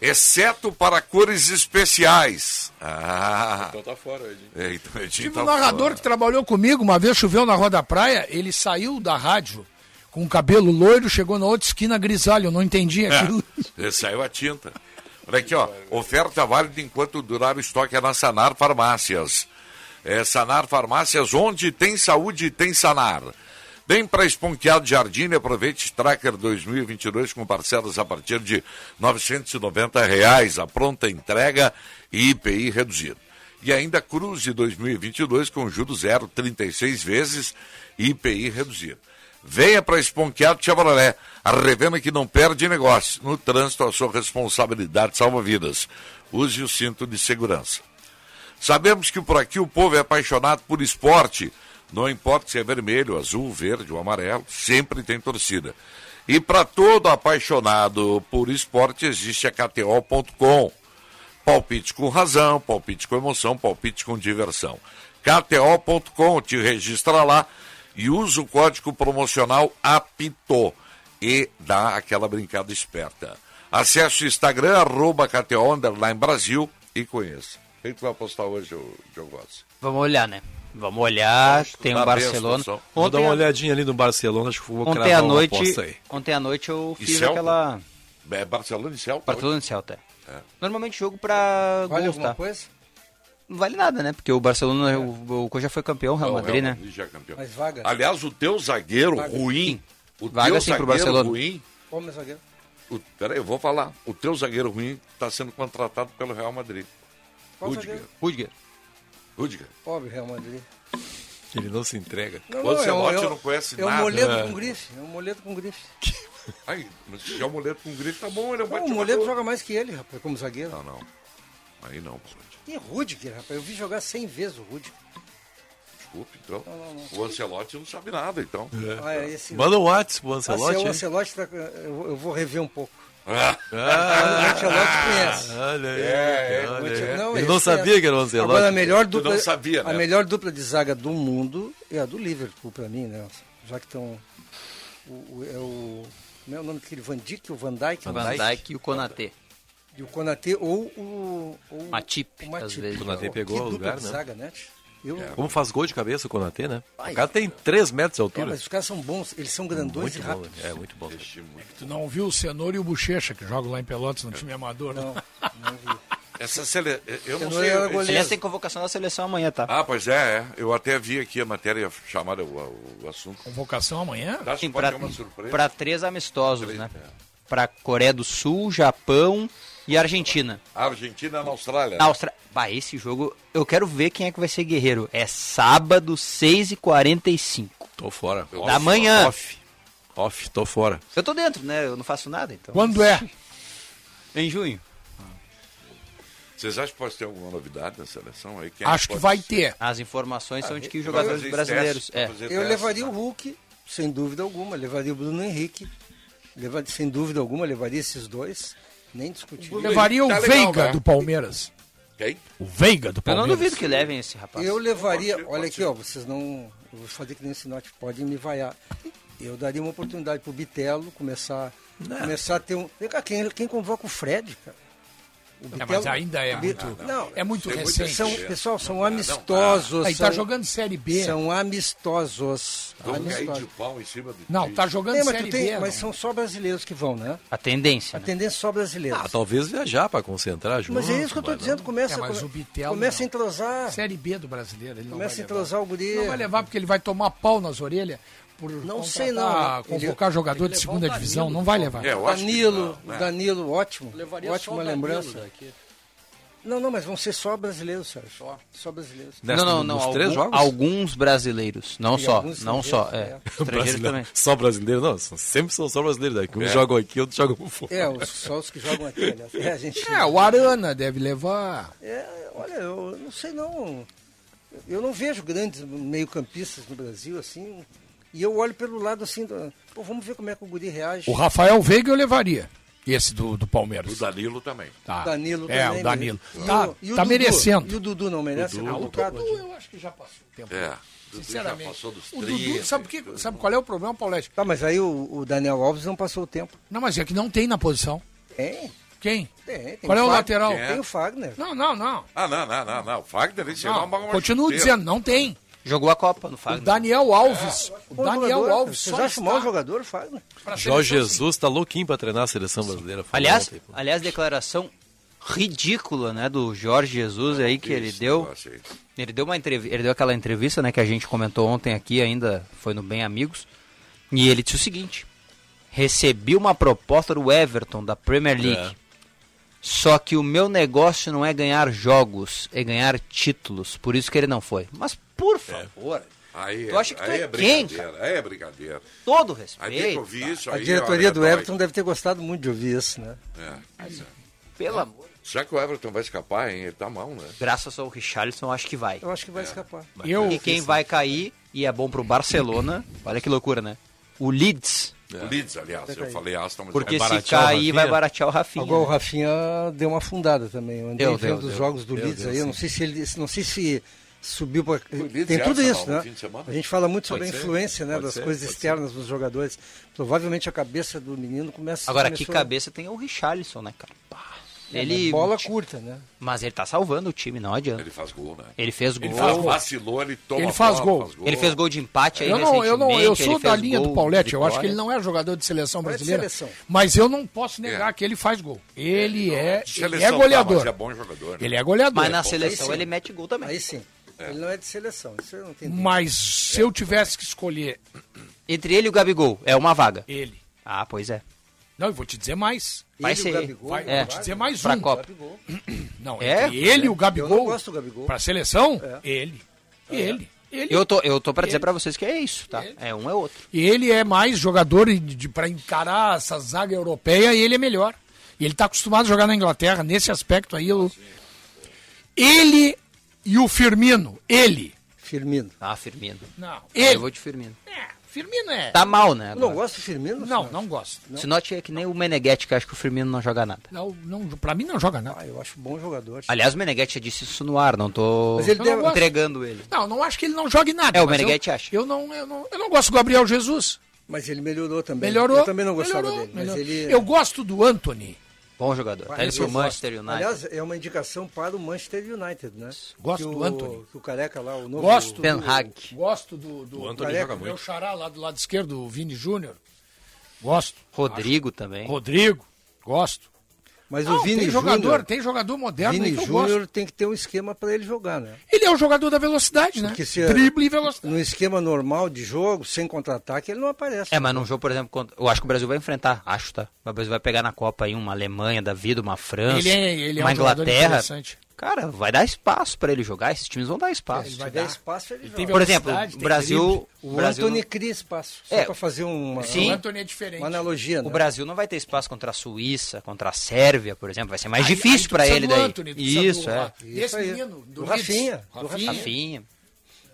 S2: exceto para cores especiais. Ah,
S8: Então tá fora, Edinho. Tipo
S2: é, então, Edinho
S5: Tive
S2: tá
S5: um narrador
S2: fora.
S5: que trabalhou comigo, uma vez choveu na Rua da Praia, ele saiu da rádio com o cabelo loiro, chegou na outra esquina grisalho, eu não entendi aquilo.
S2: É, ele saiu a tinta. Olha aqui, ó. Oferta válida enquanto durar o estoque é na Sanar Farmácias. É Sanar Farmácias, onde tem saúde, tem Sanar. Vem para Esponqueado Jardim e aproveite Tracker 2022 com parcelas a partir de R$ 990 reais, a pronta entrega e IPI reduzido. E ainda Cruze 2022 com juros zero, 36 vezes e IPI reduzido. Venha para Esponqueado Chevrolet, a revenda que não perde negócio. No trânsito, a sua responsabilidade salva vidas. Use o cinto de segurança. Sabemos que por aqui o povo é apaixonado por esporte. Não importa se é vermelho, azul, verde ou amarelo, sempre tem torcida. E para todo apaixonado por esporte, existe a KTO.com. Palpite com razão, palpite com emoção, palpite com diversão. KTO.com, te registra lá e usa o código promocional APITO e dá aquela brincada esperta. Acesse o Instagram, arroba KTO, underline Brasil e conheça. O que tu vai postar hoje, ô Diogo Rossi?
S6: Vamos olhar, né? Vamos olhar, tem um
S2: Tá bem a
S6: Barcelona.
S2: situação.
S8: Vou dar uma
S6: à-
S8: olhadinha ali no Barcelona, acho que vou
S6: ontem
S8: cravar
S6: à
S8: uma
S6: noite,
S8: aposta aí.
S6: ontem à noite eu
S8: E
S6: fiz
S8: Celta?
S6: aquela
S2: É Barcelona e Celta? É.
S6: Barcelona e Celta. é. Normalmente jogo pra
S4: Vale
S6: gols,
S4: alguma
S6: tá?
S4: coisa?
S6: Não vale nada, né? Porque o Barcelona, o, o, já foi campeão, o Real
S2: Não,
S6: Madrid, né?
S2: já é campeão.
S4: Mas vaga.
S2: Aliás, o teu zagueiro ruim, o
S6: Vaga
S2: teu
S6: sim pro
S2: zagueiro
S6: Barcelona.
S2: ruim,
S4: Qual o meu zagueiro?
S2: o, peraí, eu vou falar, o teu zagueiro ruim está sendo contratado pelo Real Madrid.
S4: Qual
S2: Rudiger.
S4: zagueiro?
S6: Rudiger.
S2: Rudiger.
S4: Pobre Real Madrid.
S8: Ele não se entrega.
S4: Não,
S2: Quando
S4: não,
S2: você
S4: é um-
S2: bote,
S4: é um-
S2: não conhece
S4: É um
S2: nada.
S4: moleto
S2: É.
S4: com grife. É um moleto com grife.
S2: Ai, mas se é um moleto com grife, tá bom, ele é um
S4: Pô, o
S2: bate
S4: moleto joga mais que ele, rapaz, como zagueiro.
S2: Não, não. Aí não, pô.
S4: E Rudiger, rapaz. Eu vi jogar 100 vezes o Rudiger.
S2: Desculpa, então.
S4: Não, não, não.
S2: O Ancelotti não sabe nada, então.
S4: Ah, é esse-
S8: Manda um WhatsApp pro
S4: Ah, se é
S8: Ancelotti.
S4: o
S8: hein?
S4: Ancelotti, tá- eu eu vou rever um pouco.
S2: Ah.
S4: o Ancelotti conhece.
S8: Olha aí,
S4: É,
S8: olha
S4: o Ancelotti-
S8: aí.
S4: não,
S8: Ele
S4: ele
S8: não sabia que era o Ancelotti.
S4: Agora, a melhor
S8: Tu não
S4: dupla,
S8: sabia, né?
S4: a melhor dupla de zaga do mundo é a do Liverpool, pra mim, né? Já que estão... O, o- é o... Como é o nome daquele? Van Dijk, o Van Dijk?
S6: Van Dijk e o Konaté.
S4: E o Konaté ou o... Ou
S6: Matip,
S4: o
S6: às vezes.
S8: O Konaté
S4: Pô,
S8: pegou
S4: que
S8: o
S4: dupla
S8: lugar,
S4: de
S8: né?
S4: zaga, né? Eu,
S8: Como faz gol de cabeça o Konatê, né?
S4: Ai,
S8: o cara tem 3 metros de
S4: É,
S8: altura.
S4: mas os caras são bons, eles são grandões
S8: muito
S4: e
S8: bom,
S4: rápidos.
S8: é muito bom.
S5: Tu não viu o Cenoura e o Bochecha, que jogam lá em Pelotas no time amador, né?
S4: não?
S2: Essa sele... Eu
S5: Cenoura
S2: não sei.
S5: era
S2: esse-
S6: Aliás, tem convocação da seleção amanhã, tá?
S2: Ah, pois é, é. Eu até vi aqui a matéria chamada, o, o assunto.
S5: Convocação amanhã?
S2: Acho que
S6: Sim,
S2: pode
S6: pra,
S2: ter uma surpresa. é.
S6: pra três amistosos, né? Pra Coreia do Sul, Japão e Argentina.
S2: A Argentina na Austrália.
S8: É.
S6: Na Austrália. Bah, esse jogo, eu quero ver quem é que vai ser guerreiro. É sábado, 6h45.
S8: Tô fora.
S6: Da manhã.
S8: Off. Off, tô fora.
S6: Eu tô dentro, né? Eu não faço nada, então.
S5: Quando é?
S6: Em junho.
S2: Vocês acham que pode ter alguma novidade na seleção aí? Quem é
S5: Acho que
S2: pode
S5: vai
S2: ser?
S5: ter.
S6: As informações são de que os
S2: vai
S6: jogadores
S2: fazer
S6: brasileiros.
S2: teste, vai
S6: é.
S2: fazer
S4: Eu levaria o Hulk, sem dúvida alguma, levaria o Bruno Henrique, levaria, sem dúvida alguma, levaria esses dois, nem discutir.
S5: Levaria o
S2: Tá
S8: Tá
S5: Veiga
S2: né?
S5: do Palmeiras.
S2: Quem?
S5: O Veiga do
S6: Eu
S5: Palmeiras.
S6: não duvido que levem esse rapaz.
S4: Eu levaria, olha aqui, ó, vocês não. Eu vou fazer que nem esse note, podem me vaiar. Eu daria uma oportunidade pro Bitelo começar, começar a ter um. Vem cá, quem, quem convoca o Fred, cara?
S5: É, mas ainda é muito- é muito
S4: são-
S5: recente.
S4: são- pessoal, são
S5: Não dá, não dá.
S4: amistosos.
S5: Aí tá
S4: são-
S5: jogando Série B.
S4: São amistosos.
S2: Vão cair de
S4: amistosos.
S2: pau é em cima do
S5: Não,
S2: time.
S5: tá jogando
S4: Não, mas tu
S5: Série
S4: tem-
S5: B, não.
S4: Mas são só brasileiros que vão, né?
S6: A tendência.
S4: A tendência é só brasileiros.
S8: Ah, talvez viajar para concentrar junto.
S4: Mas é isso que eu tô
S8: mas
S4: dizendo,
S8: não.
S4: começa,
S5: É, mas
S4: come-
S5: o Bitel
S4: começa
S5: não.
S4: a entrosar.
S5: Série B do brasileiro. Ele não
S4: Começa
S5: vai
S4: a entrosar
S5: levar.
S4: o guri.
S5: Não vai levar porque ele vai tomar pau nas orelhas por
S4: Não
S5: contratar,
S4: sei não.
S5: Ah, convocar
S4: Ele-
S5: jogador de segunda divisão. Não vai levar.
S6: É,
S4: Danilo,
S6: né?
S4: Danilo, ótimo.
S7: Levaria só o
S4: ótima
S7: Danilo
S4: lembrança.
S7: daqui.
S4: Não, não, mas vão ser só brasileiros, Sérgio. Só, só brasileiros.
S6: não, não, não.
S8: nos três
S6: algum-
S8: jogos?
S6: Alguns brasileiros. Não
S4: E
S6: só.
S4: alguns
S6: Não só.
S4: estrangeiros,
S6: É.
S4: é.
S6: Estrangeiros
S8: Brasileiro-
S6: também.
S8: Só brasileiro, não. são- Sempre são só brasileiros. Daqui um
S5: É.
S8: joga aqui, outro joga fora.
S4: É, os, só os que jogam aqui, aliás. É, a gente...
S5: É, o Arana deve levar.
S4: É, olha, eu não sei não. Eu não vejo grandes meio-campistas no Brasil, assim. E eu olho pelo lado assim, do- pô, vamos ver como é que o Guri reage.
S5: O Rafael Veiga eu levaria. Esse do, do Palmeiras.
S2: O Danilo também.
S5: Tá.
S4: Danilo
S5: É,
S4: também,
S5: o Danilo.
S4: mas-
S5: Tá-
S4: E o- e o
S5: tá
S4: Dudu?
S5: merecendo.
S4: E o Dudu não merece? Tá
S5: Dudu.
S4: ser convocado?
S5: Ah, o Dudu eu acho que já passou.
S2: É.
S5: Sinceramente.
S2: Já passou dos
S5: O
S2: 30.
S5: Dudu, sabe, por quê? sabe qual é o problema, Paulete?
S4: Tá, mas aí o, o Daniel Alves não passou o tempo.
S5: Não, mas é que não tem na posição.
S4: Tem?
S5: Quem?
S4: Tem, tem
S5: Qual é o
S4: Fag-
S5: lateral?
S4: Tem o Fagner.
S5: Não, não, não.
S2: Ah, não, não, não, não. O Fagner, ele chegou
S5: Não,
S2: a uma uma
S5: continuo
S2: chuteira.
S5: dizendo, não tem.
S6: Jogou a Copa no
S5: O Daniel Alves. O
S4: Bom
S5: Daniel
S4: jogador,
S5: Alves
S4: Vocês
S5: só
S4: acham
S5: está-
S4: mau jogador, o Fagner?
S8: Jorge
S4: assim.
S8: Jesus tá louquinho para treinar a seleção brasileira. Falou
S6: Aliás,
S8: ontem.
S6: aliás, declaração ridícula, né, do Jorge Jesus aí que ele deu. Ele deu uma entrevista, ele deu aquela entrevista, né, que a gente comentou ontem aqui ainda, foi no Bem Amigos, e ele disse o seguinte: "Recebi uma proposta do Everton da Premier
S2: É.
S6: League. Só que o meu negócio não é ganhar jogos, é ganhar títulos. Por isso que ele não foi. Mas por favor,
S2: Aí,
S6: Tu
S2: é-
S6: acha que tu
S2: aí
S6: é
S2: é
S6: quem,
S2: brincadeira. Aí é brincadeira.
S6: todo
S2: Aí tem que
S6: respeito.
S2: ouvir isso
S4: A
S2: aí.
S4: diretoria
S2: olha,
S4: do
S2: dói.
S4: Everton deve ter gostado muito de ouvir isso, né?
S2: É, pois é.
S6: Pelo
S2: Ah,
S6: amor.
S2: Será que o Everton vai escapar, hein? Ele tá mal, né? É.
S6: Graças ao Richarlison, acho que vai.
S4: Eu acho que vai escapar.
S6: E quem vai cair, e é bom pro Barcelona, olha que loucura, né? O Leeds.
S2: É. O Leeds, aliás,
S6: Vai
S2: eu
S6: cair.
S2: falei Aston, mas é né?
S6: Porque
S2: vai
S6: se
S2: baratear o
S6: cair, vai
S2: Rafinha.
S6: baratear o Rafinha. né?
S4: Agora o Rafinha deu uma afundada também. Eu andei
S6: Deu, deu,
S4: vendo os
S6: deu.
S4: jogos do
S6: Deu,
S4: Leeds
S6: deu,
S4: aí. Eu
S6: sim.
S4: não sei se ele não sei se subiu para
S2: Leeds
S4: tem
S2: e
S4: tudo
S2: Arsenal
S4: isso,
S2: no
S4: né?
S2: fim de semana?
S4: A gente fala muito sobre
S2: Pode
S4: a
S2: ser,
S4: influência, né,
S2: pode
S4: das
S2: ser,
S4: coisas
S2: pode
S4: externas dos jogadores. Provavelmente a cabeça do menino começa
S6: Agora, que
S4: começou-
S6: cabeça tem o Richarlison, né, cara? Pá.
S4: É,
S6: Ele,
S4: mas bola curta, né?
S6: Mas ele tá salvando o time, não adianta. Ele
S2: faz gol, né?
S6: Ele fez gol.
S2: Ele faz- vacilou, ele toma
S5: Ele faz
S2: bola,
S5: gol.
S6: Ele fez gol de empate aí
S5: Eu não, eu não, eu
S6: recentemente,
S5: sou
S6: ele
S5: da
S6: fez
S5: linha
S6: gol
S5: do
S6: de
S5: Paulette, eu acho
S6: vitória.
S5: que ele não é jogador de seleção
S6: Não é de
S5: brasileira.
S6: seleção.
S5: Mas eu não posso negar que ele faz gol. Ele é,
S2: De
S5: ele
S2: seleção,
S5: é
S2: tá,
S5: goleador.
S2: mas é bom jogador. né?
S5: Ele é goleador.
S6: Mas na
S5: Aí
S6: seleção
S5: sim.
S6: ele mete gol também.
S4: Aí sim. Ele não é de seleção, isso eu não tem dúvida.
S5: Mas se eu tivesse que escolher
S6: Entre ele e o Gabigol, é uma vaga.
S5: Ele.
S6: Ah, pois é.
S5: Não, eu vou te dizer mais.
S6: Vai Ele e o ser. Gabigol,
S5: Vai-
S6: é.
S5: Vou te dizer mais
S6: Pra
S5: um.
S6: Copa.
S5: Não,
S6: É?
S5: é? ele e o Gabigol.
S4: Eu não gosto do Gabigol. É.
S5: Pra seleção, ele. Ele. Ele.
S6: Eu tô, eu tô pra dizer pra vocês que é isso, tá? É um é outro.
S5: E ele é mais jogador de, de, para encarar essa zaga europeia e ele é melhor. E ele está acostumado a jogar na Inglaterra, nesse aspecto aí. eu- Ele e o Firmino, ele.
S4: Firmino.
S6: Ah, Firmino.
S5: Não,
S6: Eu
S5: ele.
S6: vou de Firmino.
S5: Firmino é.
S6: Tá mal, né?
S5: Não
S4: gosto do Firmino?
S5: Não, não gosto.
S6: Se note é que nem o Meneghetti, que acha que o Firmino não joga nada.
S5: Não, não, pra mim não joga nada.
S4: Ah, eu acho bom jogador.
S6: Aliás, o Meneghetti já disse isso no ar, não tô
S5: Mas ele
S6: não
S5: deve-
S6: entregando ele.
S5: Não, não acho que ele não jogue nada.
S6: É, o
S5: mas
S6: Meneghetti
S5: eu,
S6: acha.
S5: Eu não, eu, não, eu não gosto do Gabriel Jesus.
S4: Mas ele melhorou também.
S5: Melhorou.
S4: Eu também não gostava
S5: melhorou,
S4: dele, mas
S5: melhorou.
S4: ele- é-
S5: Eu gosto do Anthony.
S6: Bom jogador. Tá indo
S4: Aliás,
S6: pro Manchester United.
S4: Aliás, é uma indicação para o Manchester United, né?
S5: Gosto
S4: que
S5: do
S4: o,
S5: Anthony.
S4: Que o careca lá, o novo...
S5: Gosto
S6: Ten
S5: do-
S6: Hag.
S5: Gosto do, do
S6: O Antony
S5: careca, é um
S6: joga muito.
S5: meu xará lá do lado esquerdo, o Vini Júnior. Gosto.
S6: Rodrigo também.
S5: Rodrigo, gosto.
S4: Mas
S5: Não,
S4: o Vini
S5: tem jogador,
S4: Júnior-
S5: tem jogador moderno aí
S4: Vini
S5: que eu
S4: Júnior
S5: gosto.
S4: tem que ter um esquema para ele jogar, né?
S5: Ele é o jogador da velocidade, né?
S4: Porque se é
S5: Drible e velocidade.
S4: No esquema normal de jogo, sem contra-ataque, ele não aparece.
S6: É, mas num jogo, por exemplo, contra- eu acho que o Brasil vai enfrentar, acho, tá? O Brasil vai pegar na Copa aí uma Alemanha da vida, uma França,
S5: Ele é- ele é
S6: uma
S5: um jogador
S6: Inglaterra.
S5: interessante.
S6: Cara, vai dar espaço pra ele jogar, esses times vão dar espaço.
S4: Se tiver espaço, ele,
S6: tem
S4: joga.
S6: Por exemplo, velocidade, o tem Brasil- drible. o
S4: O
S6: Brasil
S4: Anthony
S6: não-
S4: cria espaço.
S6: É.
S4: Só para fazer uma...
S6: Sim. O
S5: Antony é diferente.
S4: Uma analogia, né?
S6: O Brasil não vai ter espaço contra a Suíça, contra a Sérvia, por exemplo, vai ser mais
S5: Aí- aí
S6: difícil
S5: tu
S6: pra
S5: precisa
S6: ele
S5: do
S6: daí.
S5: Antony, tu precisa
S6: Isso,
S5: do-
S6: é.
S5: Esse Isso aí. menino, do
S4: Do Rafinha.
S5: Do Rafinha.
S6: Rafinha.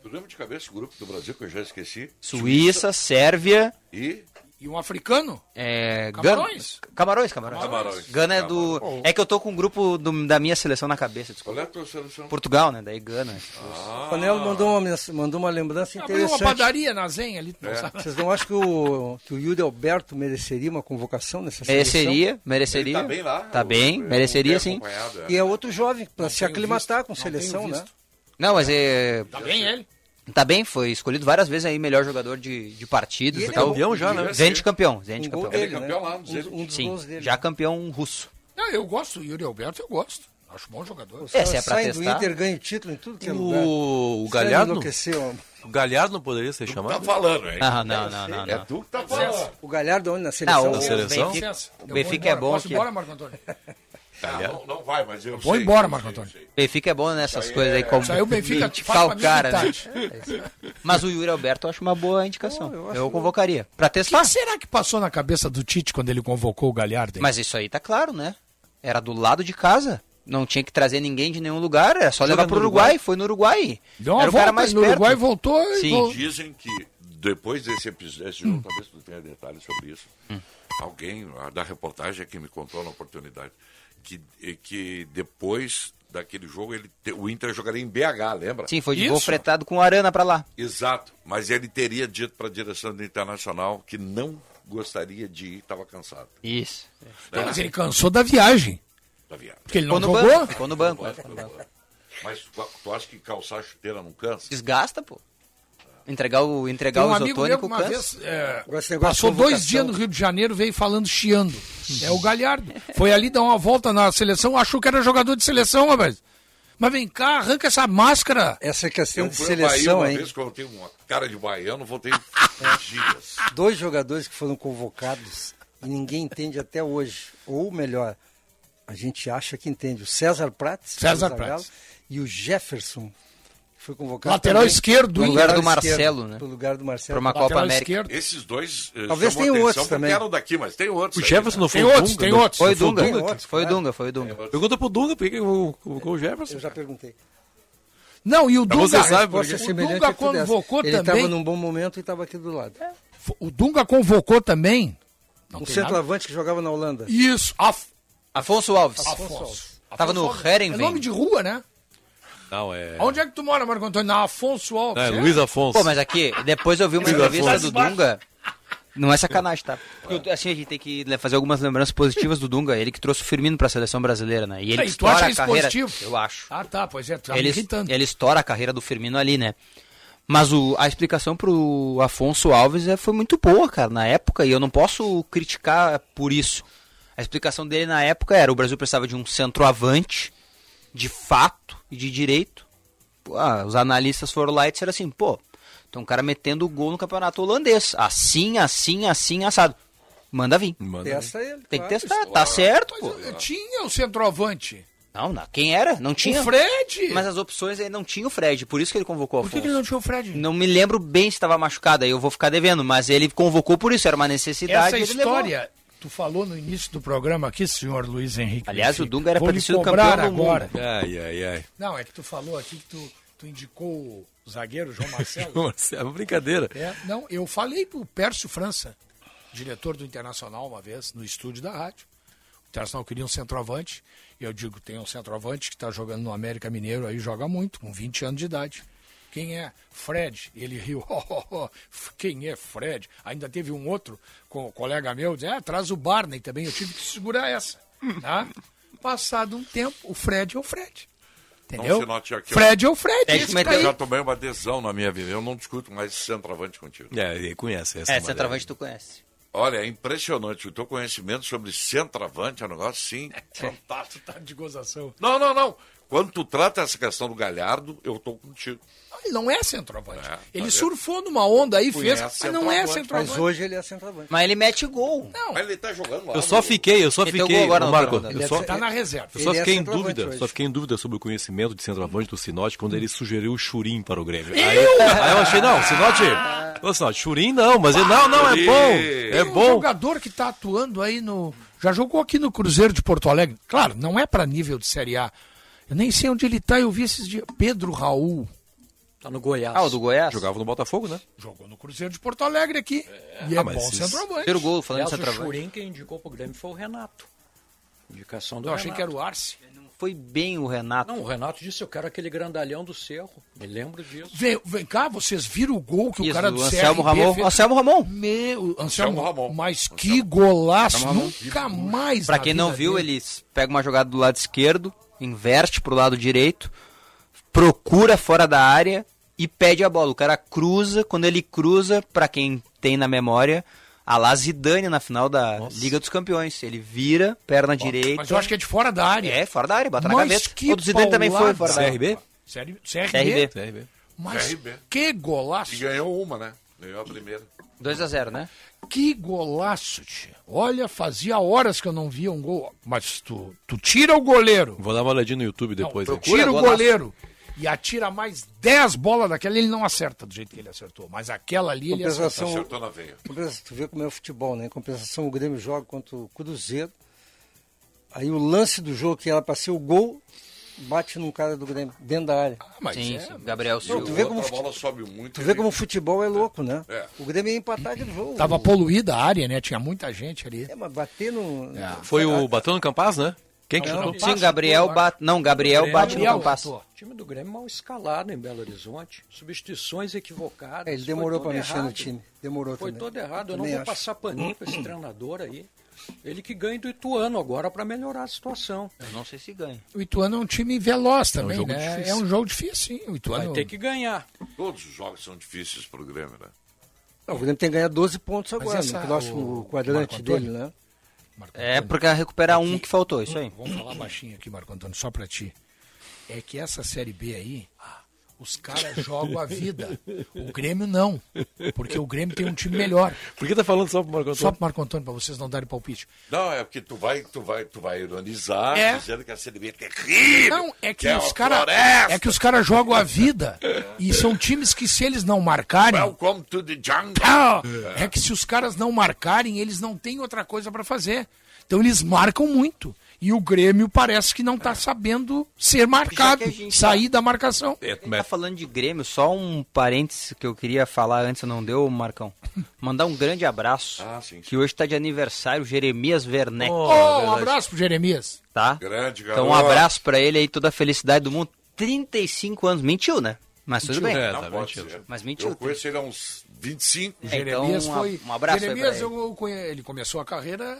S2: Eu lembro de cabeça o grupo do Brasil, que eu já esqueci.
S6: Suíça, Sérvia
S2: E
S5: E um africano?
S6: É,
S5: Camarões?
S6: Gana- Camarões, Camarões.
S5: Camarões.
S6: Gana é do.
S5: Camarões.
S6: É que eu tô com um grupo do- da minha seleção na cabeça,
S2: Qual é a
S6: desculpa.
S2: tua seleção?
S6: Portugal, né? Daí Gana.
S4: O Coronel mandou uma, mens- mandou uma lembrança
S5: Abriu uma
S4: interessante.
S5: padaria na Zenha ali.
S2: É.
S6: É.
S5: não sabe?
S4: Vocês não acham que o, que o Yuri Alberto mereceria uma convocação nessa seleção?
S6: é Mereceria, mereceria. Ele tá bem lá, Tá eu- bem, eu mereceria tenho sim. acompanhado, é.
S4: E é outro jovem para se
S5: tenho
S4: aclimatar
S5: visto,
S4: com
S5: não
S4: seleção,
S5: tenho
S4: né?
S5: visto.
S6: Não, mas é.
S5: Tá bem ele?
S6: Tá bem, foi escolhido várias vezes aí melhor jogador de, de partido.
S4: E ele
S6: e tal.
S4: é campeão já, né?
S6: Zende campeão, Zende
S4: Um gol
S6: campeão.
S4: dele, Ele é campeão né? lá, um dos- um dos
S6: Sim,
S4: gols dele.
S6: já campeão russo.
S5: Não, eu gosto do Yuri Alberto, eu gosto. Acho um bom jogador.
S6: É, se é pra
S4: Sai do
S6: testar.
S4: Inter, ganha o título em tudo que é lugar.
S8: O, o
S4: Sai
S8: Galhardo.
S4: enlouqueceu. É,
S8: O Galhardo não poderia ser chamado?
S2: tá falando, hein?
S6: Ah, não, não, não, não.
S2: tu que tá
S5: é assim.
S4: O Galhardo é onde? Na seleção?
S6: o-
S8: seleção?
S6: Benfica-
S5: Licença, eu
S6: o
S5: vou
S6: Benfica é
S5: embora.
S6: bom
S5: Posso
S6: aqui.
S5: ir embora, Marco Antônio?
S2: Tá, Não, não vai, mas eu
S5: Vou
S2: sei.
S5: embora, Marco Antônio.
S6: Benfica é bom nessas
S5: Isso aí
S6: coisas aí,
S5: é-
S6: como
S5: Isso aí o Benfica
S6: de
S5: faz pra
S6: falcar, né?
S5: militar. É
S6: Mas o Yuri Alberto eu acho uma boa indicação. eu, convocaria. Pra testar.
S5: O que será que passou na cabeça do Tite quando ele convocou o Galhardo? hein?
S6: Mas isso aí tá claro, né? Era do lado de casa. Não tinha que trazer ninguém de nenhum lugar, era só
S5: Joga
S6: levar pro
S5: no
S6: Uruguai.
S5: Uruguai.
S6: Foi no Uruguai.
S5: Deu uma
S6: era o
S5: volta
S6: cara mais
S5: no
S6: perto.
S5: Uruguai, voltou e
S6: Sim.
S5: voltou. Hum.
S2: Dizem que depois desse episódio, esse jogo, talvez tu tenha detalhes sobre isso.
S6: Hum.
S2: Alguém a da reportagem é que me contou na oportunidade que, e que depois daquele jogo ele te- o Inter jogaria em BH, lembra?
S6: Sim, foi de voo fretado com Arana pra lá.
S2: Exato, mas ele teria dito para a direção do Internacional que não gostaria de ir, estava cansado. É.
S6: Isso.
S5: Então, mas ele cansou da viagem.
S2: Da viagem.
S5: Porque ele não
S6: Ficou no
S5: jogou.
S6: banco, ficou no banco, é, ficou no banco.
S2: Mas tu, tu acha que calçar chuteira não cansa?
S6: Desgasta, pô. Entregar o entregar
S5: Tem um
S6: o
S5: amigo meu
S6: isotônico
S5: que uma
S6: cansa.
S5: vez, é,
S4: Esse negócio
S5: Passou
S4: de
S5: dois
S4: convocação.
S5: dias no Rio de Janeiro, veio falando chiando. É o Galhardo. Foi ali dar uma volta na seleção, achou que era jogador de seleção, rapaz. Mas vem cá, arranca essa máscara.
S4: Essa é questão
S6: um
S2: Eu
S4: de
S2: fui ao um Bahia
S4: seleção,
S2: uma
S4: hein?
S2: vez, quando eu tenho uma cara de baiano, voltei dias.
S4: Dois jogadores que foram convocados e ninguém entende até hoje. Ou melhor, a gente acha que entende. O César Prates,
S5: César
S4: Galo,
S5: Prates.
S4: e o Jefferson. que Foi convocado
S5: Lateral
S4: também
S5: esquerdo do
S4: pro
S5: Inter.
S4: lugar
S5: Lateral
S4: esquerdo,
S5: esquerdo, né?
S4: Pro lugar do Marcelo.
S5: Pra uma Lateral Copa América. esquerdo.
S2: Esses dois. eh,
S4: Talvez
S2: chamam
S4: tenha
S2: atenção
S4: outros
S2: porque
S4: também.
S2: eram daqui, mas tem outros.
S8: O
S2: aí,
S8: Jefferson
S2: né?
S8: não foi o Dunga? não?
S6: Foi o
S8: Não
S6: Dunga.
S8: o
S6: Foi o Dunga,
S5: né?
S6: foi o Dunga.
S8: Pergunta né? pro Dunga por que que convocou o Jefferson.
S4: Eu já perguntei.
S5: Não, e o
S8: Então
S5: Dunga.
S8: você sabe
S5: o
S8: por
S4: Resposta
S8: quê. O
S4: é semelhante
S5: Dunga
S4: a tudo essa.
S5: convocou
S4: Ele
S5: também.
S4: estava num bom momento e estava aqui do lado.
S5: O Dunga convocou também. Não
S4: um
S5: tem nada.
S4: centroavante que jogava na Holanda.
S5: Isso, Af...
S6: Afonso Alves.
S5: Afonso Alves.
S6: Tava no
S5: Afonso Alves. É
S6: Herenveen.
S5: nome de rua, né?
S8: Não, é.
S5: Onde é que tu mora, Marco Antônio? Na Afonso Alves.
S8: É, Luiz Afonso.
S6: Pô, mas aqui, depois eu vi uma
S8: Luiz
S6: entrevista
S8: Afonso.
S6: do Dunga. Não é sacanagem, tá? Porque, eu- assim, a gente tem que né, fazer algumas lembranças positivas do Dunga. Ele que trouxe o Firmino pra seleção brasileira, né? E ele
S5: Aí,
S6: que
S5: tu
S6: estoura
S5: acha
S6: a
S5: isso
S6: carreira.
S5: positivo?
S6: Eu acho.
S5: Ah, tá, pois é, tá me
S6: ele,
S5: irritando.
S6: ele estoura a carreira do Firmino ali, né? Mas o- a explicação pro Afonso Alves é, foi muito boa, cara, na época, e eu não posso criticar por isso. A explicação dele na época era: o Brasil precisava de um centroavante, de fato e de direito. Pô, ah, os analistas foram lá e disseram assim: pô, tem um cara metendo gol no campeonato holandês. Assim, assim, assim, assado. Manda vir.
S4: Testa ele.
S6: Tem
S4: claro.
S6: que testar, tá certo, pô.
S5: é, Tinha o centroavante.
S6: Não, não. Quem era? Não tinha.
S5: O Fred!
S6: Mas as opções aí não tinha o Fred, por isso que ele convocou o
S5: Por que, que
S6: Afonso.
S5: ele não tinha o Fred?
S6: Não me lembro bem se estava machucado, aí eu vou ficar devendo, mas ele convocou por isso, era uma necessidade.
S5: Essa
S6: ele
S5: história,
S6: levou.
S5: tu falou no início do programa aqui, senhor Luiz Henrique.
S6: Aliás, o Dunga era
S5: Vou
S6: pra
S5: lhe
S6: ter sido
S5: cobrar
S6: campeão do mundo.
S5: agora.
S8: Ai, ai, ai.
S5: Não, é que tu falou aqui que tu, tu indicou o zagueiro João Marcelo.
S8: Marcelo, É uma brincadeira.
S5: É, não, eu falei pro Pércio França, diretor do Internacional, uma vez, no estúdio da rádio. O Internacional queria um centroavante. E eu digo, tem um centroavante que está jogando no América Mineiro, aí joga muito, com 20 anos de idade. Quem é? Fred. Ele riu. "Oh, oh, oh, Quem é Fred? Ainda teve um outro co- colega meu, dizendo, ah, traz o Barney também. Eu tive que segurar essa. Tá? Passado um tempo, o Fred é o Fred. Entendeu?
S2: se Então, note aqui, ó.
S5: Fred é o Fred. esse que tá
S2: Eu já
S5: aí.
S2: tomei uma adesão na minha vida. Eu não discuto mais centroavante contigo.
S8: É, ele conhece essa.
S6: É,
S8: maneira.
S6: centroavante tu conhece.
S2: Olha, é impressionante. O teu conhecimento sobre centroavante é um negócio, sim, fantástico.
S5: Tá de gozação.
S2: Não, não, não. Quando tu trata essa questão do Galhardo, eu tô contigo.
S5: Ele não é centroavante.
S2: É,
S5: ele
S2: tá
S5: surfou numa onda aí,
S2: Conhece
S5: fez, mas não é
S2: centroavante.
S5: centroavante.
S4: Mas hoje ele é centroavante.
S6: Mas ele mete gol.
S5: Não.
S2: Mas ele tá jogando lá.
S8: Eu só
S2: no-
S8: fiquei, eu só
S6: Ele
S8: fiquei,
S6: tocou agora
S8: ô,
S6: no
S8: Marco,
S6: Fernando.
S8: eu só,
S5: Tá na reserva.
S8: eu só
S4: Ele é
S8: fiquei em
S4: centroavante
S8: dúvida,
S4: hoje.
S8: só fiquei em dúvida sobre o conhecimento de centroavante do Sinote quando ele sugeriu o Churim para o Grêmio. Aí, aí eu achei, não, Sinote, ô Sinote, Churim não, mas ele, não, não, é bom, é
S5: Tem um
S8: bom.
S5: jogador que tá atuando aí no. Já jogou aqui no Cruzeiro de Porto Alegre. Claro, não é pra nível de Série A. Eu nem sei onde ele tá, eu vi esses dias. Pedro Raul.
S7: Tá no Goiás.
S6: Ah, o do Goiás?
S8: Jogava no Botafogo, né?
S5: Jogou no Cruzeiro de Porto Alegre aqui. E é
S8: Ah,
S5: bom
S8: mas isso-
S5: centroavante.
S8: Primeiro gol, falando
S7: Aliás,
S8: em centroavante.
S7: O Churin que indicou pro Grêmio foi o Renato. Indicação do
S5: Eu achei
S7: Renato.
S5: que era o Arce.
S6: Foi bem o Renato.
S7: Não, o Renato disse, eu quero aquele grandalhão do Cerro. Me lembro disso.
S5: Vem, vem cá, vocês viram o gol que
S7: Isso,
S5: o cara
S7: do
S5: do
S7: Anselmo
S5: CRB
S7: Ramon.
S5: fez?
S6: Anselmo Ramon.
S5: Meu, Anselmo,
S6: Anselmo Ramon.
S5: Ramon. Mas que golaço,
S6: Anselmo Ramon.
S5: nunca mais.
S6: Pra
S5: na
S6: quem não
S5: vida
S6: viu,
S5: dele.
S6: ele pega uma jogada do lado esquerdo, inverte pro lado direito, procura fora da área e pede a bola. O cara cruza, quando ele cruza, pra quem tem na memória, a lá Zidane na final da Liga dos Campeões. Ele vira, perna direita.
S5: Mas eu acho que é de fora da área.
S6: É, fora da área, bota na
S5: Mas
S6: gaveta.
S5: que
S6: o do Zidane também foi
S5: paulada.
S6: fora da área.
S5: CRB? Sério?
S6: CRB.
S5: CRB? Mas que golaço.
S2: E ganhou uma, né? Ganhou a primeira.
S6: 2x0, né?
S5: Que golaço, tio. Olha, fazia horas que eu não via um gol. Mas tu, tu tira o goleiro.
S8: Vou dar uma olhadinha no YouTube depois.
S5: Não,
S8: hein?
S5: tira o goleiro e atira mais 10 bolas daquela, ele não acerta do jeito que ele acertou. Mas aquela ali ele
S4: Compensação-
S5: acertou.
S2: Acertou na veia.
S4: Compensa- Tu vê como é o futebol, né? Em compensação, o Grêmio joga contra o Cruzeiro. Aí o lance do jogo, que era pra ser o gol, bate num cara do Grêmio, dentro da área.
S5: Ah, é,
S6: Sim, sim, Gabriel Silva.
S4: Não, tu vê como,
S2: A
S4: fute-
S2: bola sobe muito.
S4: tu vê como o futebol é louco, né?
S2: É.
S4: O Grêmio ia empatar de novo.
S5: Tava poluída a área, né? Tinha muita gente ali.
S4: É, mas bater no...
S5: É.
S8: Foi o Batão no Campaz, né? Quem que
S4: Não,
S8: chutou?
S6: Sim, Gabriel bate. Não, Gabriel bate no compasso.
S7: O time do Grêmio mal escalado em Belo Horizonte. Substituições equivocadas.
S4: É, ele demorou
S7: foi todo
S4: pra mexer no
S7: errado.
S4: time. Demorou
S7: Foi
S4: também.
S7: todo errado. Eu não
S4: Também
S7: vou
S4: acho.
S7: passar paninho pra esse treinador aí. Ele que ganha do Ituano agora pra melhorar a situação.
S6: Eu não sei se ganha.
S5: O Ituano é um time veloz
S7: É um
S5: também,
S7: jogo
S5: né?
S7: difícil.
S5: É um jogo difícil, sim. O Ituano...
S7: Vai ter que ganhar.
S2: Todos os jogos são difíceis pro Grêmio, né?
S4: Não, o Grêmio tem que ganhar 12 pontos
S5: Mas
S4: agora, né?
S5: essa-
S4: no próximo
S5: o-
S4: quadrante
S5: Marco
S4: dele,
S5: Antônio?
S4: né?
S6: É porque recuperar um que faltou, isso aí.
S5: Vamos falar baixinho aqui, Marco Antônio, só pra ti. É que essa Série B aí, os caras jogam a vida. O Grêmio não, porque o Grêmio tem um time melhor.
S8: Por que tá falando só pro Marco Antônio?
S5: Só pro Marco Antônio, pra vocês não darem palpite.
S2: Não, é porque tu vai, tu vai, tu vai ironizar,
S5: É.
S2: dizendo que a CDB é terrível.
S5: Não, é que,
S2: é
S5: os
S2: uma
S5: cara,
S2: floresta.
S5: é que os caras jogam a vida. E são times que se eles não marcarem...
S2: Welcome to the jungle.
S5: Ah, é que se os caras não marcarem, eles não têm outra coisa pra fazer. Então eles marcam muito. E o Grêmio parece que não tá sabendo ser marcado,
S6: a gente
S5: sair da marcação.
S6: Tá falando de Grêmio, só um parênteses que eu queria falar antes, não deu, Marcão. Mandar um grande abraço, que hoje tá de aniversário, Jeremias Werneck.
S5: Oh, um abraço pro Jeremias.
S6: Tá?
S2: Grande,
S6: Então um
S2: garoto.
S6: abraço pra ele aí, toda a felicidade do mundo. 35 anos, mentiu, né? Mas tudo bem.
S2: É,
S8: É,
S5: Tá
S2: não
S8: tá
S2: pode ser.
S6: Mas mentiu.
S2: Eu conheço ele há uns 25.
S6: É, então,
S5: Jeremias
S6: um a-
S5: foi.
S6: um abraço aí
S5: Jeremias,
S6: pra
S5: eu, eu conhe- ele começou a carreira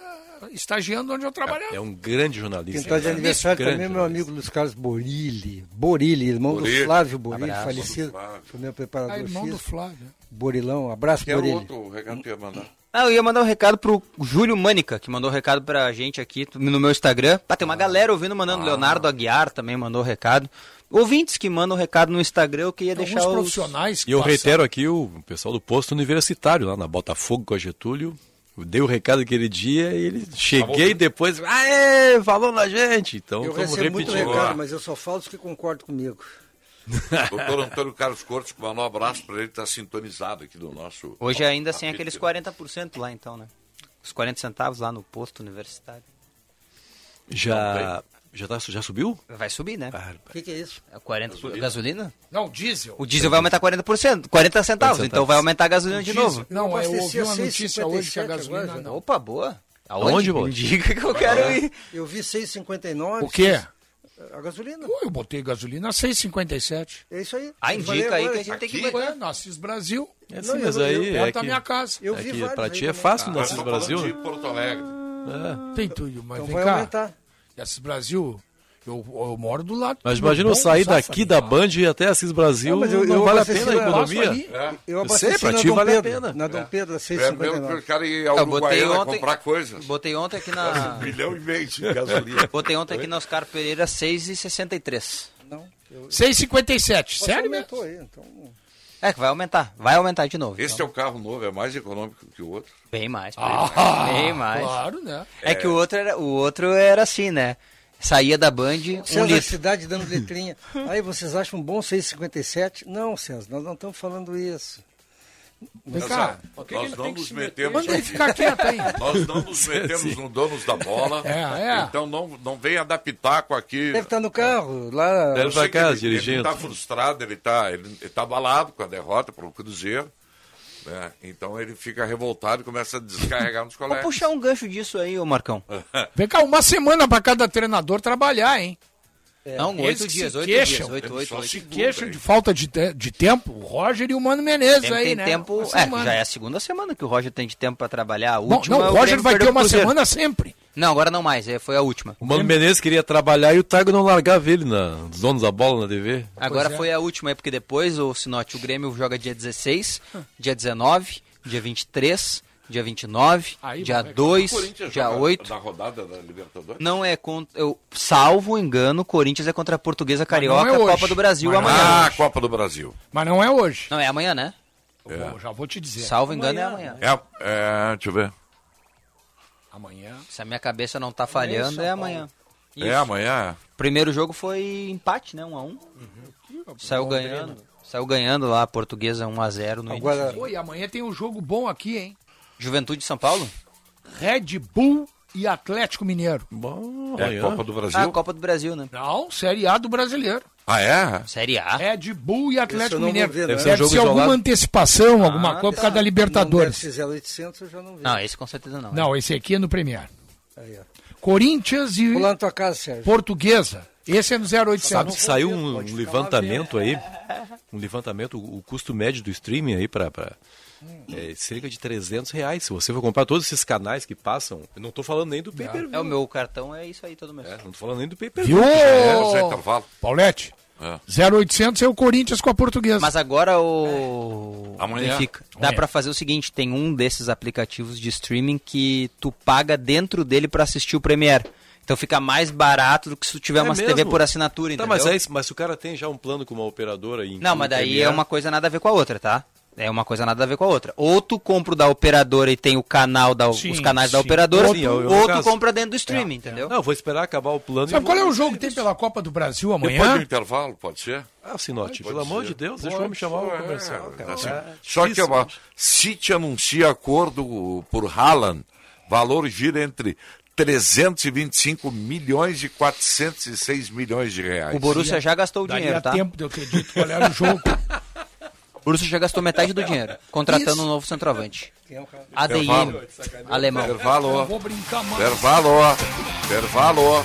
S5: estagiando onde eu trabalhava.
S8: É um grande jornalista.
S5: Quem
S4: Quem tá de
S8: né?
S4: aniversário
S8: Grande.
S4: também, meu amigo Luiz Carlos Borilli. Borilli, irmão
S2: Borilli.
S4: do Flávio Borilli,
S2: Abraço.
S4: falecido.
S2: Flávio.
S4: Foi meu preparador
S5: Ah, irmão
S4: físico.
S5: do Flávio. um
S4: Borilão, abraço,
S2: Que era o
S4: Borilli.
S2: é outro né? recado que eu ia mandar.
S6: Ah, eu ia mandar um recado pro Júlio Mânica, que mandou um recado pra gente aqui no meu Instagram. Ah, tem uma galera ouvindo, mandando. Leonardo Aguiar também mandou um recado. Ouvintes que mandam um recado no Instagram, eu queria
S5: Alguns
S6: deixar os...
S5: profissionais que
S8: E eu
S5: passaram-
S8: reitero aqui o pessoal do posto universitário, lá na Botafogo com a Getúlio. Eu dei o recado aquele dia e ele cheguei depois. Aê, falou na gente! Então
S4: eu
S8: vamos
S4: recebo muito
S8: repetir.
S4: recado, mas eu só falo os que concordam comigo.
S2: Doutor Antônio Carlos Cortes, que mandou um abraço pra ele, tá sintonizado aqui do nosso.
S6: Hoje ainda sem
S2: Apito.
S6: aqueles 40% lá então, né? Os 40 centavos lá no posto universitário.
S8: Já, já, tá- já subiu?
S6: Vai subir, né?
S4: O que, que é isso?
S6: É 40 gasolina?
S5: Não, diesel.
S6: O diesel vai aumentar 40%, 40 centavos, então vai aumentar a gasolina de
S5: Diesel.
S6: novo.
S5: Não, eu ouvi
S4: abastecia
S5: uma notícia hoje que a
S4: 6,57
S5: gasolina.
S4: agora,
S5: não.
S6: Opa, boa.
S8: Aonde, Bola?
S6: Me Diga que eu quero ir.
S4: Eu vi 6,59.
S5: O quê?
S4: A gasolina.
S5: Pô, eu botei gasolina a 6,57.
S4: É isso aí.
S6: Ah,
S4: Eu
S6: indica
S4: falei
S6: aí
S4: agora
S6: que a gente tem que
S4: aqui.
S5: Ué, Nassis Brasil.
S8: É
S4: Não,
S8: sim, mas
S4: eu- eu-
S8: aí.
S5: perto
S8: é
S5: da
S8: que-
S5: minha casa.
S4: Eu
S8: é
S4: vi
S8: que
S4: vários
S8: pra
S4: aí
S8: ti é
S4: também. Ah,
S8: fácil
S2: Nós
S8: nascer
S2: estamos
S8: no
S2: falando
S8: Brasil. né?
S2: de Porto Alegre.
S8: É.
S5: Tem tudo, mas
S4: Então
S5: vem
S4: vai
S5: cá.
S4: aumentar.
S5: Nassis Brasil, eu, eu moro do lado.
S8: Mas
S5: do
S8: imagina eu
S5: Dom
S8: sair
S5: Zafari.
S8: daqui da Band e ir até Assis Brasil,
S4: Ah,
S8: não,
S4: mas eu- eu
S8: vale a
S4: abasteci
S8: pena a
S4: lá-
S8: economia. É.
S5: ali.
S4: Eu
S8: Eu sei,
S4: abasteci
S8: pra
S4: na
S8: ti
S4: Dom
S8: vale a
S4: Pedro.
S8: pena.
S4: Na Dom Pedro, a
S2: É mesmo que o
S4: 6,59.
S2: cara ia
S6: Ah, Eu
S2: ao
S6: botei
S2: Uruguaiana
S6: ontem-
S2: comprar coisas.
S6: Botei ontem aqui na
S2: Um milhão e meio de gasolina.
S6: Botei ontem aqui na Oscar Pereira 6,63.
S4: Não. Eu...
S5: 6,57. Sério né? mesmo?
S4: Aumentou aí, então...
S6: É que vai aumentar, vai aumentar de novo.
S2: Este é
S6: então.
S2: o carro novo, é mais econômico que o outro.
S6: Bem mais, bem
S5: Ah,
S6: mais. Bem mais.
S5: Claro, né?
S6: É que o outro era, o outro era assim, né? Saía da Band, um
S4: César,
S6: litro.
S4: cidade dando letrinha. Aí vocês acham bom 6,57? Não, César, nós não estamos falando isso.
S5: Vem cá.
S2: é, Nós não nos metemos.
S5: Manda
S6: um
S5: ele ficar quieto aí.
S2: Nós não nos metemos no donos da bola.
S5: É, é.
S2: Então não, não venha dar pitaco aqui.
S4: Deve estar no carro, lá.
S2: Eu sei que ele,
S6: tá
S2: Ele está frustrado, ele está ele, ele tá abalado com a derrota para o Cruzeiro. né? Então ele fica revoltado e começa a descarregar nos
S6: Vou
S2: colegas.
S6: puxar um gancho disso aí, ô Marcão.
S5: Vem cá, uma semana pra cada treinador trabalhar, hein?
S6: Não,
S5: é. Eles
S6: oito
S5: que
S6: dias,
S5: se
S6: oito
S5: queixam,
S6: dias, oito, oito, oito.
S5: Se queixam de falta de, te- de tempo, o Roger e o Mano Menezes
S6: Tem,
S5: aí,
S6: tem
S5: né?
S6: tempo.
S5: Uma
S6: É,
S5: semana.
S6: já é a segunda semana que o Roger tem de tempo pra trabalhar. A
S5: Bom,
S6: última, é
S5: não, o Roger vai ter uma semana sempre.
S6: Não, agora não mais, é, foi a última.
S8: O Mano Menezes queria trabalhar e o Taigo não largava ele na, dos donos da bola na TV.
S6: Agora
S8: Pois é.
S6: foi a última, é porque depois, o Sinote, o Grêmio joga dia 16,
S5: Hum.
S6: dia 19, dia 23, dia 29, dia
S2: Como é que-
S6: 2,
S2: o Corinthians
S6: dia
S2: joga
S6: 8.
S2: Da rodada da Libertadores?
S6: Não é contra. Eu, salvo engano, Corinthians é contra a Portuguesa Carioca,
S5: não é hoje.
S6: Copa do Brasil
S5: Mas não
S6: amanhã.
S5: é
S2: Ah, Copa do Brasil.
S5: Mas não é hoje.
S6: Não, é amanhã, né?
S5: Bom, já vou te dizer.
S6: Salvo engano, é amanhã.
S2: É, é, deixa eu ver.
S5: Amanhã.
S6: Se a minha cabeça não tá falhando,
S5: São
S6: é
S5: Paulo.
S6: amanhã.
S2: É amanhã?
S6: Primeiro jogo foi empate, né? 1 a 1
S5: Uhum.
S6: Saiu ganhando. Saiu ganhando lá a portuguesa 1x0 no
S5: Agora...
S6: início.
S5: Pô, e amanhã tem um jogo bom aqui, hein?
S6: Juventude de São Paulo?
S5: Red Bull e Atlético Mineiro.
S8: Bom,
S2: É a amanhã. Copa do Brasil?
S6: Ah, Copa do Brasil, né?
S5: Não, Série A do Brasileiro.
S2: Ah, é?
S6: Série A.
S5: Red Bull e Atlético
S4: eu não vou
S5: Mineiro.
S4: ver, não.
S5: deve
S4: Deve
S5: ser,
S4: ser um jogo
S5: alguma
S4: isolado.
S5: antecipação, alguma
S4: Ah,
S5: coisa por causa da
S4: tá.
S5: Libertadores.
S4: Não, deve ser 0800 eu já não vi.
S6: Não, Ah, esse com certeza não.
S5: Não, esse aqui é no Premier.
S4: Aí, ó.
S5: Corinthians e
S4: Vou lá na tua casa, Sérgio.
S5: Portuguesa. Esse é no 0800.
S8: Sabe que saiu um, um levantamento aí, um levantamento, o o custo médio do streaming aí para
S5: Hum.
S8: é, cerca de 300 reais. Se você for comprar todos esses canais que passam, eu não tô falando nem do pay per
S6: É o meu cartão, é isso aí todo mês.
S8: não tô falando nem do pay per
S5: Viu? tá Paulette,
S2: É.
S5: 0800 é o Corinthians com a Portuguesa.
S6: Mas agora o.
S5: É. Amanhã.
S6: Benfica, Dá
S5: Amanhã.
S6: pra fazer o seguinte: tem um desses aplicativos de streaming que tu paga dentro dele pra assistir o Premiere. Então fica mais barato do que se tu tiver
S8: É
S6: uma
S8: mesmo?
S6: TV por assinatura,
S8: Tá,
S6: entendeu?
S8: mas, é isso, mas se o cara tem já um plano com uma operadora e
S6: Não, mas daí é uma coisa nada a ver com a outra, tá? É uma coisa nada a ver com a outra. Ou tu compra o da operadora e tem o canal da, os
S8: Sim,
S6: canais da
S8: sim.
S6: operadora,
S8: Sim, é o- é o
S6: ou tu
S8: caso. É.
S6: compra dentro do streaming, entendeu?
S8: Não, eu vou esperar acabar o plano.
S5: Sabe qual é o jogo que tem pela Copa do Brasil
S2: Depois do
S5: amanhã?
S2: intervalo, pode ser?
S8: Ah, Sinote,
S2: Pode
S8: pelo amor
S2: ser.
S8: de Deus,
S2: Pode
S8: deixa eu me chamar o
S2: ser,
S8: comercial, cara.
S2: Assim,
S8: É
S2: só que
S8: difícil.
S2: ó, City anuncia acordo por Haaland. Valor gira entre 325 milhões e 406 milhões de reais.
S6: O Borussia já gastou o
S5: Daria
S6: dinheiro, tá?
S5: tempo de eu ter dito qual era o jogo.
S6: O Borussia já gastou metade do dinheiro, contratando
S5: Isso.
S6: um novo centroavante.
S5: Quem é o cara?
S6: ADM,
S5: Intervalo.
S6: alemão.
S2: Intervalo.
S5: Eu vou brincar mais.
S2: Intervalo. Intervalo.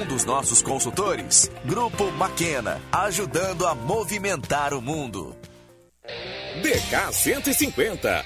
S21: dos nossos consultores. Grupo Maquena, ajudando a movimentar o mundo.
S3: DK 150,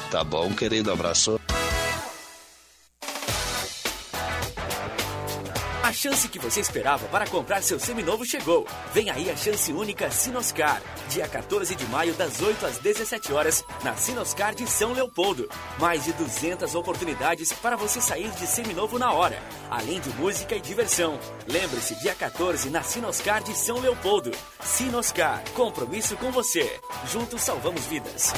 S1: Tá bom, querido, abraço.
S22: A chance que você esperava para comprar seu seminovo chegou. Vem aí a chance única Sinoscar. Dia 14 de maio, das 8 às 17 horas, na Sinoscar de São Leopoldo. Mais de 200 oportunidades para você sair de seminovo na hora, além de música e diversão. Lembre-se, dia 14 na Sinoscar de São Leopoldo. Sinoscar, compromisso com você. Juntos salvamos vidas.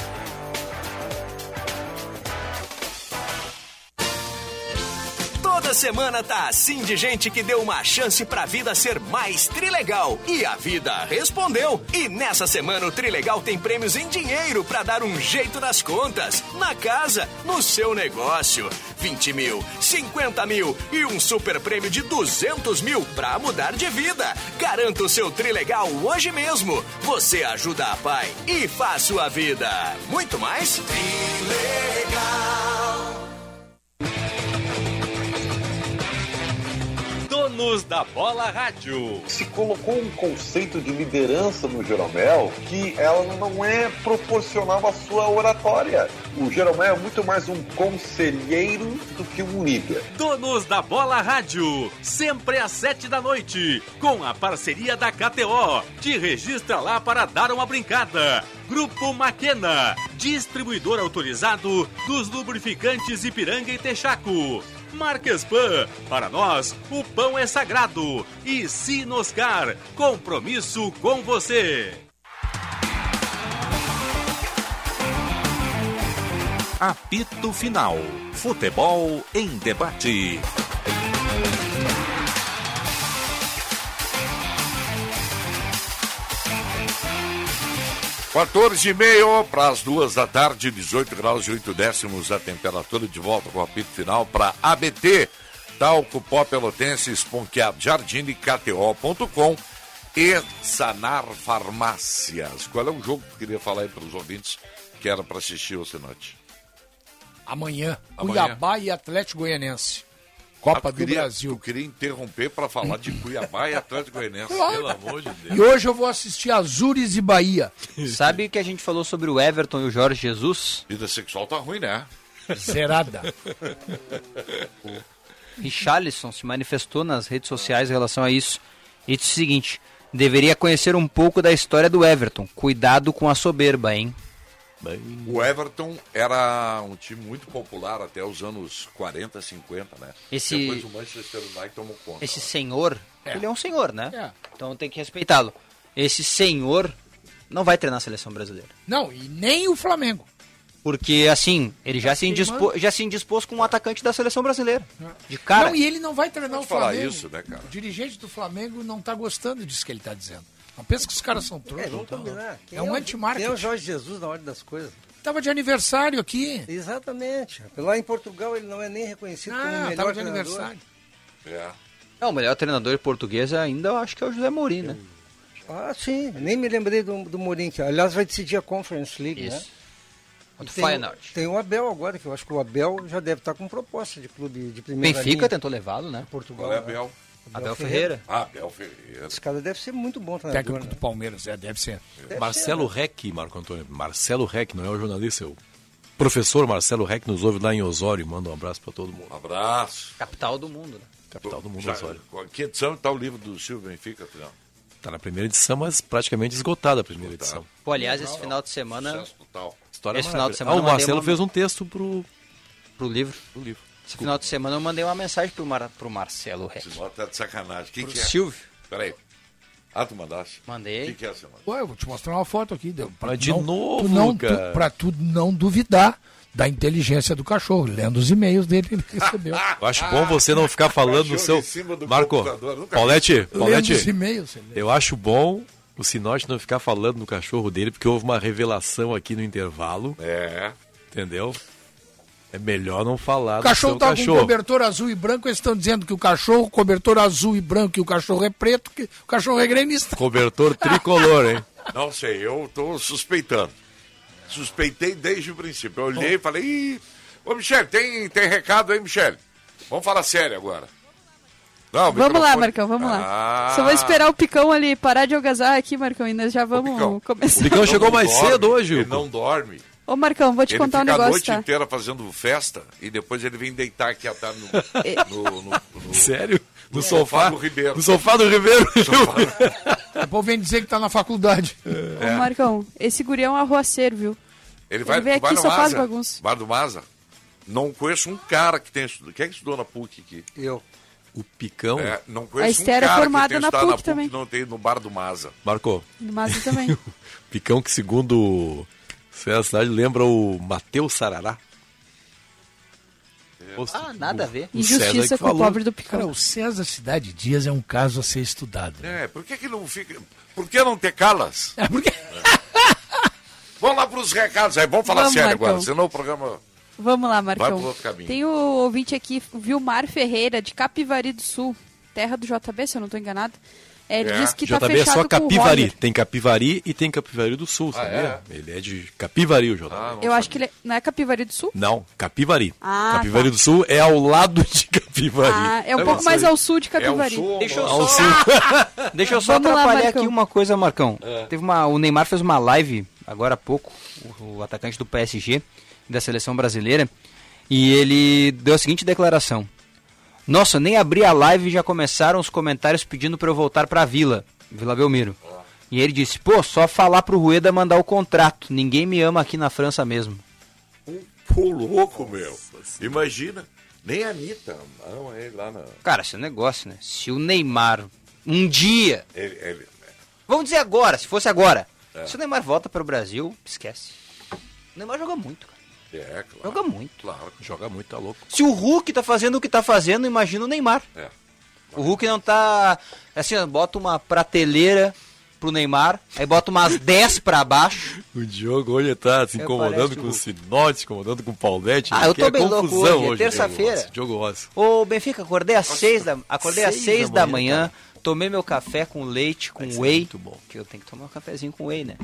S10: Toda semana tá assim de gente que deu uma chance pra vida ser mais trilegal. E a vida respondeu. E nessa semana o Trilegal tem prêmios em dinheiro pra dar um jeito nas contas, na casa, no seu negócio. 20 mil, 50 mil e um super prêmio de 200 mil pra mudar de vida. Garanta o seu Trilegal hoje mesmo. Você ajuda a pai e faz sua vida. Muito mais?
S17: Donos da Bola Rádio.
S11: Se colocou um conceito de liderança no Jeromel que ela não é proporcional à sua oratória. O Jeromel é muito mais um conselheiro do que um líder.
S17: Donos da Bola Rádio, sempre às sete da noite, com a parceria da KTO. Te registra lá para dar uma brincada. Grupo Maquena, distribuidor autorizado dos lubrificantes Ipiranga e Texaco. Marquespan, para nós, o pão é sagrado. E Sinoscar, compromisso com você.
S12: Apito final. Futebol em debate.
S2: Quatorze e meio para as duas da tarde, 18 graus e 8 décimos a temperatura de volta com o apito final para ABT, Talco Pó Tá Pelotense, Esponqueado Jardim e KTO.com e Sanar Farmácias. Qual é o jogo que tu queria falar aí para os ouvintes que era para assistir hoje à noite?
S5: Amanhã,
S2: Amanhã.
S5: Cuiabá e Atlético Goianense. Copa
S2: Ah, tu
S5: do
S2: queria-
S5: Brasil.
S2: Tu queria interromper para falar de Cuiabá e Atlético Goianiense,
S5: Claro.
S2: pelo amor de Deus.
S5: E hoje eu vou assistir Azures e Bahia.
S6: Sabe que a gente falou sobre o Everton e o Jorge Jesus?
S2: Vida sexual tá ruim, né?
S5: Zerada.
S6: Richarlison se manifestou nas redes sociais em relação a isso e disse o seguinte: deveria conhecer um pouco da história do Everton. Cuidado com a soberba, hein?
S2: O Everton era um time muito popular até os anos 40, 50, né?
S6: Esse-
S2: Depois o Manchester United tomou conta.
S6: Esse senhor,
S2: É.
S6: ele é um senhor, né? Então tem que respeitá-lo. Esse senhor não vai treinar a seleção brasileira.
S5: Não, e nem o Flamengo. Tá
S6: Porque, assim, ele já, se, indispo,
S5: queimando. É.
S6: já se indispôs com um atacante da seleção brasileira. De cara.
S5: não, e ele não vai treinar o
S2: falar
S5: Flamengo.
S2: isso, né, cara?
S5: O dirigente do Flamengo não tá gostando disso que ele tá dizendo. Não pensa que os caras são trouxas.
S4: É, vamos combinar. Quem
S5: é um
S4: o-
S5: anti-marketing.
S4: Quem é o Jorge Jesus na ordem das coisas?
S5: Tava de aniversário aqui.
S4: Exatamente. Lá em Portugal ele não é nem reconhecido
S5: Ah,
S4: como o melhor
S5: tava de
S4: treinador.
S5: aniversário.
S6: É, o melhor treinador português ainda eu acho que é o José Mourinho, né?
S4: Ah, sim. Nem me lembrei do, do Mourinho. Que, aliás, vai decidir a Conference League, né?
S6: Isso. Contra o
S4: E tem o-
S6: Feyenoord.
S4: Tem o Abel agora, que eu acho que o Abel já deve estar com proposta de clube de primeira
S6: Benfica
S4: linha.
S6: tentou levá-lo, né?
S4: Portugal.
S2: Qual é
S4: né?
S2: Abel?
S6: Abel Ferreira.
S2: Ah, Abel Ferreira.
S4: Esse cara deve ser muito bom treinador.
S8: Técnico
S4: né?
S5: do Palmeiras, é, deve ser.
S8: Marcelo Reck, Marco Antônio. Marcelo Reck, não é o jornalista, é o professor Marcelo Reck, nos ouve lá em Osório. Manda um abraço para todo mundo.
S2: Abraço.
S6: Capital do mundo, né?
S8: Capital do mundo,
S2: Já,
S8: Osório.
S2: com que edição está tá o livro do Silvio Benfica, Adriano?
S8: Tá na primeira edição, mas praticamente esgotada a primeira edição.
S6: Pô, aliás, esse final de semana. é
S8: História
S6: esse final
S8: maravilhosa.
S6: de semana
S8: Ah,
S6: eu
S8: o
S6: mandei
S8: Marcelo
S6: uma-
S8: fez um texto pro...
S6: Pro livro.
S8: Pro livro.
S6: Esse final de semana eu mandei uma mensagem pro, Mar... pro Marcelo Reck.
S2: Esse nota tá de sacanagem. Quem
S6: Pro
S2: que é?
S6: Silvio.
S2: Peraí. Ah, tu mandaste?
S6: Mandei.
S2: Quem que é essa semana?
S5: Ué, eu vou te mostrar uma foto aqui. deu- Pra
S8: Mas
S5: tu
S8: de
S5: não,
S8: novo,
S5: tu não, tu-
S8: cara.
S5: pra tu não duvidar da inteligência do cachorro. Lendo os e-mails dele, ele recebeu.
S8: Eu acho bom você não ficar falando no seu...
S5: em cima do
S8: Marco,
S5: computador, nunca vi.
S8: Paulette,
S5: Lendo os
S8: Paulette,
S5: e-mails, ele-
S8: eu acho bom o Sinote não ficar falando no cachorro dele, porque houve uma revelação aqui no intervalo.
S2: É.
S8: Entendeu? É melhor não falar
S5: O cachorro
S8: do seu
S5: tá com
S8: cachorro.
S5: cobertor azul e branco, eles estão dizendo que o cachorro, cobertor azul e branco, e o cachorro é preto, que o cachorro é gremista.
S8: Cobertor tricolor, hein?
S2: Não sei, eu tô suspeitando. Suspeitei desde o princípio. Eu olhei e falei, Ih, ô Michele, tem, tem recado aí, Michele? Vamos falar sério agora. Não,
S23: Vamos lá,
S2: microfone-
S23: Marcão, vamos
S2: Ah.
S23: lá. Só vou esperar o Picão ali parar de algazar aqui, Marcão, e nós já vamos começar.
S2: Não
S8: chegou mais
S2: dorme,
S8: cedo hoje,
S2: Ele não dorme.
S23: Ô, Marcão, vou te
S2: ele
S23: contar um
S2: fica a
S23: negócio,
S2: noite
S23: tá?
S2: inteira fazendo festa e depois ele vem deitar aqui à tarde no, no, no,
S8: Sério? No
S2: no
S8: sofá?
S2: do Ribeiro.
S8: No sofá do Ribeiro?
S5: O povo vem dizer que tá na faculdade.
S23: Ô, Marcão, esse gurião é um arroaceiro, viu?
S2: Ele vai,
S23: Ele vem
S2: vai
S23: aqui
S2: no
S23: e só faz
S2: Maza,
S23: bagunça.
S2: Bar do Maza. Não conheço um cara que tenha estudado. Quem é que estudou na PUC aqui?
S4: Eu.
S2: O Picão? É, não
S23: A
S2: conheço um
S23: Esther é
S2: cara
S23: formada
S2: que tenha
S23: na
S2: estudado
S23: PUC também.
S2: e não tem no Bar do Maza.
S8: Marcou.
S23: Mas eu também.
S8: Picão que, segundo César Cidade, lembra o Matheus Sarará.
S6: Ah, nada a ver.
S8: O César que falou.
S5: Cara, o César Cidade Dias é um caso a ser estudado.
S2: É, por que que não fica... Por que não ter calas? É, porque... Vamos lá para os recados aí, vamos falar
S23: Vamos,
S2: sério
S23: Marcão.
S5: então.
S2: agora, senão o programa...
S23: Vamos lá,
S2: Vai pro
S23: Marcão.
S2: outro caminho.
S23: Tem o ouvinte aqui, Vilmar Ferreira, de Capivari do Sul, terra do JB, se eu não tô enganado. É, ele
S8: É.
S23: diz que
S8: JB
S23: tá
S8: é
S23: fechado
S8: só
S23: com o
S8: Capivari.
S23: Roger.
S8: Tem Capivari e tem Capivari do
S5: Ah,
S8: Sul, sabia? Ele é de Capivari, o JB.
S23: Eu acho que ele é... não é Capivari do Sul?
S8: Não, Capivari.
S23: Ah,
S8: Capivari
S23: tá.
S8: do Sul é ao lado de Capivari.
S23: Ah, é um pouco mais ao sul de Capivari.
S6: Deixa eu
S8: Ao
S6: só, Deixa eu só
S23: Vamos lá,
S6: atrapalhar
S23: Marcão.
S6: aqui uma coisa, Marcão.
S23: É.
S6: Teve uma, o Neymar fez uma live agora há pouco, o, o atacante do PSG, da seleção brasileira, e ele deu a seguinte declaração. Nossa, nem abri a live e já começaram os comentários pedindo pra eu voltar pra Vila, Vila Belmiro.
S23: É.
S6: E ele disse, pô, só falar pro Rueda mandar o contrato, ninguém me ama aqui na França mesmo.
S2: Pô, Um louco, meu. Imagina. Nem a Anitta. Não, é lá na...
S6: Cara, esse é um negócio, né? Se o Neymar um dia.
S2: Ele, ele-
S6: Vamos dizer agora, se fosse agora.
S2: É.
S6: Se o Neymar volta pro Brasil, esquece. O Neymar joga muito, cara.
S2: É, claro.
S6: Joga muito.
S2: Claro.
S8: Joga muito, tá louco.
S6: Se o Hulk tá fazendo o que tá fazendo, imagina o Neymar.
S2: É.
S6: O Hulk não tá. Assim, ó, bota uma prateleira pro Neymar, aí bota umas 10 pra baixo.
S8: O Diogo hoje tá se
S6: É,
S8: incomodando
S6: parece
S8: com
S6: o-
S8: o Sinote, se incomodando com o Paulete.
S6: Ah, eu
S8: que
S6: tô
S8: é
S6: bem louco
S8: confusão
S6: hoje, é
S8: Diogo
S6: terça-feira.
S8: Rossi. Diogo Rossi.
S6: Ô, Benfica, acordei às 6 da, acordei às
S8: seis
S6: seis
S8: da
S6: da
S8: manhã,
S6: manhã, tomei meu café com leite, com
S8: é
S6: whey. Muito bom. Que eu tenho que tomar um cafezinho com whey, né?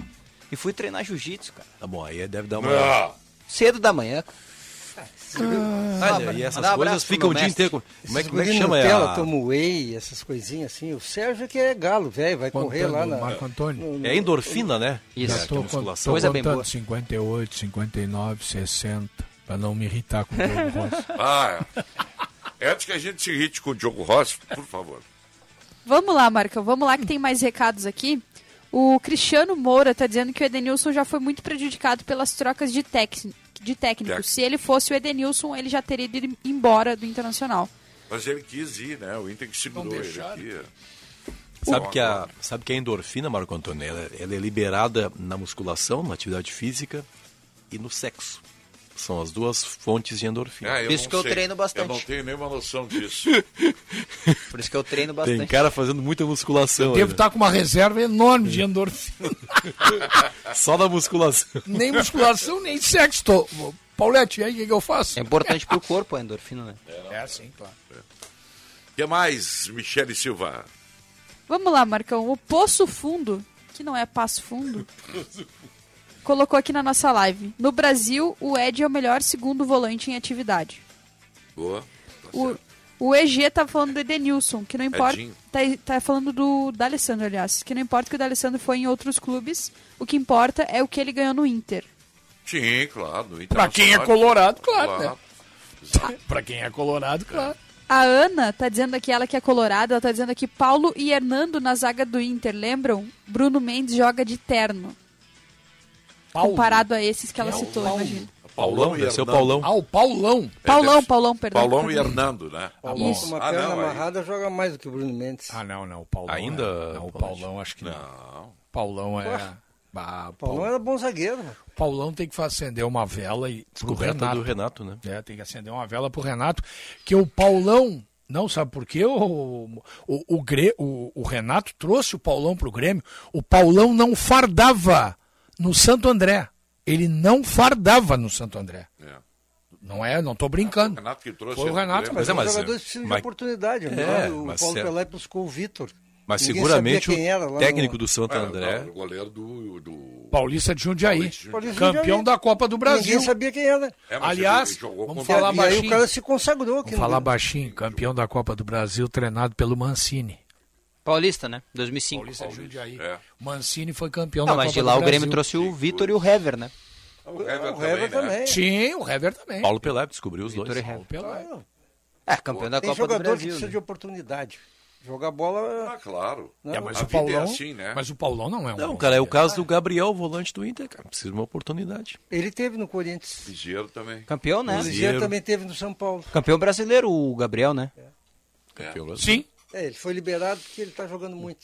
S6: E fui treinar jiu-jitsu, cara.
S8: Tá bom, aí deve dar uma.
S2: Ah!
S6: Não. Cedo da manhã.
S8: Ah, olha, e essas
S6: Dá um
S8: coisas
S6: abraço pro
S8: ficam o
S6: meu
S8: dia
S6: mestre.
S8: inteiro. Como é,
S4: Esses
S8: como é que
S4: guri
S8: chama
S4: Nutella,
S8: a-
S4: toma whey, essas coisinhas assim. O Sérgio que é galo, velho, vai correr lá na... no- no-
S8: É endorfina, né?
S5: Já
S8: É, que é
S5: tô, con- tô
S8: musculação.
S5: contando 58, 59, 60, pra não me irritar com o Diogo Rossi.
S2: Ah, é. Antes que a gente se irrite com o Diogo Rossi, por favor.
S23: Vamos lá, Marcão, vamos lá que tem mais recados aqui. O Cristiano Moura tá dizendo que o Edenilson já foi muito prejudicado pelas trocas de, tec... de técnico.
S2: Tec-
S23: Se ele fosse o Edenilson, ele já teria ido embora do Internacional.
S2: Mas ele quis ir, né? O Inter que segurou ele aqui.
S8: Sabe que, a, sabe que a endorfina, Marco Antônio, ela, ela é liberada na musculação, na atividade física e no sexo. São as duas fontes de endorfina.
S2: Ah, eu não sei. Eu não tenho nenhuma noção disso. Por
S6: isso que eu treino
S8: Tem cara fazendo muita musculação.
S5: Devo
S8: né?
S5: estar
S2: tá
S5: Tá com uma reserva enorme de endorfina.
S8: Só da musculação.
S5: nem musculação, nem sexo. Tô. Paulete, e aí o que, que eu faço?
S6: É importante pro corpo a endorfina, né?
S5: É, sim, claro.
S2: O que mais, Michele Silva?
S23: Vamos lá, Marcão. O Poço Fundo, que não é Passo Fundo, colocou aqui na nossa live. No Brasil, o Ed é o melhor segundo volante em atividade.
S2: Boa.
S23: O, o EG tá falando do Edenilson, que não importa.
S2: Edinho.
S23: Tá, tá falando do D'Alessandro, aliás. Que não importa que o D'Alessandro foi em outros clubes, o que importa é o que ele ganhou no Inter.
S2: Sim, claro. no
S5: Pra quem é
S2: Internacional.
S5: colorado, claro, né? Pra quem é colorado, claro.
S23: A Ana tá dizendo aqui, ela que é colorada, ela tá dizendo aqui Paulo e Hernando na zaga do Inter, lembram? Bruno Mendes joga de terno.
S5: Paulo?
S23: Comparado a esses que ela citou,
S4: É,
S23: imagina.
S8: Paulão,
S2: e
S8: deve ser o
S2: Hernando.
S8: Paulão. É,
S5: Ah, o Paulão.
S23: Paulão, Paulão, perdão.
S2: Paulão e Hernando, né?
S4: Paulão com uma
S2: Ah,
S4: perna
S2: não, aí-
S4: amarrada joga mais do que o Bruno Mendes.
S5: Ah, não, não. O Paulão.
S8: Ainda?
S5: Não, o Paulão acho que não. Paulão é.
S4: Porra.
S5: Bah,
S4: Paulão era bom zagueiro. mano.
S5: Paulão tem que acender uma vela e pro
S8: Descoberta
S5: Renato.
S8: do Renato, né?
S5: É, tem que acender uma vela pro Renato, que o Paulão, não sabe por quê? O, o, o, Gre- o- o Renato trouxe o Paulão pro Grêmio. O Paulão não fardava no Santo André. Ele não fardava no Santo André.
S2: É.
S5: Não é, não tô brincando.
S2: Renato que trouxe
S5: Foi o
S2: esse
S5: Renato,
S2: problema.
S5: mas,
S4: um
S2: Mas é, mas-
S5: os jogadores precisam
S8: mas-
S5: de oportunidade. né?
S8: É,
S4: Agora o
S8: mas
S4: Paulo
S8: certo.
S4: Pelé buscou o Vitor.
S8: Mas
S4: Ninguém
S8: seguramente
S4: sabia quem
S8: o
S4: era lá no-
S8: técnico do Santo
S2: É,
S8: André.
S2: O goleiro do. do...
S5: Paulista de Jundiaí,
S4: Paulista de
S5: campeão
S4: Jundiaí.
S5: da Copa do Brasil.
S4: Ninguém sabia quem era.
S2: É, mas
S5: Aliás,
S2: ele jogou
S5: vamos
S2: contra-
S5: falar
S4: e aí
S5: baixinho.
S4: o cara se consagrou aqui né? no
S5: Vamos falar baixinho, campeão da Copa do Brasil, treinado pelo Mancini.
S6: Paulista, né? 2005.
S5: Paulista, Jundiaí.
S2: é.
S5: Mancini foi campeão
S6: Não,
S5: da
S6: mas
S5: Copa
S6: de lá
S5: do
S6: o Grêmio
S5: Brasil.
S6: trouxe o Vitor e o Hever, né?
S2: O
S8: Ah,
S2: Hever, né?
S5: Sim, o Hever também.
S8: Paulo Pelé descobriu os dois.
S5: Paulo Pelé.
S6: É, campeão da
S4: Tem
S6: Copa do
S4: jogador que
S6: Brasil.
S4: precisa
S6: né?
S4: de oportunidade. Jogar bola. Ah,
S2: claro.
S4: Não,
S8: É,
S5: mas
S8: A
S5: o
S8: vida é
S5: Paulão,
S8: assim, né?
S5: mas o Paulão não é um
S8: Não,
S5: bom
S8: cara, é o
S5: zagueiro.
S8: caso do Gabriel, volante do Inter, cara. Precisa de uma oportunidade.
S4: Ele teve no Corinthians.
S2: Ligeiro também.
S6: Campeão, né?
S4: O Ligier também teve no São Paulo.
S6: Campeão brasileiro, o Gabriel, né?
S5: Sim.
S4: É, ele foi liberado porque ele tá jogando muito.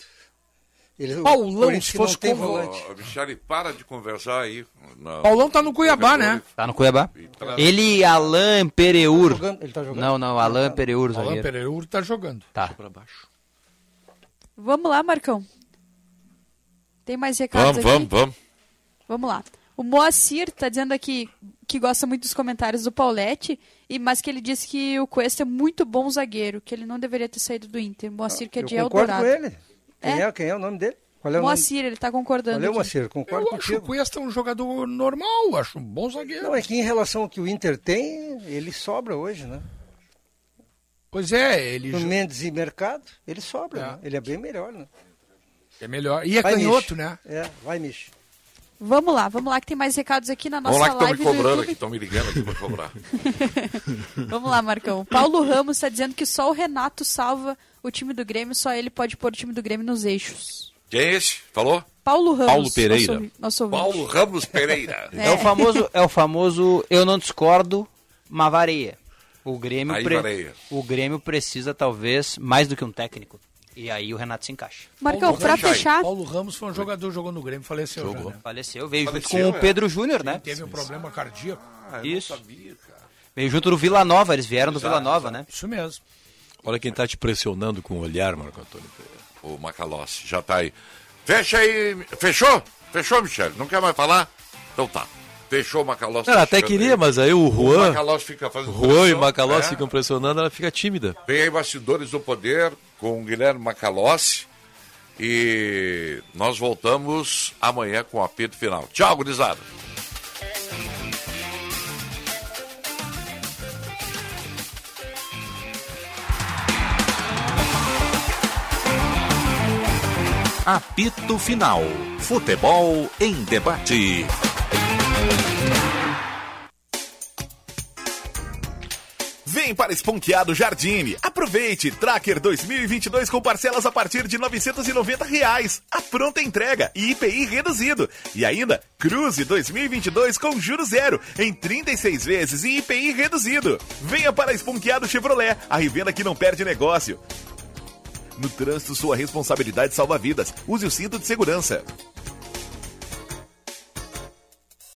S4: Ele,
S5: Paulão,
S4: por isso
S5: se
S4: que não
S5: fosse
S4: tem
S5: convo-
S4: volante.
S2: Ó, Michele, para de conversar aí. Não.
S5: Paulão tá no Cuiabá, né?
S6: Tá no Cuiabá? Ele e Alain Pereur.
S4: tá
S5: tá
S6: Não, não, Alain Pereur,
S5: Alain
S6: zagueiro.
S5: um- Pereira tá jogando.
S6: Tá.
S23: Vamos lá, Marcão. Tem mais recados
S2: Vamos,
S23: aqui?
S2: vamos, vamos.
S23: Vamos lá. O Moacir tá dizendo aqui que gosta muito dos comentários do Paulette, e, mas que ele disse que o Cuesta é muito bom zagueiro, que ele não deveria ter saído do Inter. Moacir que é
S4: Eu
S23: de
S4: concordo
S23: Eldorado.
S4: com ele. Quem é? quem é o nome dele? Qual é o
S23: Moacir, ele tá concordando.
S4: nome? Valeu,
S23: aqui.
S4: Moacir, concordo
S5: Eu
S4: com
S5: acho o Cuesta um jogador normal, acho um bom zagueiro.
S4: Não, é que em relação ao que o Inter tem, ele sobra hoje, né?
S5: Pois é, ele
S4: No
S5: jo-
S4: Mendes e Mercado, ele sobra, né? Ele é bem melhor, né?
S5: é melhor. E é
S4: Vai,
S5: canhoto,
S4: Michi.
S5: né?
S4: É, vai, Michi.
S23: Vamos lá, vamos lá, que tem mais recados aqui na nossa
S2: Vamos lá que estão me
S23: live do
S2: cobrando
S23: YouTube.
S2: aqui, então. estão me ligando aqui pra cobrar.
S23: Vamos lá, Marcão. Paulo Ramos está dizendo que só o Renato salva o time do Grêmio, só ele pode pôr o time do Grêmio nos eixos.
S2: Quem é esse? Falou?
S23: Paulo Ramos.
S2: Paulo Pereira.
S23: Nosso, ouvi- nosso ouvinte.
S2: Paulo Ramos Pereira.
S6: É o famoso, é o famoso eu não discordo, mas vareia. O Grêmio,
S2: Aí
S6: pre-
S2: vareia.
S6: o Grêmio precisa, talvez, mais do que um técnico. E aí o Renato se encaixa.
S23: Marcão, pra fechar,
S5: Paulo Ramos foi um jogador, jogou no Grêmio, faleceu.
S6: Jogou.
S5: já, né?
S6: Faleceu, veio
S5: Faleceu,
S6: junto com
S5: é.
S6: o Pedro Júnior, né?
S5: Teve um problema cardíaco.
S6: Isso. Veio junto do Vila Nova, eles vieram do Vila Nova, né?
S5: Isso mesmo.
S8: Olha quem tá te pressionando com o olhar, Marco Antônio Pereira.
S2: O Macalossi já tá aí. Fecha aí. Fechou? Fechou, Michele? Não quer mais falar? Então tá. Fechou o Macalossi.
S8: Ela
S2: tá
S8: até
S2: chegando
S8: queria,
S2: aí.
S8: mas aí o
S2: O
S8: Juan.
S2: Macalossi fica fazendo.
S8: Juan e
S2: pressão,
S8: Macalós
S2: né?
S8: ficam pressionando, ela fica tímida.
S2: Vem aí Bastidores do Poder com o Guilherme Macalossi. E nós voltamos amanhã com o apito final. Tchau, gurizada.
S12: Apito final. Futebol em debate.
S20: Vem para Esponqueado Jardine. Aproveite. Tracker 2022 com parcelas a partir de R$ 990 reais. A pronta entrega e IPI reduzido. E ainda, Cruze 2022 com juro zero em 36 vezes e IPI reduzido. Venha para Esponqueado Chevrolet, a revenda que não perde negócio. No trânsito, sua responsabilidade salva vidas. Use o cinto de segurança.